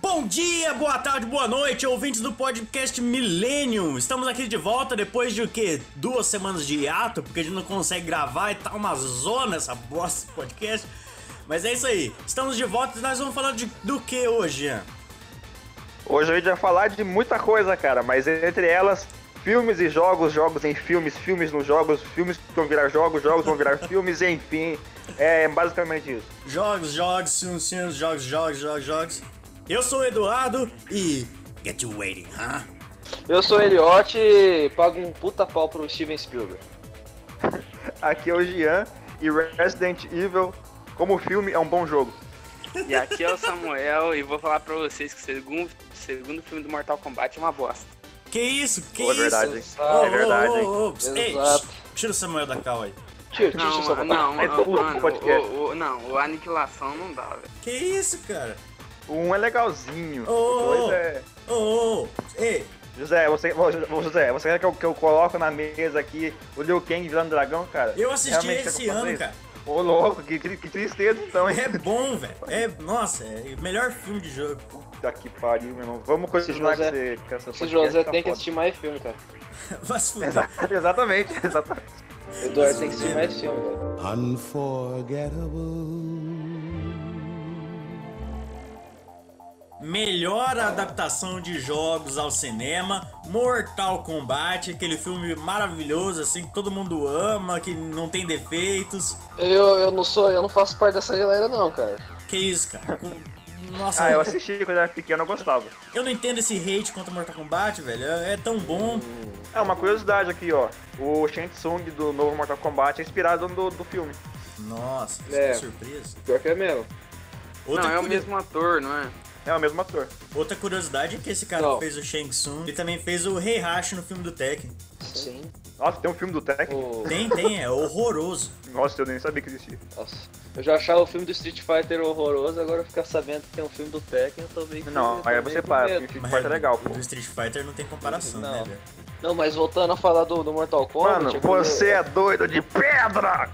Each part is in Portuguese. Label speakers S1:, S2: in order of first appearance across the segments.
S1: Bom dia, boa tarde, boa noite, ouvintes do podcast Millennium. Estamos aqui de volta depois de o quê? Duas semanas de hiato, porque a gente não consegue gravar e tá uma zona essa bosta de podcast. Mas é isso aí, estamos de volta e nós vamos falar de, do que hoje, Ian?
S2: Hoje a gente vai falar de muita coisa, cara, mas entre elas, filmes e jogos, jogos em filmes, filmes nos jogos, filmes que vão virar jogos, jogos vão virar filmes, enfim. É basicamente isso.
S1: Jogos, jogos, filmes, filmes, jogos, jogos, jogos, jogos. Eu sou o Eduardo e. Get you waiting, huh?
S3: Eu sou Eliote e pago um puta pau pro Steven Spielberg.
S2: Aqui é o Jean e Resident Evil, como filme, é um bom jogo.
S4: E aqui é o Samuel e vou falar pra vocês que o segundo, segundo filme do Mortal Kombat é uma bosta.
S1: Que isso, que
S2: Pô, é
S1: isso?
S2: verdade, hein?
S3: Ah,
S1: Ô,
S2: É verdade,
S1: ô,
S2: hein?
S1: ô, ô, ps- ei,
S3: Exato.
S1: sh- tira o Samuel da cal aí.
S3: Tira, tira,
S4: Não,
S3: tira sua
S4: mano, não,
S2: É
S4: mano,
S2: tudo pro podcast.
S4: o, o- não, o Aniquilação não dá, velho.
S1: Que isso, cara?
S2: Um é legalzinho,
S1: Ô,
S2: o dois
S1: ô.
S2: é.
S1: Ô, ô, ô, ei,
S2: José, você, ô, José, você quer que eu, que eu coloque na mesa aqui o Liu Kang virando dragão, cara?
S1: eu assisti
S2: Realmente quer que
S1: esse
S2: eu faça
S1: ano,
S2: isso?
S1: cara.
S2: Ô, louco, que, que, que tristeza então, hein?
S1: É bom, velho. É, nossa, é o melhor filme de jogo.
S2: Puta que pariu, meu irmão. Vamos continuar
S3: Esse
S2: com
S3: José-
S2: esse, com essa
S3: Esse
S2: podcast,
S3: José
S2: tá
S3: tem que
S2: foda.
S3: assistir mais filme, cara.
S1: Vai se fuder.
S2: Exa- Exatamente, exatamente.
S3: Eduardo tem que assistir mais filme, velho.
S1: Melhor adaptação de jogos ao cinema, Mortal Kombat, aquele filme maravilhoso, assim, que todo mundo ama, que não tem defeitos.
S3: Eu, eu não sou, eu não faço parte dessa galera não, cara.
S1: Que isso, cara? Com- Nossa,
S2: Ah, eu
S1: eu,
S2: assisti quando era pequeno, eu gostava.
S1: não entendo esse hate contra Mortal Kombat, velho. É é tão bom.
S2: Ah, uma curiosidade aqui, ó. O Shang Tsung do novo Mortal Kombat é inspirado no do filme.
S1: Nossa,
S3: É.
S1: que surpresa.
S3: Pior que é mesmo.
S1: Outra,
S4: não, é o
S1: curi-
S4: mesmo ator, não é?
S2: É o mesmo ator.
S1: outra curiosidade é que esse cara
S3: Não.
S1: que fez o Shang Tsung. Ele também fez o Rei Hash no filme do Tekken.
S3: Sim.
S2: Nossa, tem um filme do Tekken?
S3: O...
S1: Tem, tem, é horroroso.
S2: Nossa, eu nem sabia que existia.
S3: Nossa. Eu já achava o filme do Street Fighter horroroso, agora ficar sabendo que tem um filme do Tekken, eu tô meio que-
S2: Não,
S3: tô
S2: aí
S3: meio
S2: você
S3: com
S2: para,
S3: medo.
S2: porque o
S1: Mas
S2: Fighter é legal, pô.
S1: do Street Fighter não tem comparação,
S3: Não.
S1: né, velho?
S3: Não, mas voltando a falar do, do Mortal Kombat...
S2: Mano,
S3: é que
S2: você
S3: eu-
S2: é doido de pedra!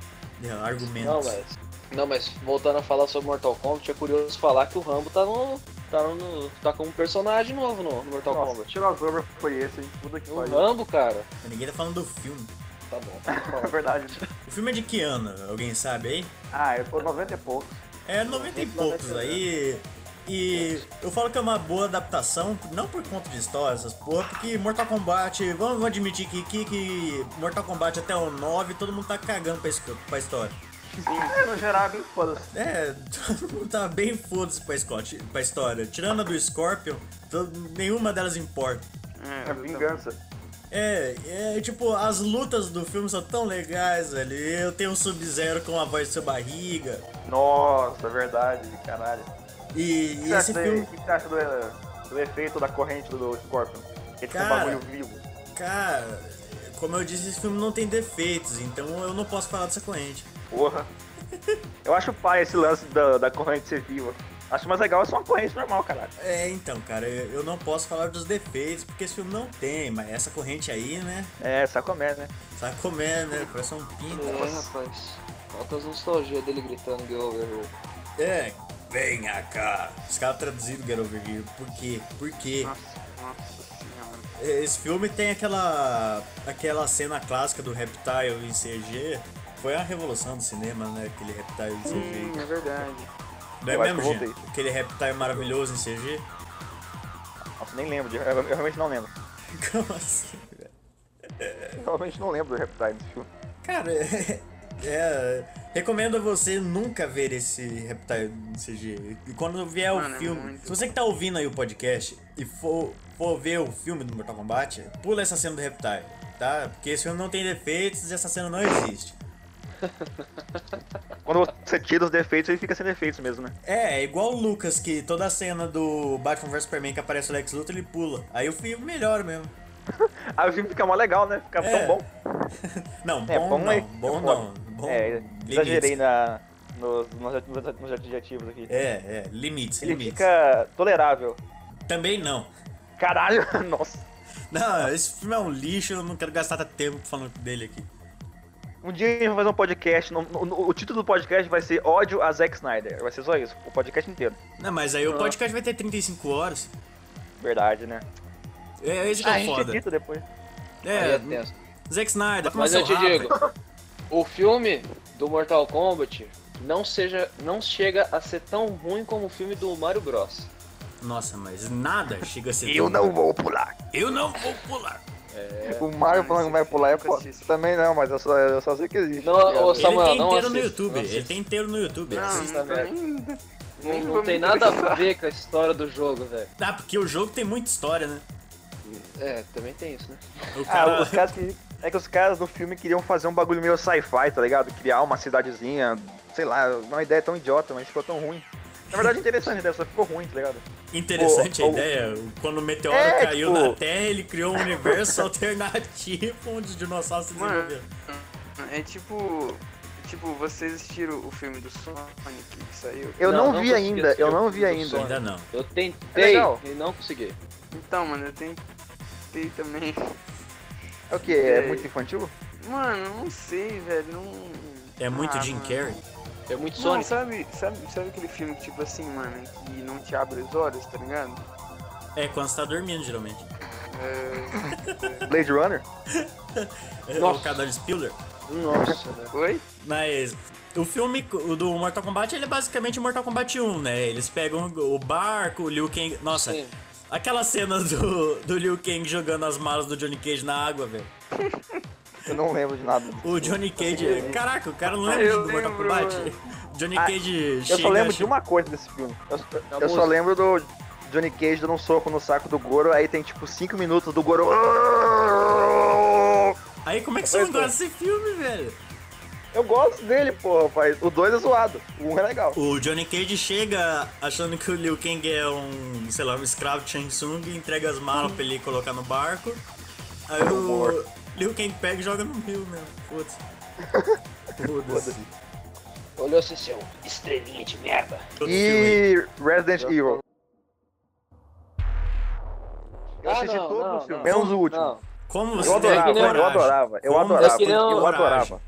S1: É, argumentos.
S3: Não, mas... Não, mas voltando a falar sobre Mortal Kombat, é curioso falar que o Rambo tá no... Tá, no, tá como personagem novo no, no Mortal
S2: Nossa,
S3: Kombat.
S2: Tiranossauro foi esse, hein? Puta que
S3: O
S2: pariu.
S3: Rambo, cara...
S1: Mas Ninguém tá falando do filme.
S3: Tá bom.
S2: É verdade.
S1: O filme é de que ano? Alguém sabe aí?
S2: Ah, eu tô 90 e pouco.
S1: É 90 e poucos aí.
S3: né?
S1: E eu falo que é uma boa adaptação, não por conta de história, essas porra, porque Mortal Kombat, vamos vamos admitir que, que, que Mortal Kombat até o 9, todo mundo tá cagando pra, esco- pra história.
S2: É, no geral, bem foda-se.
S1: É, todo mundo tá bem foda-se pra, Scott- pra história. Tirando a do Scorpion, to- nenhuma delas importa.
S2: É vingança.
S1: É, é, tipo, as lutas do filme são tão legais, velho. Eu tenho um Sub-Zero com a voz de sua barriga.
S2: Nossa, verdade, caralho.
S1: E,
S2: O
S1: e
S2: que você
S1: esse
S2: acha daí-
S1: filme,
S2: o que você acha do, do efeito da corrente do Scorpion? Que tem um
S1: Cara.
S2: bagulho vivo.
S1: cara, como eu disse, esse filme não tem defeitos, então eu não posso falar dessa corrente.
S2: Porra. Eu acho pai esse lance da, da corrente ser viva. Acho mais legal é só uma corrente normal, caralho.
S1: É, então, cara, eu eu não posso falar dos defeitos, porque esse filme não tem, mas essa corrente aí, né?
S2: É, sacomé, né?
S1: Sabe como é, né? Parece um
S3: É,
S1: pinto.
S3: rapaz. Falta as nostalgia dele gritando Game Over. Here.
S1: É, venha cá. Os caras traduziram Get Over Here. Por quê? Por quê?
S4: Nossa, nossa senhora.
S1: Esse filme tem aquela aquela cena clássica do Reptile em CG. Foi a revolução do cinema, né? Aquele Reptile em CG.
S4: Hum, é verdade.
S1: Não é
S2: Eu acho
S1: mesmo,
S2: que eu
S1: Jean? Aquele Reptile maravilhoso em CG.
S2: Nossa, nem lembro. de- Eu, eu realmente não lembro.
S1: Como assim, velho?
S2: Eu realmente não lembro do Reptile nesse filme.
S1: Cara, é, é, recomendo a você nunca ver esse Reptile em CG. E quando vier
S4: Mano,
S1: o
S4: é
S1: filme...
S4: muito
S1: se você que tá ouvindo aí o podcast e for, for ver o filme do Mortal Kombat, pula essa cena do Reptile, tá? Porque esse filme não tem defeitos e essa cena não existe.
S2: Quando você tira os defeitos, ele fica sem defeitos mesmo, né?
S1: É, é igual o Lucas, que toda a cena do Batman vs Superman que aparece o Lex Luthor, ele pula. Aí o filme melhor mesmo.
S2: Aí o filme fica mó legal, né? Fica
S1: É.
S2: tão bom.
S1: Não, bom,
S2: É, bom
S1: não,
S2: é-
S1: bom
S2: é
S1: não.
S2: foda.
S1: Bom,
S2: é,
S1: limites.
S2: exagerei na, nos, nos, nos- nos adjetivos aqui.
S1: É, é, limites,
S2: Ele
S1: limites.
S2: fica tolerável.
S1: Também não.
S2: Caralho, nossa.
S1: Não, esse filme é um lixo, eu não quero gastar tanto tempo falando dele aqui.
S2: Um dia a gente vai fazer um podcast. no- no- no- o título do podcast vai ser Ódio a Zack Snyder. Vai ser só isso, o podcast inteiro.
S1: Não, mas aí o podcast vai ter 35 horas.
S2: Verdade, né?
S1: É isso que
S2: a
S1: é
S2: gente
S1: foda.
S2: edita depois.
S3: Aí
S1: É,
S3: é tenso.
S1: Zack Snyder,
S3: Mas
S1: Marcel
S3: eu te
S1: Rafa.
S3: digo, o filme do Mortal Kombat não seja, não chega a ser tão ruim como o filme do Mario Bros.
S1: Nossa, mas nada chega a ser.
S2: Eu
S1: tão-
S2: não vou pular.
S1: Eu não vou pular.
S2: o Mario falando que vai pular é
S4: nunca
S2: foda.
S4: assisti.
S2: Também não, mas eu só, eu só sei que existe. tá
S3: Não,
S2: Obrigado.
S3: ô,
S1: Ele
S3: Samuel,
S1: tem
S3: não
S1: inteiro no
S3: assista,
S1: YouTube.
S3: não
S1: Ele
S3: assista.
S1: tem inteiro no YouTube. assista.
S3: Assista, velho.
S4: nem
S3: Né? Não
S4: vou
S3: tem
S4: me
S3: nada a
S4: interessar.
S3: ver com a história do jogo, velho.
S1: Ah, porque o jogo tem muita história, né?
S3: É, também tem isso, né?
S1: O cara.
S2: Ah, os caras que. É que os caras do filme queriam fazer um bagulho meio sci-fi, tá ligado? Criar uma cidadezinha, sei lá, uma ideia tão idiota, mas ficou tão ruim. Na verdade é interessante, né? Só ficou ruim, tá ligado?
S1: Interessante a
S2: o-
S1: ideia. Quando o meteoro
S2: É,
S1: caiu
S2: tipo-
S1: na Terra, ele criou um universo alternativo onde os dinossauros se
S4: Mano.
S1: desenvolveram.
S4: É tipo. Tipo, vocês assistiram o filme do Sonic que saiu?
S2: Eu
S3: Não,
S2: não,
S3: não
S2: vi
S3: consegui
S2: ainda,
S3: assistir
S2: eu
S3: o
S2: não
S3: filme
S2: vi
S3: do
S2: ainda.
S3: Sonic.
S1: Ainda não.
S3: Eu
S2: É
S3: tentei
S2: legal.
S3: e não consegui.
S4: Então, mano, eu tentei também.
S2: É o quê? É
S4: Ei.
S2: muito infantil?
S4: Mano, não sei, velho. Não.
S1: É muito
S4: Ah,
S1: Jim
S4: mano.
S1: Carrey.
S3: É muito
S4: Não,
S3: Sonic.
S4: sabe, sabe, sabe aquele filme que, tipo assim, mano, que não te abre os olhos, tá ligado?
S1: É quando você tá dormindo, geralmente.
S4: É...
S2: Blade Runner?
S1: É
S3: Nossa.
S1: o cara do Spiller.
S3: Nossa,
S2: né?
S3: velho.
S4: Oi?
S1: Mas o filme o do Mortal Kombat, ele é basicamente o Mortal Kombat 1, né? Eles pegam o barco, o Liu Kang... Nossa,
S3: Sim.
S1: aquela cena do, do Liu Kang jogando as malas do Johnny Cage na água, velho.
S2: Eu não lembro de nada.
S1: O Johnny Cage... Caraca, o cara não lembra
S4: Eu
S1: do Mortal
S4: lembro,
S1: Kombat.
S4: mano.
S1: Johnny
S2: Ah,
S1: Cage
S2: Eu só lembro de
S1: chega-
S2: uma coisa desse filme. Eu, eu só
S3: música.
S2: lembro do Johnny Cage dando um soco no saco do Goro, aí tem tipo 5 minutos do Goro.
S1: Aí como é que você não gosta desse filme, velho?
S2: Eu gosto dele, porra, rapaz. O 2 é zoado, o 1 um é legal.
S1: O Johnny Cage chega achando que o Liu Kang é um, sei lá, um escravo de Shang Tsung, entrega as malas pra ele colocar no barco. Aí o
S2: Humor.
S1: Liu Kang pega e joga no rio mesmo. Foda-se. Foda-se.
S3: Olhou assim, seu estrelinha de merda.
S1: Outro filme.
S2: E Resident Evil. Eu assisti
S3: Ah, não,
S2: todos
S3: não,
S2: os filmes,
S3: não.
S2: menos o último.
S3: Não.
S1: Como você é
S2: Eu adorava,
S1: tem coragem?
S2: eu adorava, eu
S1: Como
S2: adorava,
S1: você tem
S2: eu
S1: coragem?
S2: adorava.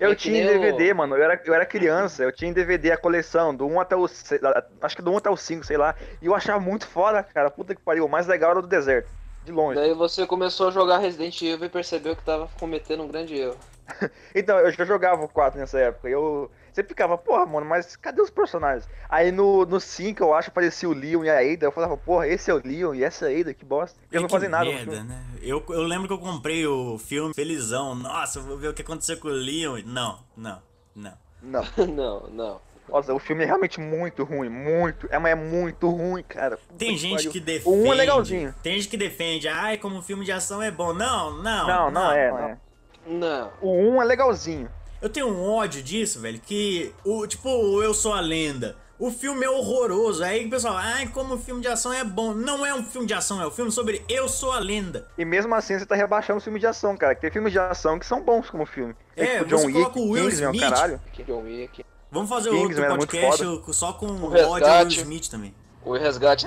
S2: Eu
S3: É que
S2: tinha em
S3: nem o-
S2: DVD, mano, eu era, eu era criança, eu tinha em DVD a coleção, do 1 até o. se- Acho que do 1 até o 5, sei lá. E eu achava muito foda, cara. Puta que pariu, o mais legal era o do deserto. De longe.
S3: Daí você começou a jogar Resident Evil e percebeu que tava cometendo um grande erro.
S2: Então, eu já jogava o 4 nessa época. Eu sempre ficava, porra, mano, mas cadê os personagens? Aí no, no 5, eu acho, aparecia o Leon e a Ada. Eu falava, porra, esse é o Leon e essa é a Ada, que bosta. Eles não
S1: Que
S2: fazem nada. no
S1: merda,
S2: filme.
S1: né? Eu, eu lembro que eu comprei o filme felizão. Nossa, eu vou ver o que aconteceu com o Leon. Não, não, não.
S2: Não.
S3: não, não.
S2: Nossa, o filme é realmente muito ruim, muito. É, mas é muito ruim, cara. Puta
S1: Tem gente
S2: pariu.
S1: que
S2: O
S1: defende.
S2: 1 é legalzinho.
S1: Tem gente que defende. Ai, como filme de ação é bom. Não, não.
S2: Não, não é, não.
S3: Não.
S2: O 1 é legalzinho.
S1: Eu tenho um ódio disso, velho, que o tipo, o eu sou a lenda. O filme é horroroso. Aí o pessoal, ai, como o filme de ação é bom. Não é um filme de ação, é um filme sobre eu sou a lenda.
S2: E mesmo assim você tá rebaixando os filmes de ação, cara. Que tem filmes de ação que são bons como filme. Tem,
S1: É,
S2: tipo,
S1: você coloca o Will
S2: Kingsman,
S1: Smith.
S2: caralho.
S3: John Wick.
S1: Vamos fazer
S2: Kings,
S1: outro
S2: velho, é muito
S1: podcast só com o
S3: resgate.
S1: ódio do Will Smith também.
S3: O resgate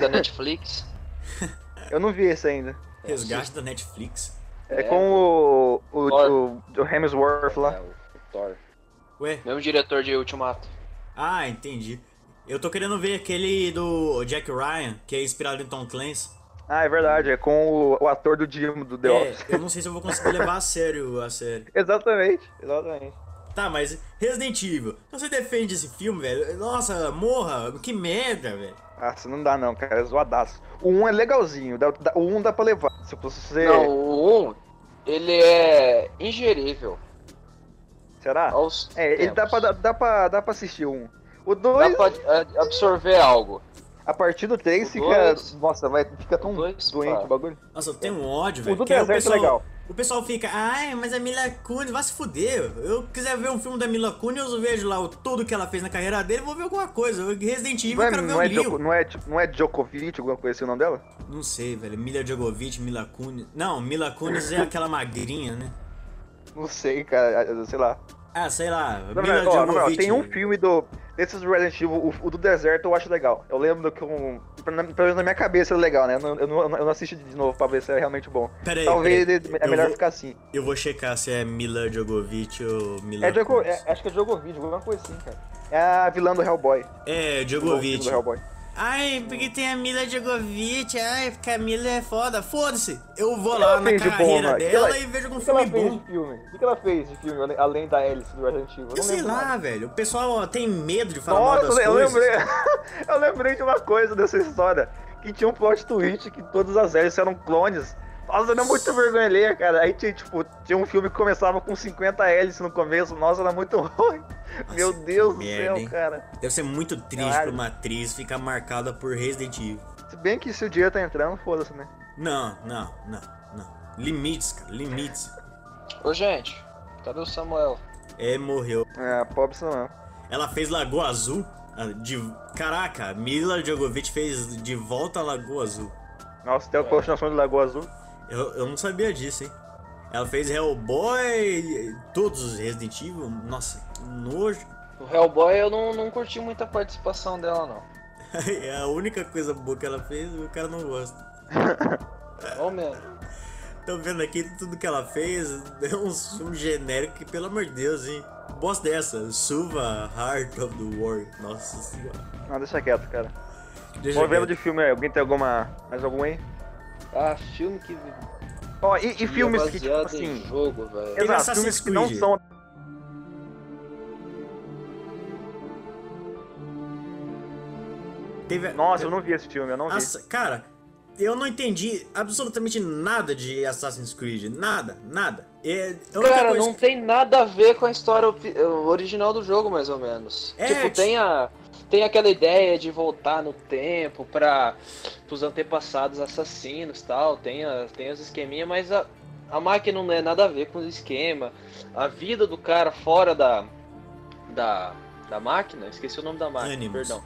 S3: da Netflix.
S2: Eu não vi esse ainda.
S1: Resgate da Netflix.
S2: É,
S3: É,
S2: com o. o,
S3: Thor.
S2: o, o Hemsworth lá.
S3: É, o Thor.
S1: Ué?
S3: Mesmo diretor de Ultimato.
S1: Ah, entendi. Eu tô querendo ver aquele do Jack Ryan, que é inspirado em Tom Clancy.
S2: Ah, é verdade. É com o, o ator do Dimo do The
S1: É,
S2: Office.
S1: eu não sei se eu vou conseguir levar a sério a série.
S2: Exatamente, exatamente.
S1: Tá, mas Resident Evil, então você defende esse filme, velho? Nossa, morra, que merda, velho.
S2: Nossa, não dá não, cara. É zoadaço. O 1 é legalzinho. dá- dá- o 1 dá pra levar. Se você.
S3: Não, o 1, ele é ingerível.
S2: Será?
S3: Aos
S2: É, ele
S3: tempos.
S2: dá pra, dá, dá pra, dá pra assistir o 1. O
S3: Dá
S2: 2,
S3: pra é, absorver algo.
S2: a partir do 3,
S3: O
S2: fica.
S3: dois-
S2: Nossa, vai, fica tão
S3: o dois,
S2: doente
S3: pá.
S2: o bagulho.
S1: Nossa, eu tenho um ódio, velho.
S2: do
S1: que aí
S2: deserto é legal.
S1: O pessoal fica, ai, mas a Mila Kunis, vai se fuder. Eu quiser ver um filme da Mila Kunis, eu vejo lá o, tudo que ela fez na carreira dele, vou ver alguma coisa. Eu- Resident Evil,
S2: Não é,
S1: eu quero ver
S2: não,
S1: o
S2: é
S1: Leo.
S2: Djoko- não, é, Djo- não é Djokovic, alguma coisa assim o nome dela?
S1: Não sei, velho. Mila Djokovic, Mila Kunis. Não, Mila Kunis é aquela magrinha, né?
S2: Não sei, cara, sei lá.
S1: Ah, sei lá.
S2: Não,
S1: Mila
S2: não, ó, não, ó,
S1: Djokovic.
S2: tem um filme do. Nesses Resident Evil, o, o do deserto eu acho legal. Eu lembro que um. Pelo menos na minha cabeça é legal, né? Eu não, eu não- eu não assisti de novo pra ver se é realmente bom.
S1: Peraí,
S2: Talvez
S1: peraí.
S2: ele- é
S1: Eu
S2: melhor
S1: vou-
S2: ficar assim.
S1: Eu vou checar se é Mila Djokovic ou Mila.
S2: É Djokovic,
S1: Kunis.
S2: acho que é Djokovic, alguma coisa assim, cara. É a vilã do Hellboy.
S1: É,
S2: O
S1: Djokovic.
S2: filme do Hellboy.
S1: Ai, porque tem a Mila Djokovic, ai, porque a Mila é foda. Foda-se! Eu vou lá
S2: ela
S1: na
S2: fez de bom,
S1: carreira
S2: mano? Que
S1: dela
S2: ela-
S1: e vejo algum
S2: O que ela
S1: É um filme
S2: fez
S1: bom.
S2: de filme? O que ela fez de filme, ale- além da hélice do Resident Evil?
S1: Eu
S2: não
S1: sei
S2: lembro
S1: lá,
S2: nada.
S1: velho. O pessoal ó, tem medo de falar mal Tá das
S2: Nossa, eu
S1: coisas.
S2: lembrei. eu lembrei de uma coisa dessa história. Que tinha um plot twist que todas as hélices eram clones. Nossa, era muito vergonha alheia, cara. Aí tinha, tipo, tinha um filme que começava com 50 hélices no começo. Nossa, era muito ruim. Meu
S1: que
S2: Deus do
S1: merda,
S2: céu,
S1: hein?
S2: cara.
S1: Deve ser muito triste
S2: Caralho.
S1: pra uma atriz ficar marcada por Resident Evil.
S2: Se bem que se o dinheiro tá entrando, foda-se, né?
S1: Não, não, não, não. Limites, cara, limites.
S3: Ô, gente, cadê o Samuel?
S1: É, morreu.
S2: É, pobre isso não.
S1: Ela fez Lagoa Azul. ah, De... Caraca, Mila Djokovic fez De Volta à Lagoa Azul.
S2: Nossa,
S1: É.
S2: tem a continuação do Lagoa Azul.
S1: Eu, eu não sabia disso, hein? Ela fez Hellboy, todos os Resident Evil. Nossa, que nojo.
S3: O Hellboy eu não, não curti muita participação dela, não.
S1: É a única coisa boa que ela fez, o cara não gosta.
S3: Ou menos.
S1: Tô vendo aqui tudo que ela fez, é um, um genérico que, pelo amor de Deus, hein? Bosta dessa, Suva Heart of the War. Nossa senhora.
S2: Não, deixa quieto, cara.
S1: Deixa
S2: Movendo
S1: quieto.
S2: de filme, aí, alguém tem alguma. Mais algum aí?
S3: Ah, filme que. é
S2: Ó, e, e filmes que, tipo
S3: baseado em
S2: assim.
S3: jogo, velho.
S1: Teve
S2: Exato,
S1: Assassin's
S2: filmes que não
S1: Creed.
S2: são.
S1: Teve-
S2: Nossa, eu não vi esse filme, eu não vi.
S1: Ass- Cara, eu não entendi absolutamente nada de Assassin's Creed. Nada, nada. É, a única
S3: Cara,
S1: coisa
S3: não tem nada a ver com a história opi- original do jogo, mais ou menos.
S1: É,
S3: tipo,
S1: tipo-
S3: tem a. Tem aquela ideia de voltar no tempo para os antepassados assassinos e tal, tem, a, tem os esqueminhas, mas a, a máquina não é nada a ver com o esquema. A vida do cara fora da. da, da máquina, esqueci o nome da máquina,
S1: Animus.
S3: perdão.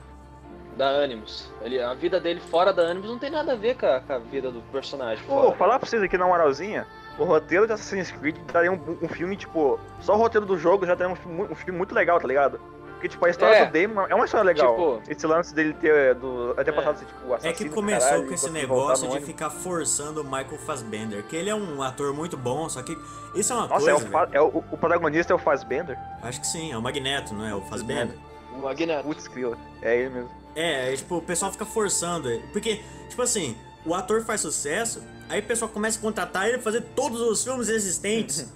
S3: Da Animus. Ele, a vida dele fora da Animus não tem nada a ver com a, com a vida do personagem.
S2: Pô,
S3: fora.
S2: falar pra vocês aqui na moralzinha, o roteiro de Assassin's Creed daria um, um filme, tipo, só o roteiro do jogo já daria um, fi- mu- um filme muito legal, tá ligado? Porque, tipo, a história
S3: É.
S2: do Damon é uma história legal.
S3: Tipo-
S2: Esse lance dele ter do, até
S3: É.
S2: passado, ser, tipo,
S1: É
S2: assassino,
S1: que começou
S2: caralho,
S1: com esse
S2: conseguir voltar
S1: negócio
S2: no
S1: de
S2: ônibus.
S1: ficar forçando o Michael Fassbender, que ele é um ator muito bom, só que isso é uma
S2: Nossa, é o,
S1: coisa.
S2: Fa- é o, o protagonista é o Fassbender?
S1: velho. Acho que sim, é o Magneto, não é? O Fassbender.
S3: O Magneto.
S2: Putz, grila. É ele mesmo.
S1: É, é, tipo, o pessoal fica forçando ele. Porque, tipo assim, o ator faz sucesso, aí o pessoal começa a contratar ele pra fazer todos os filmes existentes.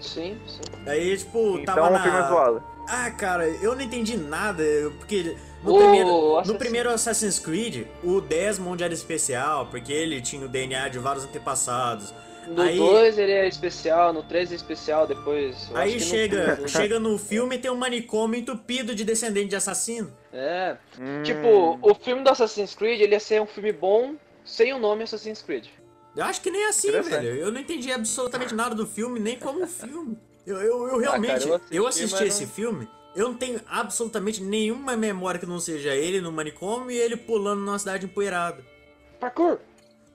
S3: Sim, sim.
S1: aí, tipo,
S2: Então,
S1: tava
S2: o
S1: na...
S2: filme é zoado.
S1: Ah, cara, eu não entendi nada, eu- porque no,
S3: O
S1: primeiro, no
S3: Assassin-
S1: primeiro Assassin's Creed, o Desmond era especial, porque ele tinha o DNA de vários antepassados.
S3: No
S1: Aí-
S3: 2 ele é especial, no 3 é especial, depois. eu acho
S1: Aí
S3: que no né?
S1: chega,
S3: filme-
S1: chega no filme e tem um manicômio entupido de descendente de assassino.
S3: É.
S2: Hum.
S3: Tipo, o filme do Assassin's Creed ele ia ser um filme bom sem o nome Assassin's Creed.
S1: Eu acho que nem é assim,
S2: Interessante.
S1: velho. Eu não entendi absolutamente nada do filme, nem como o filme. Eu, eu, eu
S3: Ah, cara,
S1: realmente,
S3: eu assisti,
S1: eu assisti
S3: mas não-
S1: esse filme, eu não tenho absolutamente nenhuma memória que não seja ele no manicômio e ele pulando numa cidade empoeirada.
S3: Parkour!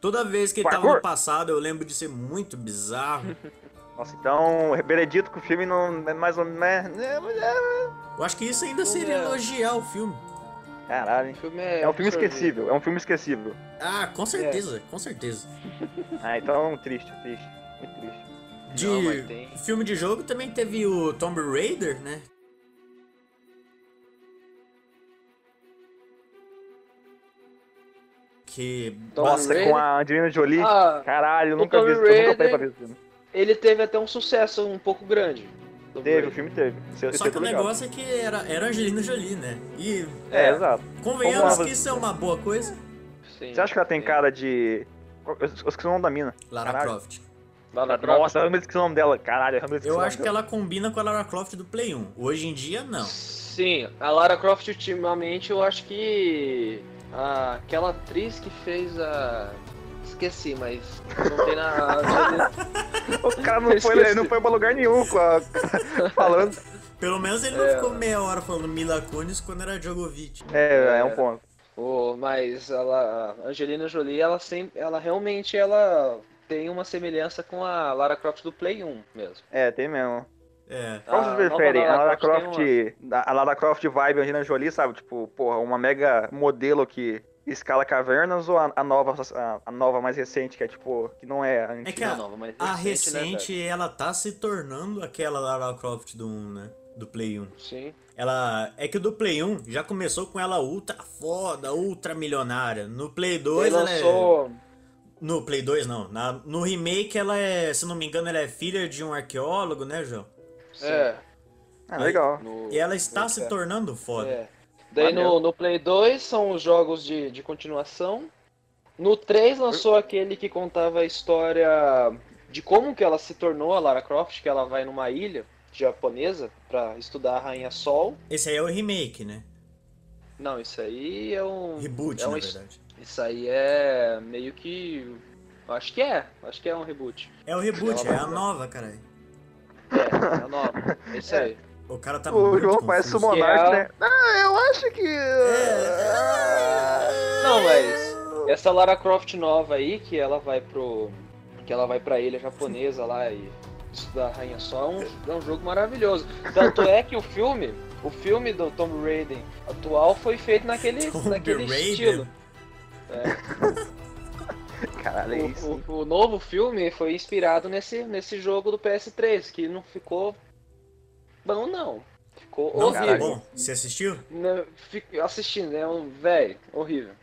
S1: Toda vez que ele tava
S2: Parkour?
S1: no passado, eu lembro de ser muito bizarro.
S2: Nossa, então, Benedito que o filme não é mais ou menos. é.
S1: Eu acho que isso ainda
S3: Não
S1: seria
S3: é.
S1: elogiar o filme.
S2: Caralho,
S3: O
S2: hein?
S3: filme é.
S2: É um filme
S3: absorvido.
S2: esquecível, é um filme esquecível.
S1: Ah,
S3: É.
S1: com certeza, com certeza.
S2: Ah, então triste, triste. Muito triste.
S1: De
S3: Não, mas tem-
S1: filme de jogo também teve o Tomb Raider, né? Que.
S3: Tomb
S2: Nossa,
S3: Raider.
S2: com a Angelina Jolie.
S3: Ah,
S2: Caralho,
S3: o
S2: nunca vi,
S3: Tomb
S2: esse- eu nunca parei
S3: Raider-
S2: pra ver esse filme.
S3: Ele teve até um sucesso um pouco grande.
S2: Teve, o filme teve. Esse- esse
S1: Só que
S2: é
S1: o
S2: legal.
S1: negócio é que era, era Angelina Jolie, né? E
S2: É, exato.
S1: convenhamos
S2: Vamos lá,
S1: que isso é uma boa coisa.
S3: Sim.
S2: Você acha que ela
S1: É.
S2: tem cara de. Eu eu esqueci o nome da mina.
S1: Lara
S2: Caralho.
S1: Croft.
S3: Lá na prova?
S2: Nossa, eu realmente esqueci o nome dela, caralho. Eu, realmente esqueci
S1: Eu
S2: o nome
S1: acho que
S2: dela.
S1: ela combina com a Lara Croft do Play 1. Hoje em dia, não.
S3: Sim, a Lara Croft ultimamente eu acho que. a- aquela atriz que fez a. Esqueci, mas. Não tem na.
S2: O cara não foi, ele não foi pra lugar nenhum com a- falando.
S1: Pelo menos ele não
S3: É.
S1: ficou meia hora falando Mila Kunis quando era Djokovic.
S2: É, é um ponto.
S3: Ô, mas ela, a Angelina Jolie, ela sempre, ela realmente ela tem uma semelhança com a Lara Croft do Play 1 mesmo.
S2: É, tem mesmo.
S1: É.
S2: Qual
S3: A
S2: vocês
S3: Ah, nova
S2: preferem? A
S3: Lara
S2: Lara
S3: Croft
S2: Croft,
S3: tem
S2: a Lara Croft vibe Angina Jolie, sabe? Tipo, porra, uma mega modelo que escala cavernas ou a, a nova a, a nova mais recente que é tipo, que não é
S1: É
S2: antiga.
S1: que a,
S3: nova, mas
S1: a
S3: né,
S1: recente, ela tá se tornando aquela Lara Croft do 1, né? Do Play 1.
S3: velho? Sim.
S1: Ela. É que o do Play 1 já começou com ela ultra foda, ultra milionária. No Play 2
S3: Ele
S1: ela é.
S3: lançou.
S1: No Play 2 não. Na- no remake ela é, se não me engano, ela é filha de um arqueólogo, né, João?
S2: Sim.
S3: É,
S2: Ah, legal.
S3: no-
S1: E ela está
S3: no-
S1: se tornando foda.
S3: É. Daí no,
S2: Maneiro.
S3: no Play 2 são os jogos de, de continuação. No 3 lançou aquele que contava a história de como que ela se tornou a Lara Croft, que ela vai numa ilha japonesa pra estudar a Rainha Sol.
S1: Esse aí é o remake, né?
S3: Não, isso aí é um.
S1: Reboot,
S3: é um
S1: na
S3: es-
S1: verdade.
S3: Isso aí é meio que. Acho que é. Acho que é um reboot.
S1: É o reboot,
S3: Ela
S1: é
S3: vai-
S1: a nova, caralho.
S3: É, é nova. É isso aí.
S1: O cara tá
S2: o
S1: muito
S2: João
S1: confuso.
S2: parece o Monark,
S3: Que é-
S2: né? Ah, eu acho que.
S3: Não, mas essa Lara Croft nova aí, que ela vai pro. que ela vai pra ilha japonesa lá e estudar a Rainha Sol, é um, é um jogo maravilhoso. Tanto é que o filme, o filme do Tomb Raider atual foi feito naquele,
S1: Tomb
S3: naquele
S1: Raider?
S3: estilo.
S2: Caralho, é isso.
S3: O, o- o novo filme foi inspirado nesse, nesse jogo do PS3, que não ficou bom não. Ficou
S1: Não ficou
S3: horrível.
S1: bom? Você assistiu?
S3: Não, fico assistindo, é um. velho, horrível.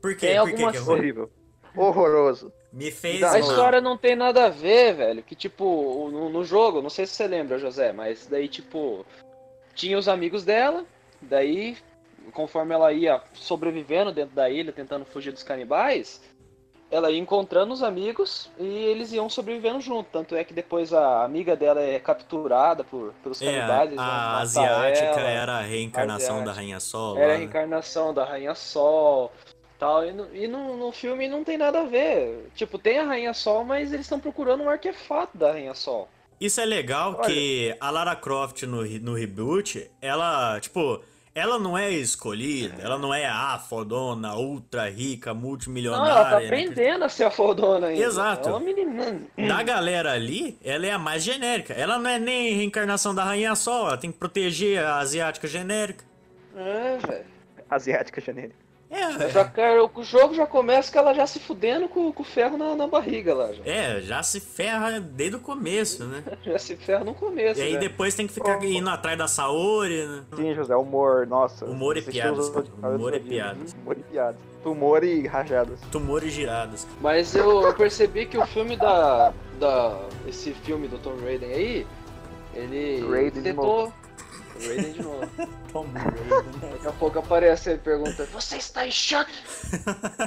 S1: Por quê?
S3: Tem
S1: Por quê que é
S3: algumas
S1: ruim?
S2: Horrível. Horroroso.
S1: Me fez
S2: A
S1: mal.
S3: A história não tem nada a ver, velho. Que tipo, o- no, no jogo, não sei se você lembra, José, mas daí, tipo, tinha os amigos dela, daí, conforme ela ia sobrevivendo dentro da ilha, tentando fugir dos canibais, ela ia encontrando os amigos e eles iam sobrevivendo junto. Tanto é que depois a amiga dela é capturada por, pelos
S1: É,
S3: canibais. eles vão
S1: a
S3: né? matar
S1: asiática
S3: ela.
S1: era a reencarnação da
S3: asiática.
S1: Rainha Sol.
S3: Era
S1: lá,
S3: a
S1: né?
S3: reencarnação da Rainha Sol tal. E, no, e no, no filme não tem nada a ver. Tipo, tem a Rainha Sol, mas eles estão procurando um artefato da Rainha Sol.
S1: Isso é legal
S2: Olha.
S1: que a Lara Croft no, re- no reboot, ela, tipo, ela não é escolhida, ela não é a fodona, ultra rica,
S3: Não, ela tá
S1: multimilionária. né?
S3: aprendendo a ser a fodona ainda.
S1: Exato.
S3: É uma menina.
S1: Da galera ali, ela é a mais genérica. Ela não é nem reencarnação da Rainha Sol, ela tem que proteger a asiática genérica.
S3: É, velho.
S2: Asiática genérica.
S1: É,
S3: Já quero- O jogo já começa com ela já se fudendo com, com o ferro na, na barriga lá. Já.
S1: é, já se ferra desde o começo, né?
S3: já se ferra no começo.
S1: E aí
S3: né?
S1: depois tem que ficar indo atrás da Saori, né?
S2: Sim, José, humor, nossa.
S1: Humor e
S2: Vocês
S1: piadas,
S2: todos-
S1: cara. Humor e piadas.
S2: Humor e piadas. Humor e rajadas.
S1: Tumores girados.
S3: Mas eu, eu percebi que o filme da, da. Esse filme do Tom Raiden aí, ele
S2: Raiden de
S3: tentou. Raiden de novo. Daqui a pouco aparece e pergunta, você está em choque?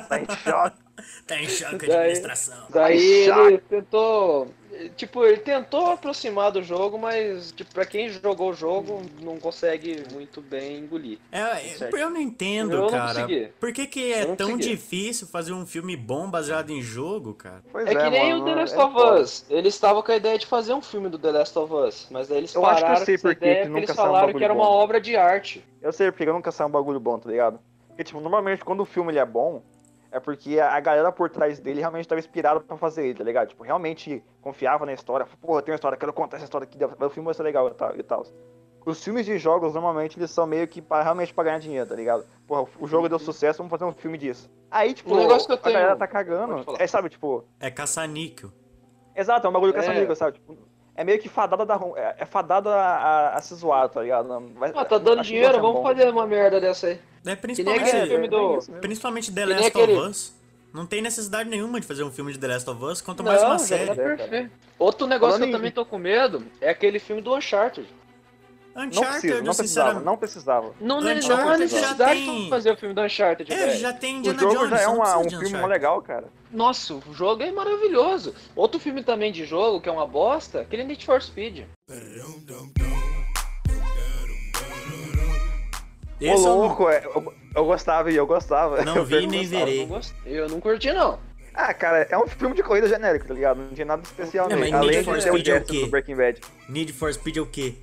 S2: Tá em choque.
S1: Tá em choque de
S3: Daí-
S1: administração.
S3: Daí
S2: choque.
S3: ele tentou. Tipo, ele tentou aproximar do jogo, mas tipo, pra quem jogou o jogo, não consegue muito bem engolir.
S1: É,
S3: Certo.
S1: eu não entendo,
S3: Tá Eu não
S1: cara.
S3: consegui.
S1: Por que, que é
S3: Eu não
S1: tão
S3: consegui.
S1: difícil fazer um filme bom baseado em jogo, cara?
S2: Pois
S3: É, que nem
S2: mano,
S3: o The Last
S2: é
S3: of
S2: foda.
S3: Us. Eles estavam com a ideia de fazer um filme do The Last of Us, mas daí eles
S2: Eu acho que eu
S3: pararam
S2: sei
S3: com
S2: por
S3: essa
S2: que que
S3: ideia porque
S2: nunca
S3: eles
S2: saiu um
S3: falaram que
S2: bagulho
S3: era uma
S2: bom.
S3: obra de arte.
S2: Eu sei porque nunca sai um bagulho bom, tá ligado? Porque, tipo, normalmente quando o filme ele é bom, é porque a a galera por trás dele realmente tava inspirada pra fazer ele, tá ligado? Tipo, realmente confiava na história. Porra, tem uma história, quero contar essa história aqui, o filme vai ser legal e tal. E tal. Os filmes de jogos, normalmente, eles são meio que pra, realmente pra ganhar dinheiro, tá ligado? Porra, o jogo deu sucesso, vamos fazer um filme disso. Aí, tipo,
S3: Um Uhum. negócio que eu
S2: a
S3: tenho-
S2: galera tá
S3: Pode
S2: cagando.
S3: falar.
S2: É, sabe, tipo...
S1: É caça-níquel.
S2: Exato, é um bagulho que
S3: É.
S2: essa amiga, sabe? Tipo, é meio que fadada da... ru- É, é fadada a, a, a se zoar, tá ligado? Não, vai-
S3: Ah, tá dando
S2: acho que
S3: dinheiro,
S2: vai ser
S3: vamos
S2: bom.
S3: fazer uma merda dessa aí.
S1: É
S3: Que nem
S1: principalmente,
S3: aquele filme do.
S1: principalmente The
S3: Que nem
S1: Last
S3: aquele-
S1: of Us. Não tem necessidade nenhuma de fazer um filme de The Last of Us, quanto mais uma
S3: já
S1: série.
S3: tá perfeito. Outro negócio
S2: Falando
S3: que
S2: em-
S3: eu também tô com medo é aquele filme do Uncharted.
S2: Não precisa,
S1: Uncharted,
S2: não
S1: eu
S2: precisava,
S1: sinceramente.
S2: não precisava.
S3: Não, não,
S1: Uncharted
S3: não há
S1: já
S3: necessidade
S1: tem-
S3: de fazer o filme do Uncharted,
S1: É,
S3: velho.
S1: já tem
S2: O
S1: Indiana
S2: jogo
S1: Jones.
S2: já é
S1: não
S2: uma-
S1: precisa
S2: um
S1: de
S2: filme mó
S1: Uncharted.
S2: legal, cara.
S3: Nossa, o jogo é maravilhoso. Outro filme também de jogo, que é uma bosta, aquele Need for Speed.
S2: Ô,
S1: Esse eu não-
S2: louco, é, eu, eu gostava, eu gostava.
S1: Não
S2: Eu
S1: vi nem
S2: gostava.
S1: verei.
S3: Eu não, gost- eu não curti, não.
S2: Ah, cara, é um filme de corrida genérico, tá ligado? Não tinha nada especial
S1: Não, mas Need
S2: nele. Além
S1: for
S2: de ter o
S1: Speed é o
S2: Jetson
S1: quê?
S2: do Breaking Bad.
S1: Need for Speed é o quê?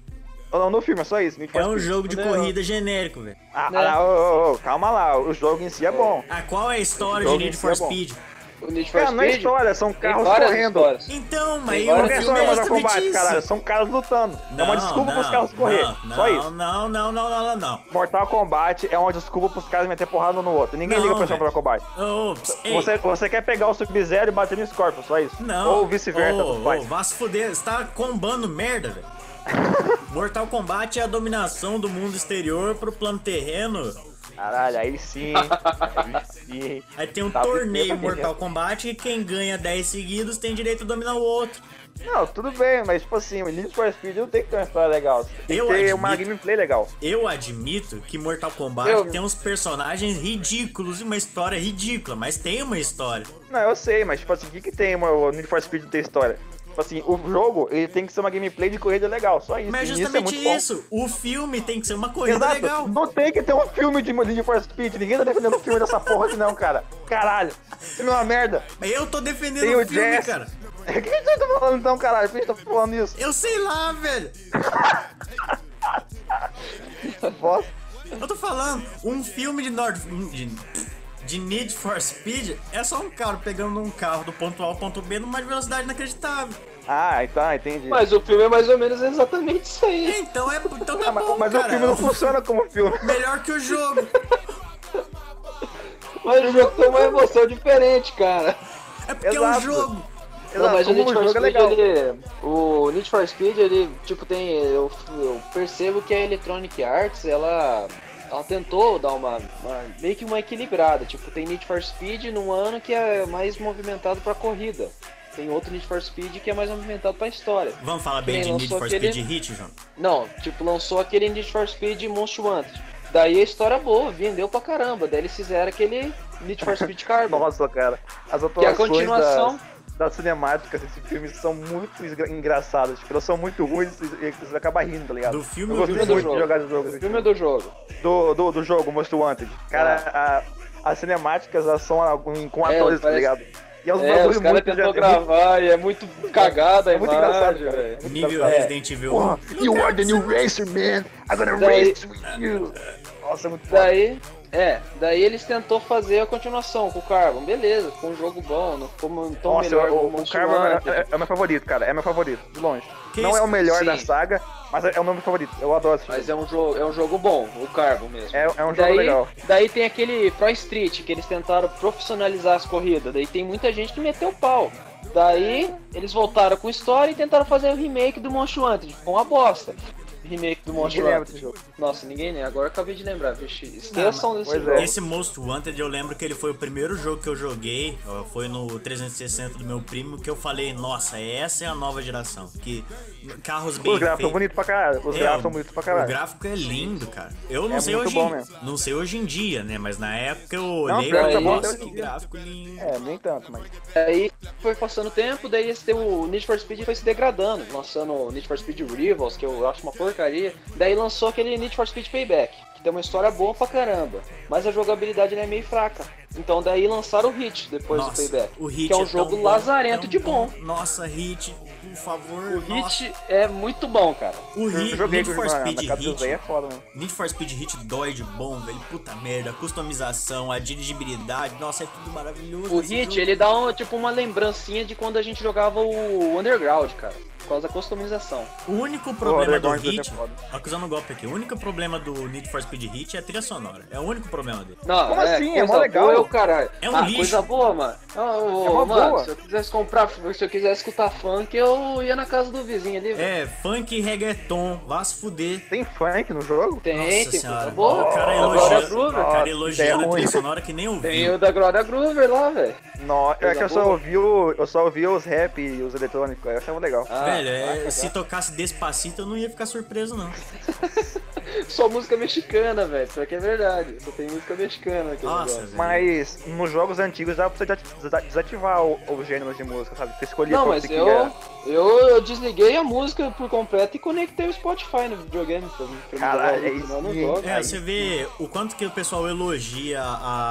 S2: Não, não, no filme, é só isso. Need for
S1: É um
S2: Speed.
S1: jogo de
S3: Não.
S1: corrida genérico, velho.
S2: Ah,
S3: né?
S2: ah, ô, ô, ô, calma lá, o jogo em si é bom.
S1: Ah, qual é a história
S2: O
S1: de
S2: jogo
S1: Need
S2: em si
S1: for
S2: é bom.
S1: Speed?
S3: o Need for
S2: Cara, não é
S3: Speed.
S2: história, são
S3: Tem
S2: carros
S3: várias
S2: correndo.
S3: histórias.
S1: Então, mas
S3: Tem
S2: Não
S1: o
S2: é só
S3: várias
S1: filme é
S2: Mortal
S1: justamente
S2: Kombat,
S1: isso.
S2: caralho. São caras lutando. é uma desculpa pros carros correr.
S1: Não,
S2: só isso.
S1: Não, não, não, não, não, não.
S2: Mortal Kombat é uma desculpa pros caras meter porrada um no outro. Ninguém
S1: Não,
S2: liga pra esse
S1: velho.
S2: Mortal Kombat.
S1: Ô, ps, ei,
S2: Você, você quer pegar o Sub-Zero e bater no Scorpion, só isso.
S1: Não.
S2: Ou vice-versa,
S1: Ô,
S2: tanto
S1: ô,
S2: faz.
S1: vá se fuder, você tá combando merda, velho. Mortal Kombat é a dominação do mundo exterior pro plano terreno.
S2: Caralho, aí sim. aí sim. hein?
S1: Aí tem um
S2: Tá,
S1: torneio
S2: beleza.
S1: Mortal Kombat e quem ganha 10 seguidos tem direito a dominar o outro.
S2: Não, tudo bem, mas tipo assim, o Need for Speed não tem que ter uma história legal. Tem que
S1: Eu
S2: ter
S1: admito.
S2: uma gameplay legal.
S1: Eu admito que Mortal Kombat
S3: Eu-
S1: tem uns personagens ridículos e uma história ridícula, mas tem uma história.
S2: Não, eu sei, mas tipo assim, o que, que tem uma, o Need for Speed não tem história? Tipo assim, o jogo ele tem que ser uma gameplay de corrida legal, só isso.
S1: Mas
S2: E
S1: é
S2: isso é
S1: justamente
S2: muito bom.
S1: isso, o filme tem que ser uma corrida
S2: Exato.
S1: legal.
S2: Não tem que ter um filme de Need for Speed. Ninguém tá defendendo o filme dessa porra aqui, não, cara. Caralho. Isso não é uma merda.
S1: Eu tô defendendo
S2: Tem
S1: o
S2: o
S1: um filme,
S2: Jess.
S1: cara.
S2: O que que você tá falando então, caralho? Por que você tá falando isso?
S1: Eu sei lá, velho.
S2: Bosta.
S1: Eu tô falando, um filme de Nord... De, de Need for Speed é só um cara pegando um carro do ponto A ao ponto B numa velocidade inacreditável.
S2: Ah, tá, entendi.
S3: Mas o filme é mais ou menos exatamente isso aí.
S1: Então é. Então tá
S2: Ah, mas,
S1: bom,
S2: mas
S1: cara.
S2: o filme não funciona como filme.
S1: Melhor que o jogo.
S3: Mas o jogo tem uma emoção diferente, cara.
S1: É porque é um
S2: Exato.
S1: jogo.
S3: Não, mas o
S2: como
S3: Need for
S2: jogo é
S3: Speed,
S2: legal.
S3: ele, o Need for Speed, ele, tipo, tem, eu, eu percebo que a Electronic Arts, ela, ela tentou dar uma, uma- meio que uma equilibrada, tipo, tem Need for Speed num ano que é mais movimentado pra corrida, tem outro Need for Speed que é mais movimentado pra história.
S1: Vamos falar bem
S3: Quem
S1: de Need
S3: lançou
S1: for
S3: aquele-
S1: Speed Hit, João?
S3: Não, tipo, lançou aquele Need for Speed Most Wanted, daí a história boa, vendeu pra caramba, daí eles fizeram aquele Need for Speed Carbon.
S2: Nossa, cara. As
S3: Que é a
S2: atuações
S3: continuação.
S2: das, das cinemáticas desse filme são muito esgra- engraçadas. Tipo, elas são muito ruins e e você acaba rindo, tá ligado?
S1: Do filme
S2: Eu
S1: ou do
S2: gosto
S3: jogo?
S2: muito de jogar do jogo.
S3: O filme é do jogo.
S2: Do, do, do jogo, Most Wanted. Cara, a- as cinemáticas elas são a- com, com
S3: É,
S2: atores, tá
S3: parece-
S2: ligado? E é uns
S3: É,
S2: bagulho
S3: os caras
S2: muito-
S3: tentou
S2: é
S3: gravar e é muito cagada a
S2: É muito
S3: imagem,
S2: engraçado, cara.
S3: velho.
S2: muito
S1: Nível
S2: engraçado.
S1: Resident Evil 1.
S2: Porra, you are the new racer, man. I'm gonna
S3: Daí-
S2: É um race with you. Nossa, é muito foda.
S3: Daí, é, daí eles tentou fazer a continuação com o Carbon, beleza, ficou um jogo bom, não ficou mu- tão
S2: Nossa,
S3: melhor
S2: o,
S3: como
S2: o
S3: Monster
S2: Carmo é,
S3: Hunter.
S2: é- é meu favorito, cara. É meu favorito, de longe.
S1: Que
S2: Não
S1: isso?
S2: é o melhor
S3: Sim.
S2: da saga, mas é o meu favorito. Eu adoro esse
S3: Mas
S2: filme.
S3: é um jogo, é um jogo bom, o Carbon mesmo.
S2: É, é um jogo
S3: daí,
S2: legal.
S3: daí tem aquele Pro Street que eles tentaram profissionalizar as corridas, daí tem muita gente que meteu o pau. Daí eles voltaram com história e tentaram fazer o remake do Monster Hunter, ficou uma bosta. Remake do Monster
S2: lembra
S3: Hunter.
S2: desse jogo.
S3: Nossa, ninguém lembra. Agora eu acabei de lembrar, vixe. Esqueçam desse
S2: pois
S3: jogo.
S2: é.
S1: Esse Most Wanted, eu lembro que ele foi o primeiro jogo que eu joguei, ó, foi no 360 do meu primo, que eu falei, nossa, essa é a nova geração. Que carros bem
S2: Os gráficos são
S1: feitos.
S2: bonitos pra caralho. Os
S1: É,
S2: gráficos são bonitos pra
S1: O
S2: caralho.
S1: gráfico é lindo, cara. Eu não
S2: É
S1: sei
S2: muito
S1: hoje,
S2: bom mesmo.
S1: não sei hoje em dia, né? Mas na época eu olhei e
S2: pior
S1: falei,
S3: que é bom
S1: nossa,
S2: até hoje
S1: que
S2: em dia."
S1: gráfico lindo.
S2: É, nem tanto, mas.
S3: Aí foi passando o tempo, daí esse, o Need for Speed foi se degradando, lançando o Need for Speed Rivals, que eu acho uma porcaria. Daí lançou aquele Need for Speed Payback, que tem uma história boa pra caramba, mas a jogabilidade ela é meio fraca. Então daí lançaram o Hit depois
S1: Nossa,
S3: do Payback,
S1: o Hit
S3: que é um
S1: tão
S3: jogo
S1: bom,
S3: lazarento
S1: tão
S3: de bom.
S1: Nossa, Hit, por favor.
S3: O
S1: nossa.
S3: Hit é muito bom, cara.
S1: O
S2: Eu
S1: Hit,
S2: joguei
S1: Need
S2: com
S1: for
S2: os na, na
S1: Speed
S2: casa do Zé,
S1: Hit.
S2: é foda, mano.
S1: Need for Speed Hit dói de bom, velho. Puta merda. A customização, a dirigibilidade. Nossa, é tudo maravilhoso.
S3: O
S1: esse
S3: Hit,
S1: jogo.
S3: ele dá um, tipo uma lembrancinha de quando a gente jogava o Underground, cara, por causa da customização.
S1: O único problema do
S2: Underground é
S1: Hit...
S2: foda.
S1: Acusando um golpe aqui. O único problema do Need for Speed Hit é a trilha sonora. É o único problema dele.
S3: Não,
S2: Como
S3: é,
S2: assim? É
S3: Coisa
S2: mó legal.
S3: Boa, é o caralho.
S1: É um
S3: ah,
S1: lixo.
S3: coisa boa, mano. Ah, ô,
S2: É uma
S3: mano,
S2: boa.
S3: se eu quisesse comprar, se eu quisesse escutar funk, eu ia na casa do vizinho ali, velho.
S1: É, funk e reggaeton. Vá se fuder.
S2: Tem funk no jogo?
S3: Tem,
S1: Nossa
S3: tem
S1: senhora.
S3: coisa boa.
S1: O cara
S3: Da Glória
S1: elogiando, o
S3: Groover.
S1: cara
S2: Nossa,
S1: elogiando
S2: é
S1: a
S2: ruim.
S1: trilha sonora que nem ouviu.
S3: é Tem o da Glória Groover lá, velho.
S2: Não, é que eu só
S3: boa.
S2: ouvi o, eu só ouvi os rap e os eletrônicos, aí eu achava legal.
S3: Ah,
S1: Velho, é,
S3: vai
S1: se tocasse Despacito eu não ia ficar surpreso, não.
S3: cagar. Só música mexicana, velho. Só que é verdade. Só tem música mexicana aqui.
S1: Nossa, velho.
S2: Mas nos jogos antigos dá pra você desa- desativar o, o gênero de música, sabe? Você escolhia
S3: Não,
S2: qual é?
S3: mas
S2: você
S3: eu,
S2: queria.
S3: eu, eu desliguei a música por completo e conectei o Spotify no videogame. Pra, mim- pra mim
S2: Caralho,
S3: jogar,
S2: aí
S3: senão eu não
S2: sim,
S3: jogo.
S1: É, você vê o quanto que o pessoal elogia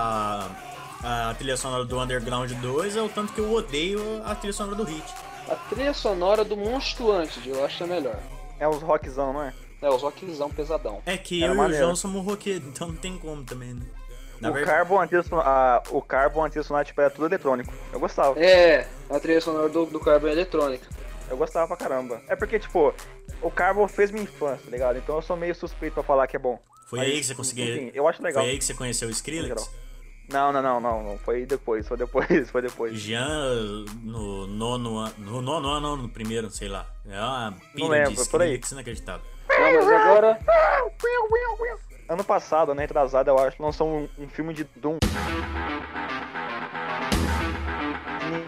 S1: a, a trilha sonora do Underground 2 é o tanto que eu odeio a trilha sonora do Hit.
S3: A trilha sonora do Monstro Antes, eu acho que é melhor.
S2: É uns rockzão, não é?
S3: É, os rockzão pesadão.
S1: É que
S2: Era
S1: eu e o um
S2: maneiro.
S1: João somos roqueiros, então não tem como também, né? Na
S2: o
S1: verdade-
S2: Carbon antisson- ah, o Carbon anti-sonate tipo, era tudo eletrônico. Eu gostava.
S3: É, a trilha sonora do, do Carbon é eletrônica.
S2: Eu gostava pra caramba. É porque, tipo, o Carbon fez minha infância, tá ligado? Então eu sou meio suspeito pra falar que é bom.
S1: Foi
S2: Mas,
S1: aí que você conseguiu.
S2: Enfim, eu acho legal.
S1: Foi aí que você conheceu o Skrillex?
S2: Legal. Não, não, não, não, não. Foi depois, foi depois, foi depois.
S1: Jean no nono ano. No nono ano, no primeiro, sei lá. É uma pilha de
S2: lembro, por aí.
S1: Skrillex inacreditável.
S3: Não, mas agora.
S2: Ano passado, né, atrasado, eu acho, lançou um, um filme de Doom.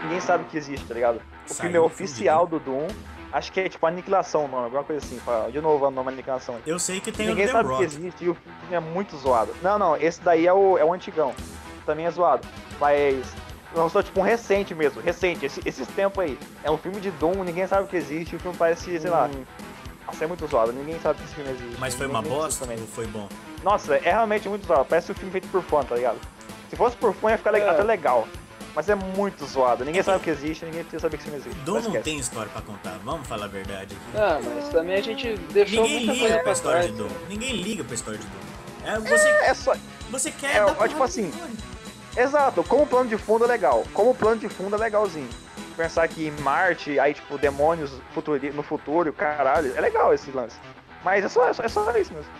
S2: Ninguém sabe que existe, tá ligado? O
S1: Saiu
S2: filme é
S1: um filme de
S2: oficial do Doom. Acho que é tipo Aniquilação o nome, alguma coisa assim. fala- De novo, o nome é Aniquilação.
S1: Eu sei que tem
S2: Ninguém
S1: o The
S2: sabe que
S1: Rock.
S2: existe e o filme é muito zoado. Não, não, esse daí é o, é o antigão. Também é zoado. Mas lançou tipo um recente mesmo, recente, esse- esses tempos aí. É um filme de Doom, ninguém sabe que existe, o filme parece, sei lá. Nossa, é muito zoado, ninguém sabe que esse filme existe.
S1: Hum. Mas foi
S2: ninguém-
S1: uma
S2: nem existe
S1: bosta
S2: também.
S1: ou foi bom?
S2: Nossa, é realmente muito zoado, parece um filme feito por fã, tá ligado? Se fosse por fã ia ficar le-
S3: É.
S2: até legal. Mas é muito zoado, ninguém sabe que existe, ninguém precisa saber que esse filme existe.
S1: Dom
S2: Mas
S1: não
S2: esquece.
S1: tem história pra contar, vamos falar a verdade.
S3: Ah, mas também a gente deixou
S1: Ninguém
S3: muita coisa
S1: liga pra
S3: pra
S1: história de
S3: trás.
S1: Dom. Ninguém liga pra história de Dom. É, você,
S2: É só,
S1: você quer.
S2: é,
S1: dar
S2: ó, tipo
S1: porrada
S2: assim,
S1: no Dom.
S2: Exato, como plano de fundo é legal. Como plano de fundo é legalzinho. Pensar que em Marte, aí tipo, demônios futuri- no futuro, caralho, é legal esse lance. Mas é só, é só, é só isso mesmo.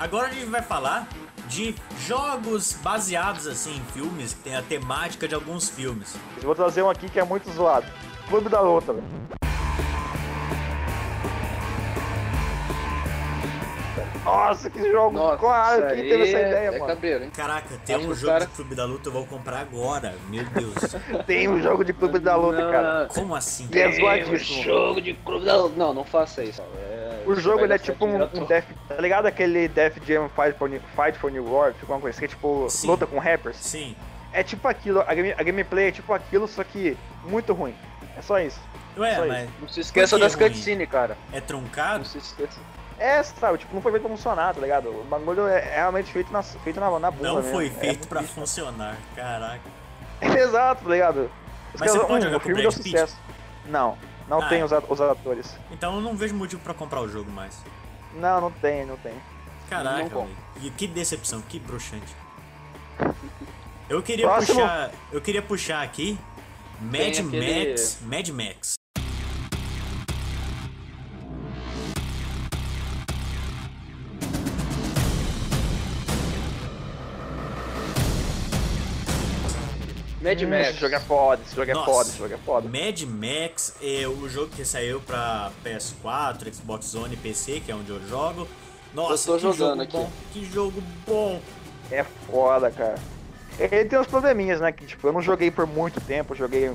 S1: Agora a gente vai falar de jogos baseados assim em filmes, que tem a temática de alguns filmes.
S2: Eu vou trazer um aqui que é muito zoado. Clube da Luta, velho. Nossa, que jogo!
S3: Nossa,
S2: claro,
S3: isso
S2: quem
S3: aí
S2: teve essa
S3: é-
S2: ideia,
S3: é
S2: mano?
S3: cabreiro, hein?
S1: Caraca, tem
S3: Acho
S1: um
S3: que o
S1: jogo
S3: cara-
S1: de Clube da Luta, eu vou comprar agora. Meu Deus.
S2: Tem um jogo de Clube da Luta,
S3: Não,
S2: cara.
S1: Como assim?
S2: E é
S3: Tem um
S2: zoadíssimo.
S3: jogo de clube da Luta. Não, não faça isso. É,
S2: O
S3: você
S2: jogo
S3: vai
S2: ele é
S3: gastar
S2: tipo um,
S3: dinheiro à
S2: um
S3: toa.
S2: Death. Tá ligado aquele Death Jam Fight for New, Fight for New World? Tipo uma coisa que é tipo
S1: Sim.
S2: luta com rappers?
S1: Sim.
S2: É tipo aquilo, a, game- a gameplay é tipo aquilo, só que muito ruim. É só isso.
S1: Ué,
S2: Só
S1: mas
S3: Não se esqueça
S1: Por que é
S3: das
S1: ruim?
S3: cutscenes, cara.
S1: é
S3: Não
S1: truncado?
S3: se esqueça.
S2: É, sabe, tipo, não foi feito pra funcionar, tá ligado? O bagulho é é realmente feito na, feito na, na bunda
S1: Não
S2: mesmo.
S1: foi
S2: É
S1: feito
S2: muito
S1: pra
S2: lixo.
S1: funcionar. Caraca.
S2: Exato, tá ligado? Os
S1: Mas você
S2: caras-
S1: pode jogar
S2: o
S1: com
S2: filme
S1: Brad
S2: deu
S1: Pitt?
S2: sucesso. Não, não
S1: Ah,
S2: tem
S1: é.
S2: os, a- os atores.
S1: Então eu não vejo motivo pra comprar o jogo mais.
S2: Não, não tem, não tem.
S1: Caraca,
S3: Não bom.
S1: velho. E que decepção, que bruxante. Eu queria
S2: Próximo.
S1: puxar, eu queria puxar aqui Mad
S3: Tem aquele-
S1: Max, Mad Max.
S3: Mad
S2: Hum,
S3: Max.
S2: Esse jogo é foda, esse jogo é
S1: Nossa.
S2: foda, esse jogo é foda.
S1: Mad Max é o jogo que saiu pra PS4, Xbox One e PC, que é onde eu jogo. Nossa,
S3: tô
S1: que jogo
S3: jogando aqui.
S1: bom, que jogo bom.
S2: É foda, cara. Ele tem uns probleminhas, né? Que, tipo, eu não joguei por muito tempo, eu joguei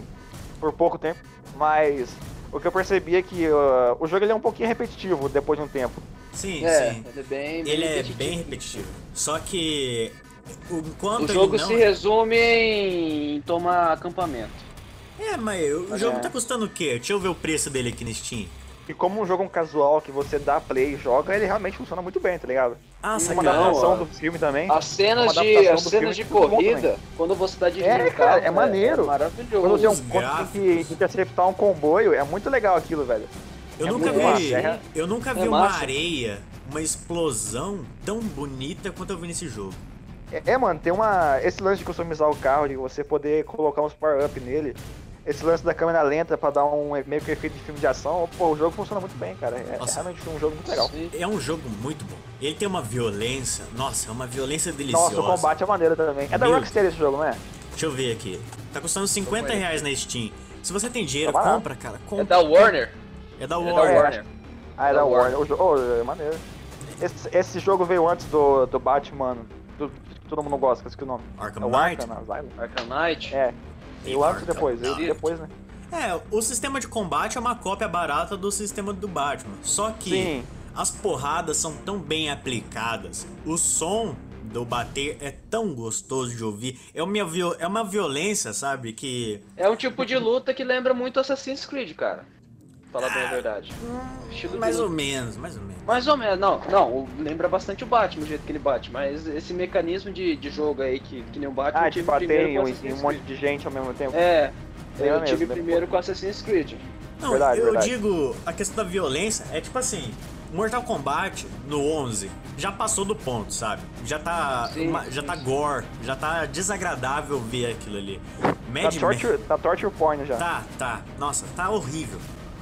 S2: por pouco tempo, mas o que eu percebi é que uh, o jogo ele é um pouquinho repetitivo depois de um tempo.
S1: Sim,
S3: É,
S1: sim.
S3: ele é bem, bem
S1: Ele é
S3: repetitivo.
S1: bem repetitivo. Só que enquanto
S3: O jogo
S1: ele não né?
S3: se resume em tomar acampamento.
S1: É, mas o
S3: Mas
S1: jogo
S3: é.
S1: tá custando o quê? Deixa eu ver o preço dele aqui no Steam.
S2: E como um jogo é um casual que você dá play e joga, ele realmente funciona muito bem, tá ligado?
S1: Ah,
S3: Um
S2: Uma
S1: sacanagem.
S2: adaptação
S3: ó.
S2: do filme também.
S3: As cenas
S2: Uma
S3: de,
S2: adaptação
S3: as
S2: do
S3: cenas
S2: filme
S3: de
S2: que ficou bom
S3: corrida, quando você tá dirigindo
S2: É,
S3: o
S2: cara,
S3: carro,
S2: é maneiro.
S3: É
S2: Quando você é um
S1: os
S3: maravilhoso.
S2: contra tem
S1: gráficos.
S2: que interceptar um comboio, é muito legal aquilo, velho.
S1: Eu
S3: É
S1: nunca
S2: muito massa,
S1: vi,
S2: é.
S1: eu nunca vi
S3: É
S1: uma
S3: massa.
S1: areia, uma explosão tão bonita quanto eu vi nesse jogo.
S2: É, é, mano, tem uma. Esse lance de customizar o carro, de você poder colocar uns power-up nele. Esse lance da câmera lenta pra dar um meio que efeito de filme de ação, pô, o jogo funciona muito bem, cara. É, é
S1: Nossa.
S2: realmente um jogo muito legal.
S3: Sim.
S1: É um jogo muito bom. Ele tem uma violência, nossa, é uma violência deliciosa.
S2: Nossa, o combate é maneiro também. É da
S1: Meu.
S2: Rockstar esse jogo, não é?
S1: Deixa eu ver aqui. Tá custando 50 reais na Steam. Se você tem dinheiro,
S2: Tá barato.
S1: compra, cara.
S3: É
S1: Compra.
S3: da Warner.
S1: É da
S3: É da
S1: Warner.
S3: Warner.
S2: Ah, é
S3: Da
S2: da Warner. O jo- oh, é maneiro. Esse, esse jogo veio antes do, do Batman, do, que todo mundo gosta, esqueci o nome.
S1: Arkham
S2: É o
S1: Knight.
S2: Arkham Asylum?
S3: Arkham Knight.
S2: É. E o antes
S1: Arkham
S2: depois, e
S1: Knight.
S2: depois, né?
S1: É, o sistema de combate é uma cópia barata do sistema do Batman. Só que
S2: Sim.
S1: as porradas são tão bem aplicadas, o som do bater é tão gostoso de ouvir. É uma, viol- é uma violência, sabe? Que.
S3: É um tipo de luta que lembra muito Assassin's Creed, cara. Falar bem a verdade. Estilo de
S1: Mais ou
S3: luta.
S1: menos, mais ou menos.
S3: Mais ou menos, não, não, o- lembra bastante o Batman, o jeito que ele bate, mas esse mecanismo de, de jogo aí que, que nem o Batman
S2: Ah,
S3: eu
S2: de
S3: tive
S2: bater
S3: primeiro
S2: em
S3: com
S2: um, em um
S3: Assassin's
S2: monte
S3: Creed.
S2: de gente ao mesmo tempo.
S3: É,
S2: Lembra
S3: eu tive
S2: mesmo, né?
S3: primeiro com Assassin's Creed.
S1: Não,
S2: Verdade,
S1: eu
S2: verdade.
S1: digo, a questão da violência é tipo assim: Mortal Kombat no 11 já passou do ponto, sabe? Já tá,
S3: Sim,
S1: ma- já tá gore, já tá desagradável ver aquilo ali.
S2: Tá
S1: Mad Max.
S2: torture, tá torture porn já.
S1: Tá, tá. Nossa, tá horrível.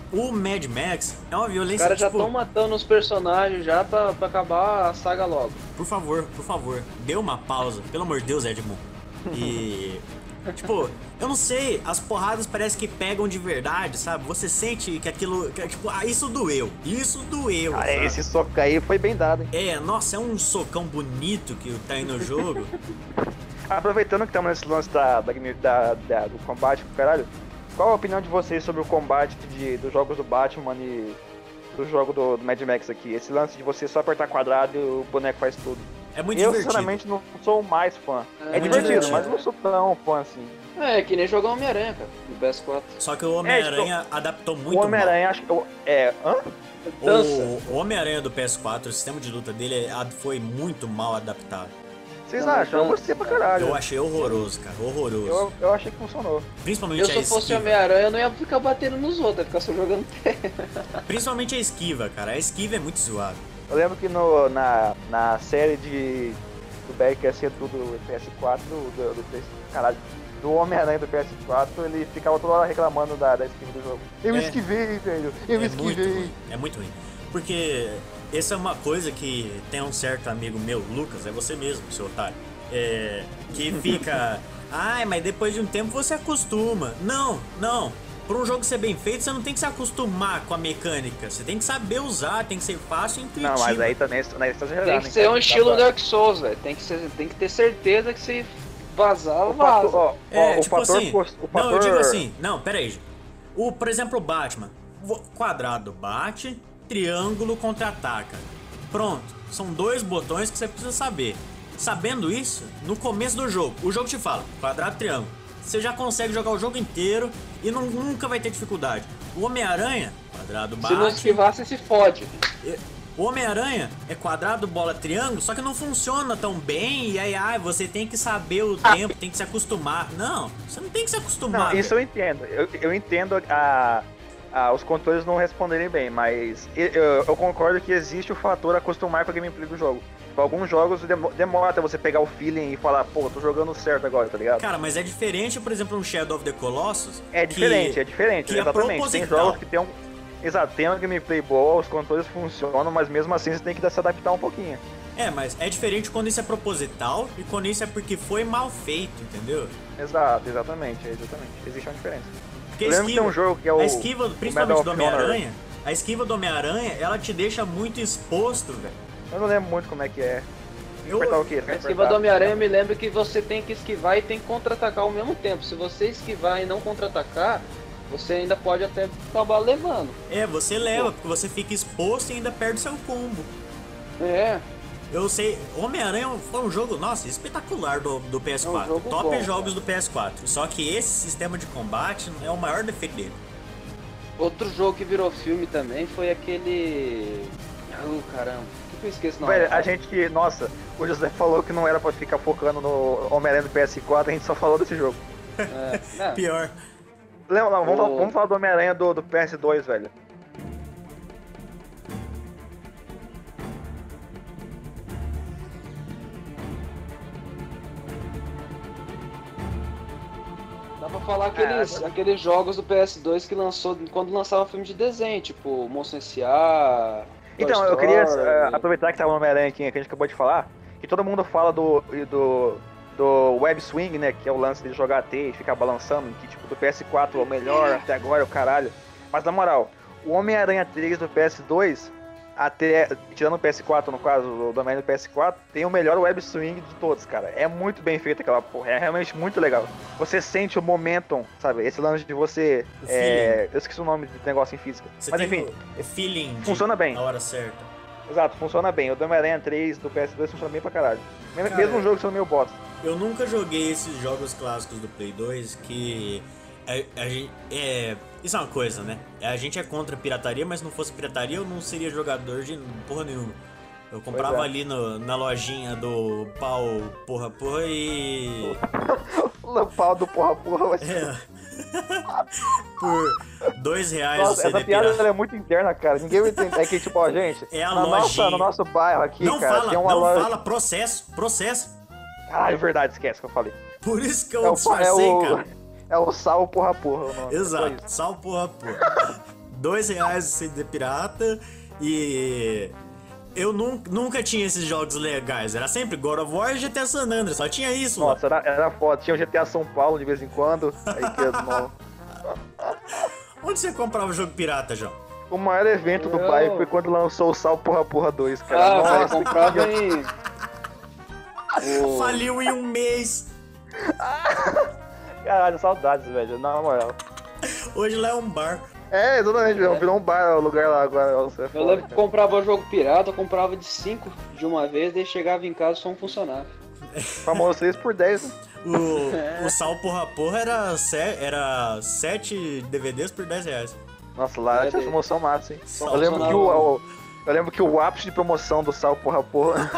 S1: O Mad Max é uma
S3: Os
S1: violência
S3: caras já
S1: tipo,
S3: estão matando os personagens já pra, pra acabar a saga logo.
S1: Por favor, por favor, dê uma pausa. Pelo amor de Deus, Edmund. E. tipo, eu não sei, as porradas parece que pegam de verdade, sabe? Você sente que aquilo. que, tipo, ah, isso doeu. Isso doeu.
S2: Cara,
S1: sabe?
S2: Ah, é esse soco aí foi bem dado, hein?
S1: É, nossa, é um socão bonito que tá aí no jogo.
S2: Aproveitando que estamos nesse lance da, da, game- da- da- do combate, caralho, qual a opinião de vocês sobre o combate de, dos jogos do Batman e do jogo do, do Mad Max aqui? Esse lance de você só apertar quadrado e o boneco faz tudo.
S1: É muito
S2: eu,
S1: divertido.
S2: sinceramente, não sou o mais fã. É,
S3: É,
S2: divertido,
S1: divertido.
S2: mas não sou tão fã assim.
S3: É, que nem jogar Homem-Aranha, cara, do PS4.
S1: Só que o Homem-Aranha adaptou muito
S2: é, tipo, o
S1: mal.
S2: Homem-Aranha, acho que. eu- É. Hã?
S3: Dança.
S1: O- o Homem-Aranha do PS4, o sistema de luta dele é- foi muito mal adaptado.
S2: Vocês
S3: Não,
S2: acham? Eu
S3: dança.
S2: gostei pra caralho.
S1: Eu achei horroroso, cara, horroroso.
S2: Eu, eu achei que funcionou.
S1: Principalmente
S3: Eu
S1: a
S3: se eu fosse
S1: esquiva.
S3: Homem-Aranha, eu não ia ficar batendo nos outros, ia ficar só jogando terra.
S1: Principalmente a esquiva, cara. A esquiva é muito zoada.
S2: Eu lembro que no, na, na série de do assim, BRQS do, do PS4, do, do, do PS caralho, do Homem-Aranha do PS4, ele ficava toda hora reclamando da, da esquiva do jogo. Eu
S1: É.
S2: esquivei, velho, eu
S1: é muito
S2: esquivei.
S1: ruim. É muito ruim. Porque essa é uma coisa que tem um certo amigo meu, Lucas, é você mesmo, seu otário. é, que fica. Ai, mas depois de um tempo você acostuma. Não, não. Para um jogo ser bem feito, você não tem que se acostumar com a mecânica. Você tem que saber usar, tem que ser fácil e intuitivo.
S2: Não, mas aí também isso- né, Tá isso tá exagerando.
S3: Tem que
S2: hein,
S3: ser
S2: cara.
S3: um
S2: Dá
S3: estilo
S2: pra-
S3: Dark Souls, velho. Tem, que ser- tem que ter certeza que se vazar,
S2: O fator,
S3: vaza.
S2: ó,
S1: É,
S2: ó, o
S1: tipo
S2: fator,
S1: assim.
S2: cos- o fator
S1: Não, eu digo assim. Não, peraí. O, por exemplo, o Batman. Vo- Quadrado bate, triângulo contra-ataca. Pronto. São dois botões que você precisa saber. Sabendo isso, no começo do jogo, o jogo te fala quadrado, triângulo. Você já consegue jogar o jogo inteiro e não- nunca vai ter dificuldade. O Homem-Aranha, quadrado,
S3: Se não
S1: bate.
S3: esquivar, você se fode.
S1: É, O Homem-Aranha é quadrado, bola, triângulo, só que não funciona tão bem. E aí, ai, você tem que saber o tempo, tem que se acostumar. Não, você não tem que se acostumar.
S2: Ah. Não, isso eu entendo. Eu, eu entendo a, a- os controles não responderem bem, mas eu, eu- eu concordo que existe o fator acostumar com a gameplay do jogo. Pra alguns jogos demo- demora até você pegar o feeling e falar, pô, tô jogando certo agora, tá ligado?
S1: Cara, mas é diferente, por exemplo, um Shadow of the Colossus.
S2: É
S1: que-
S2: diferente, é diferente,
S1: que é
S2: exatamente. Tem
S1: proposital.
S2: jogos que tem um. Exato, tem uma gameplay boa, os controles funcionam, mas mesmo assim você tem que se adaptar um pouquinho.
S1: É, mas é diferente quando isso é proposital e quando isso é porque foi mal feito, entendeu?
S2: Exato, exatamente, é exatamente. Existe uma diferença.
S1: Porque
S2: Eu
S1: a
S2: lembro que
S1: esquiva,
S2: tem um jogo que é o.
S1: a esquiva,
S2: o
S1: principalmente do
S2: Medal of Honor.
S1: Homem-Aranha, a esquiva do Homem-Aranha, ela te deixa muito exposto, velho.
S2: Eu não lembro muito como é que é. Tem que
S1: Eu-
S2: apertar o quê? Tem que
S3: A esquiva
S2: apertar-
S3: do Homem-Aranha me lembra que você tem que esquivar e tem que contra-atacar ao mesmo tempo. Se você esquivar e não contra-atacar, você ainda pode até acabar levando.
S1: É, você leva, porque você fica exposto e ainda perde seu combo.
S3: É,
S1: Eu sei, Homem-Aranha foi um jogo, nossa, espetacular do, do PS4.
S3: É um jogo
S1: Top
S3: bom,
S1: jogos do PS4. Só que esse sistema de combate é o maior defeito dele.
S3: outro jogo que virou filme também foi aquele. Oh, caramba, por que que eu esqueço o nome?
S2: Velho, a gente que. Nossa, o José falou que não era pra ficar focando no Homem-Aranha do PS4, a gente só falou desse jogo.
S3: É, né?
S1: Pior.
S2: Lembra, não, vamos,
S3: O-
S2: falar- vamos falar do Homem-Aranha do, do PS2, velho.
S3: Dá pra falar
S2: É,
S3: aqueles, aqueles jogos do PS2 que lançou quando lançava filme de desenho, tipo Monstro S.A. Toy
S2: Então, eu queria
S3: Story.
S2: eh, aproveitar que tá o Homem-Aranha aqui, que a gente acabou de falar, que todo mundo fala do, e do, do web swing, né? Que é o lance de jogar AT e ficar balançando, que tipo, do PS4 é o melhor até agora, o caralho. Mas na moral, o Homem-Aranha 3 do PS2, até. Tirando o PS4, no caso, o do Homem-Aranha do PS4, tem o melhor web swing de todos, cara. É muito bem feito aquela porra, é realmente muito legal. Você sente o momentum, sabe? Esse lance de você.
S1: O
S2: eh, eu esqueci o nome do negócio em física.
S1: Você
S2: Mas
S1: tem
S2: enfim.
S1: o feeling de
S2: funciona bem.
S1: na hora certa.
S2: Exato, funciona bem. O do Homem-Aranha 3 do PS2 funciona bem pra caralho. Mesmo,
S1: Cara,
S2: mesmo um
S1: é.
S2: jogo sendo meio bosta.
S1: Eu nunca joguei esses jogos clássicos do Play 2 que. A, a gente, é, isso é uma coisa, né? A gente é contra a pirataria, mas se não fosse pirataria eu não seria jogador de porra nenhuma. Eu comprava
S2: é.
S1: ali no- na lojinha do pau, porra, porra e.
S2: O pau do porra porra vai ser.
S1: É. por dois reais
S2: Nossa,
S1: o
S2: essa
S1: CD
S2: piada
S1: pirata.
S2: ela é muito interna, cara. Ninguém vai entender. É que, tipo, ó, gente,
S1: É a
S2: na
S1: lojinha.
S2: nossa, no nosso bairro aqui,
S1: Não
S2: cara,
S1: fala,
S2: é tem
S1: não
S2: uma loja.
S1: fala, processo, processo.
S2: Caralho, é verdade, esquece que eu falei.
S1: Por isso que
S2: É
S1: eu
S2: o, é
S1: disfarcei,
S2: o,
S1: cara.
S2: é o sal porra porra o nome. Só
S1: Exato,
S2: isso.
S1: sal porra, porra. Dois reais o CD pirata e... Eu nunca, nunca tinha esses jogos legais, era sempre God of War e GTA San Andreas, só tinha isso. lá.
S2: Nossa, era, era foda. Tinha o GTA São Paulo de vez em quando. Aí que eu não...
S1: Onde você comprava jogo pirata, João?
S2: O maior evento do
S3: Eu-
S2: bairro foi quando lançou o Sal Porra Porra 2, cara.
S3: Ah, cara,
S2: Nossa,
S3: comprava
S2: que-
S3: em. O...
S1: Faliu em um mês.
S2: Caralho, saudades, velho. Na moral.
S1: Hoje lá é um bar.
S2: É, exatamente, velho. Virou um bar o lugar lá agora. Nossa, é
S3: Eu
S2: foda,
S3: lembro que
S2: cara.
S3: comprava jogo pirata, eu comprava de 5 de uma vez, daí chegava em casa só um funcionário.
S2: Famoso 6 por 10. né?
S1: O, o sal porra porra era, se, era 7 DVDs por 10 reais.
S2: Nossa, lá
S3: É,
S2: tinha
S3: de-
S2: promoção massa, hein?
S1: Sal
S2: Eu lembro
S3: porra
S2: que o,
S3: porra.
S2: o- eu lembro que o ápice de promoção do Sal Porra Porra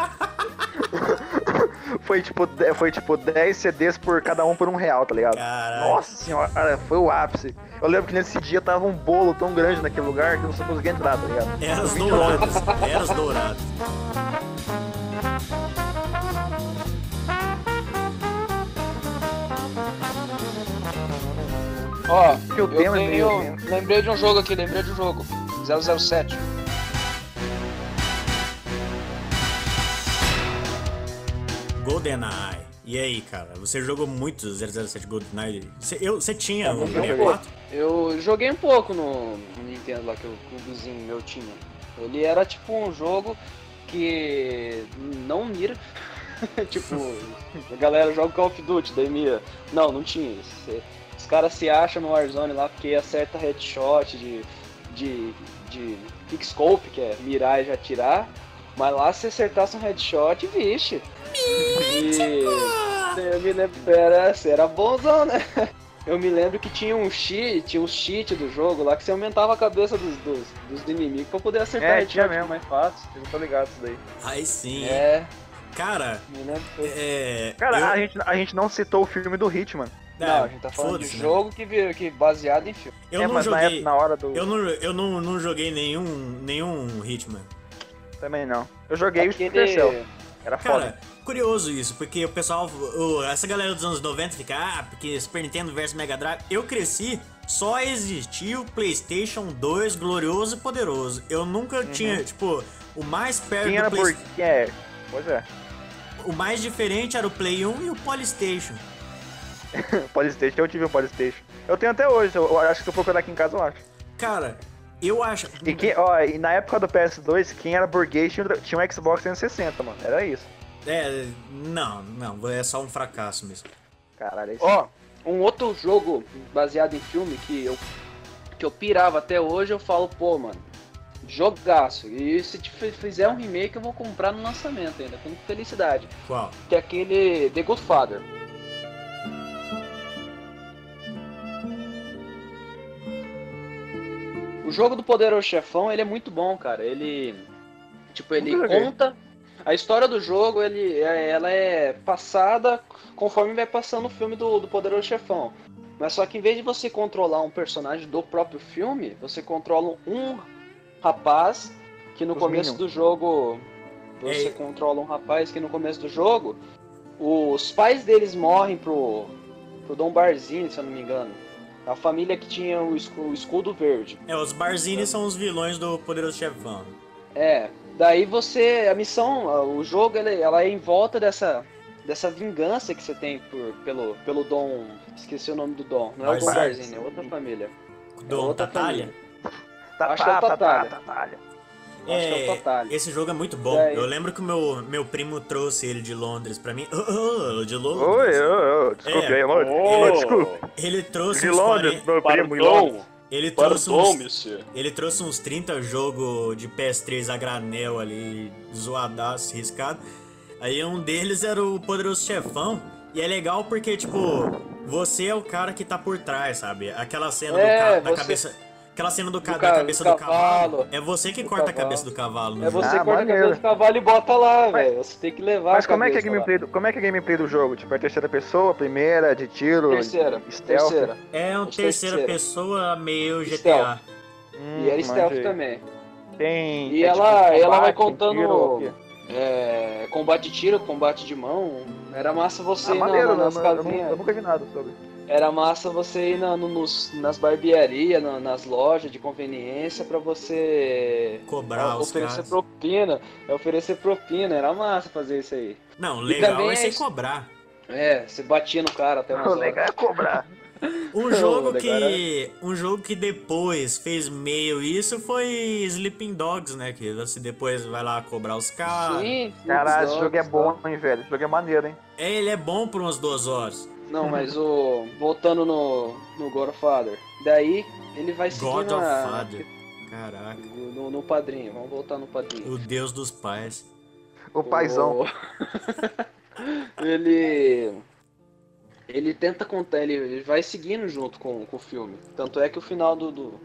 S2: foi tipo de- foi tipo 10 CDs por cada um por um real, tá ligado?
S1: Caralho.
S2: Nossa senhora, cara, foi o ápice. Eu lembro que nesse dia tava um bolo tão grande naquele lugar que eu não só conseguia entrar, tá ligado?
S1: Eras
S2: 20
S1: douradas. Eras douradas.
S3: Ó,
S2: Que
S3: eu
S2: o tema é
S3: tenho...
S2: meio-
S3: lembrei de um jogo aqui, lembrei de um jogo. 007.
S1: GoldenEye. E aí, cara? Você jogou muito 007 GoldenEye? Você, eu, você tinha um
S2: não joguei.
S1: 64?
S3: Eu joguei um pouco no, no Nintendo lá que o que o vizinho meu tinha. Ele era tipo um jogo que não mira. tipo, a galera joga Call of Duty, daí mira. Não, não tinha isso. Você- os caras se acham no Warzone lá porque acerta headshot de, de, de kick scope, que é mirar e já atirar. Mas lá se acertasse um headshot, vixe. E... Eu me lembro, era, você era bonzão, né? Eu me lembro que tinha um cheat, tinha um cheat do jogo lá que você aumentava a cabeça dos, dos, dos inimigos pra poder acertar
S2: É,
S3: headshot
S2: tinha mesmo.
S3: mais fácil.
S2: Eu não tô ligado isso daí.
S1: Aí sim. hein?
S3: É,
S1: Cara,
S3: me lembro. que foi-
S1: é.
S2: Cara,
S1: eu-
S2: a, gente, a gente não citou o filme do Hitman.
S3: Não, a gente tá falando de
S1: É, foda-se, né?
S3: jogo que, vi- que baseado em filme.
S1: Eu
S2: é,
S1: não
S2: mas na,
S1: joguei.
S2: época, na hora do.
S1: Eu, não, eu não, não joguei nenhum, nenhum Hitman.
S2: Também não. Eu joguei o Splinter Cell.
S3: Aquele-
S2: Era foda.
S1: Cara, curioso isso, porque o pessoal, o- essa galera dos anos 90 fica, ah, porque Super Nintendo versus Mega Drive. Eu cresci, só existia o PlayStation 2 glorioso e poderoso. Eu nunca tinha, tipo, o mais perto
S2: Uhum.
S1: do
S2: Quem era
S1: Play-
S2: por. Quem é? Pois é.
S1: o mais diferente era o Play 1 e o Polystation.
S2: Polystation, eu tive um Polystation. Eu tenho até hoje, eu, eu acho que se eu procurar aqui em casa eu acho.
S1: Cara, eu acho
S2: E, quem, ó, e na época do PS2, quem era burguês tinha, tinha um Xbox 360, mano. Era isso.
S1: é, não, não, é só um fracasso mesmo.
S2: Caralho, é isso.
S3: Ó, um outro jogo baseado em filme que eu, que eu pirava até hoje, eu falo, pô, mano, jogaço. E se te fi- fizer um remake, eu vou comprar no lançamento ainda, com felicidade.
S1: Qual?
S3: Que é aquele The Good Father. O jogo do Poderoso Chefão, ele é muito bom, cara. Ele tipo, ele
S2: Nunca joguei.
S3: conta a história do jogo, ele ela é passada conforme vai passando o filme do, do Poderoso Chefão. Mas só que em vez de você controlar um personagem do próprio filme, você controla um rapaz que no
S2: Os
S3: começo
S2: Minions.
S3: do jogo você
S1: Ei.
S3: controla um rapaz que no começo do jogo os pais deles morrem pro, pro Dom Barzini, se eu não me engano. A família que tinha o escu- o escudo verde.
S1: É, os
S2: Uhum.
S1: Barzini são os vilões do Poderoso Chefão.
S3: É, daí você. A missão, a- o jogo, ele- ela é em volta dessa, dessa vingança que você tem por, pelo, pelo Dom. Esqueci o nome do Dom. Não é o Dom
S1: Barzini.
S3: Barzini, é outra família. É
S1: Do
S3: outra
S1: Tatalha.
S3: família.
S2: Tá,
S3: acho que é o
S2: tá, tá, tá,
S3: Tatalha.
S2: Tatalha.
S3: Acho que é o Tatalha.
S1: Esse jogo é muito bom.
S3: É,
S1: eu lembro que o meu, meu primo trouxe ele de Londres pra mim. de Londres.
S2: Oi, ô, ô, desculpe
S1: É.
S2: aí, amor.
S4: Ô.
S2: Ô, desculpe.
S1: Ele trouxe
S2: De
S1: uns
S2: Londres,
S1: 40
S2: meu primo, de Londres.
S1: ele trouxe
S4: Pardon,
S1: uns,
S4: monsieur.
S1: ele trouxe uns 30 jogos de PS3 a granel ali, zoadaço, riscado. Aí um deles era o Poderoso Chefão. E é legal porque, tipo, você é o cara que tá por trás, sabe? Aquela cena do
S3: É,
S1: cara, da
S3: você-
S1: cabeça. Aquela cena do ca-
S3: Do
S1: da
S3: ca-
S1: cabeça
S3: do
S1: do cavalo.
S3: cavalo.
S1: É você que
S3: Do
S1: corta a
S3: cavalo.
S1: cabeça do cavalo. no
S3: É você
S2: Ah,
S1: jogo.
S3: corta a
S2: maneiro.
S3: cabeça do cavalo e bota lá,
S2: Mas-
S3: velho. Você tem que levar
S2: Mas
S3: a
S2: como é que é a
S3: cabeça lá.
S2: gameplay do, como é que é a gameplay do jogo? Tipo, é terceira pessoa, primeira, de tiro,
S3: Terceira,
S2: stealth?
S3: terceira.
S1: É um
S3: Os
S1: terceira
S3: terceira.
S1: pessoa meio GTA.
S2: Então,
S3: Stealth.
S2: Hum,
S3: E era stealth
S2: manjei.
S3: também.
S2: Tem.
S3: E ela- ela vai
S2: combate, tem
S3: contando-
S2: tiro, o quê?
S3: É, combate de tiro, combate de mão. Era massa você
S2: Ah,
S3: ir na-
S2: maneiro,
S3: na-
S2: né?
S3: nas
S2: Eu, não-
S3: casinhas.
S2: eu nunca vi nada sobre.
S3: Era massa você ir na, no- nos, nas barbearias, na- nas lojas de conveniência pra você
S2: é
S1: Cobrar os
S3: oferecer
S1: caras.
S3: propina. É oferecer propina, era massa fazer isso aí.
S1: Não,
S3: E
S1: legal
S3: também
S1: é
S3: é
S1: sem
S3: isso.
S1: cobrar.
S3: É, você batia no cara até umas
S2: O
S3: horas.
S2: legal é cobrar.
S1: Um
S3: Não,
S1: jogo
S3: legal,
S1: que. Um jogo que depois fez meio isso foi Sleeping Dogs, né? Que você depois vai lá cobrar os caras.
S3: Sim, sim,
S2: Caralho, esse
S3: jogos,
S2: jogo é
S3: tá.
S2: bom, hein, velho? Esse jogo é maneiro, hein?
S1: É, Ele é bom por umas duas horas.
S3: Não, mas o. Voltando no, no God of Father. Daí ele vai seguir
S1: God of
S2: é-
S3: na,
S1: Father. Caraca.
S3: no, no padrinho. Vamos voltar no padrinho.
S1: O deus dos pais.
S2: O paizão.
S3: O- ele. Ele tenta contar, ele, ele vai seguindo junto com, com o filme. Tanto é que o final do, do,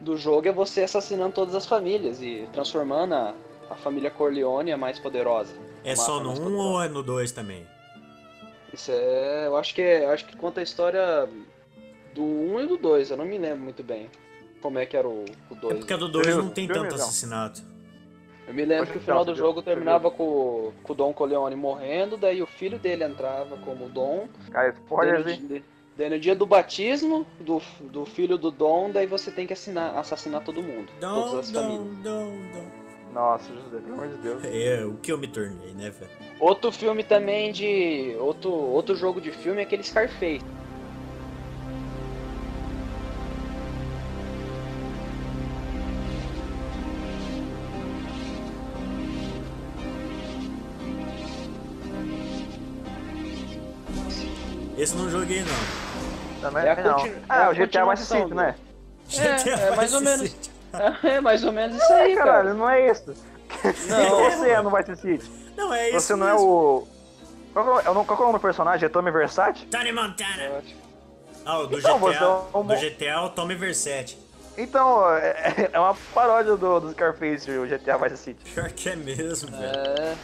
S3: do jogo é você assassinando todas as famílias e transformando a, a família Corleone a mais poderosa.
S1: É
S3: Mata
S1: só no
S3: mais
S1: 1
S3: poderosa.
S1: ou é no 2 também?
S3: Isso é. Eu acho que é, eu acho que conta a história do 1 e do 2, eu não me lembro muito bem como é que era o
S1: É
S3: 2.
S1: porque a do 2
S2: Filme,
S1: não tem
S2: filme,
S1: tanto
S2: não.
S1: assassinato.
S3: Eu me lembro que o final do jogo terminava com, com o Dom Corleone morrendo, daí o filho dele entrava como Dom.
S2: Cara,
S3: Daí no
S2: spoilers, hein?
S3: di- daí no dia do batismo do, do filho do Dom, daí você tem que assinar- assassinar todo mundo. todas
S1: Dom,
S3: as famílias.
S1: dom, dom, dom.
S2: Nossa, José, pelo amor de Deus.
S1: É, o que eu me tornei, né, velho?
S3: Outro filme também de. Outro, outro jogo de filme é aquele Scarface.
S1: Esse não joguei, não.
S2: Também
S3: É a
S2: não.
S3: continu- é
S2: Ah,
S3: a
S2: o GTA Vice
S3: continuação
S2: City,
S3: do-
S2: né?
S1: GTA
S3: é mais ou
S1: Vice
S3: menos.
S1: City.
S3: É mais ou menos isso aí,
S2: É,
S3: cara.
S2: caralho, não é isso.
S3: Não.
S2: Você é no Vice City.
S1: Não, é isso.
S2: Você não é
S1: mesmo.
S2: o. Qual que é o- é o nome- qual que é o nome do personagem? É Tommy Versace?
S1: Tony Montana.
S3: Eu acho.
S1: Ah, o do
S2: Então, você é
S1: GTA.
S2: um
S1: Do
S2: bom-
S1: GTA é o Tommy Versetti.
S2: Então, é, é uma paródia do, do Scarface, o GTA Vice City.
S1: Pior que é mesmo, velho.
S3: É.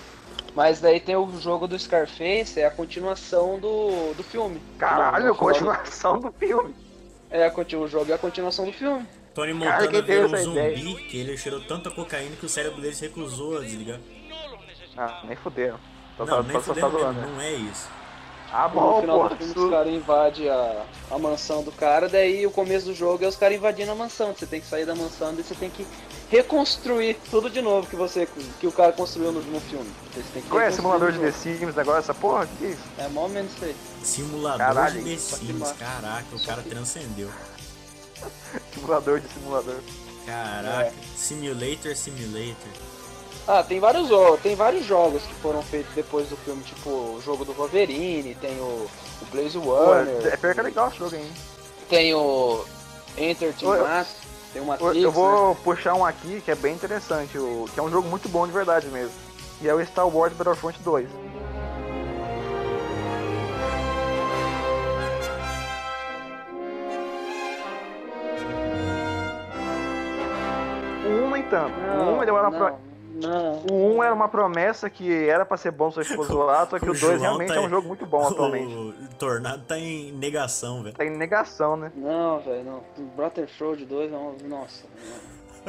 S3: Mas daí tem o jogo do Scarface, é a continuação do, do filme. Não,
S2: Caralho,
S3: não,
S2: continuação do filme.
S3: É, a conti- o jogo é a continuação do filme.
S1: Tony
S2: Cara,
S1: Montana
S2: quem teve
S1: virou um
S2: essa
S1: zumbi
S2: ideia?
S1: que ele cheirou tanta cocaína que o cérebro dele se recusou a desligar.
S2: Ah, nem fuderam. Tô,
S1: não,
S2: só-
S1: nem
S2: tô- só- só
S1: fudendo,
S2: zoando, né?
S1: não é isso.
S2: Ah,
S3: no
S2: bom,
S3: final
S2: pô.
S3: do filme os
S2: isso-
S3: caras invadem a, a mansão do cara, daí o começo do jogo é os caras invadindo a mansão. Você tem que sair da mansão, daí você tem que reconstruir tudo de novo que você que o cara construiu no, no filme. Daí Você tem que
S2: Qual é
S3: reconstruir
S2: simulador
S3: o
S2: de The
S3: jogo.
S2: Sims, negócio essa porra? Que isso?
S3: É mais ou menos isso aí.
S1: Simulador
S2: Caralho,
S1: de The
S2: isso tá
S3: aqui
S1: Sims.
S3: mata.
S1: Caraca, o cara transcendeu.
S2: Simulador de simulador.
S1: Caraca.
S2: É.
S1: Simulator, simulator.
S3: Ah, tem vários, jo- tem vários jogos que foram feitos depois do filme, tipo o jogo do Wolverine, tem o, o Blaze
S2: Pô,
S3: Runner.
S2: é pior que é legal o jogo, hein?
S3: Tem o Enter
S2: Ô, eu-
S3: Timas, tem o
S2: Eu,
S3: Matrix,
S2: eu
S3: né?
S2: vou puxar um aqui que é bem interessante, o- que é um jogo muito bom de verdade mesmo. E é o Star Wars Battlefront 2. O 1 nem tanto. o 1 ele era então, uma pro-
S3: não.
S2: o 1 era uma promessa que era pra ser bom se você fosse zoar, só que o 2
S1: João
S2: realmente
S1: tá-
S2: é um jogo muito bom atualmente.
S1: O Tornado tá em negação, velho.
S2: Tá em negação, né?
S3: Não, velho, não. Brother Show de 2 é um. Nossa.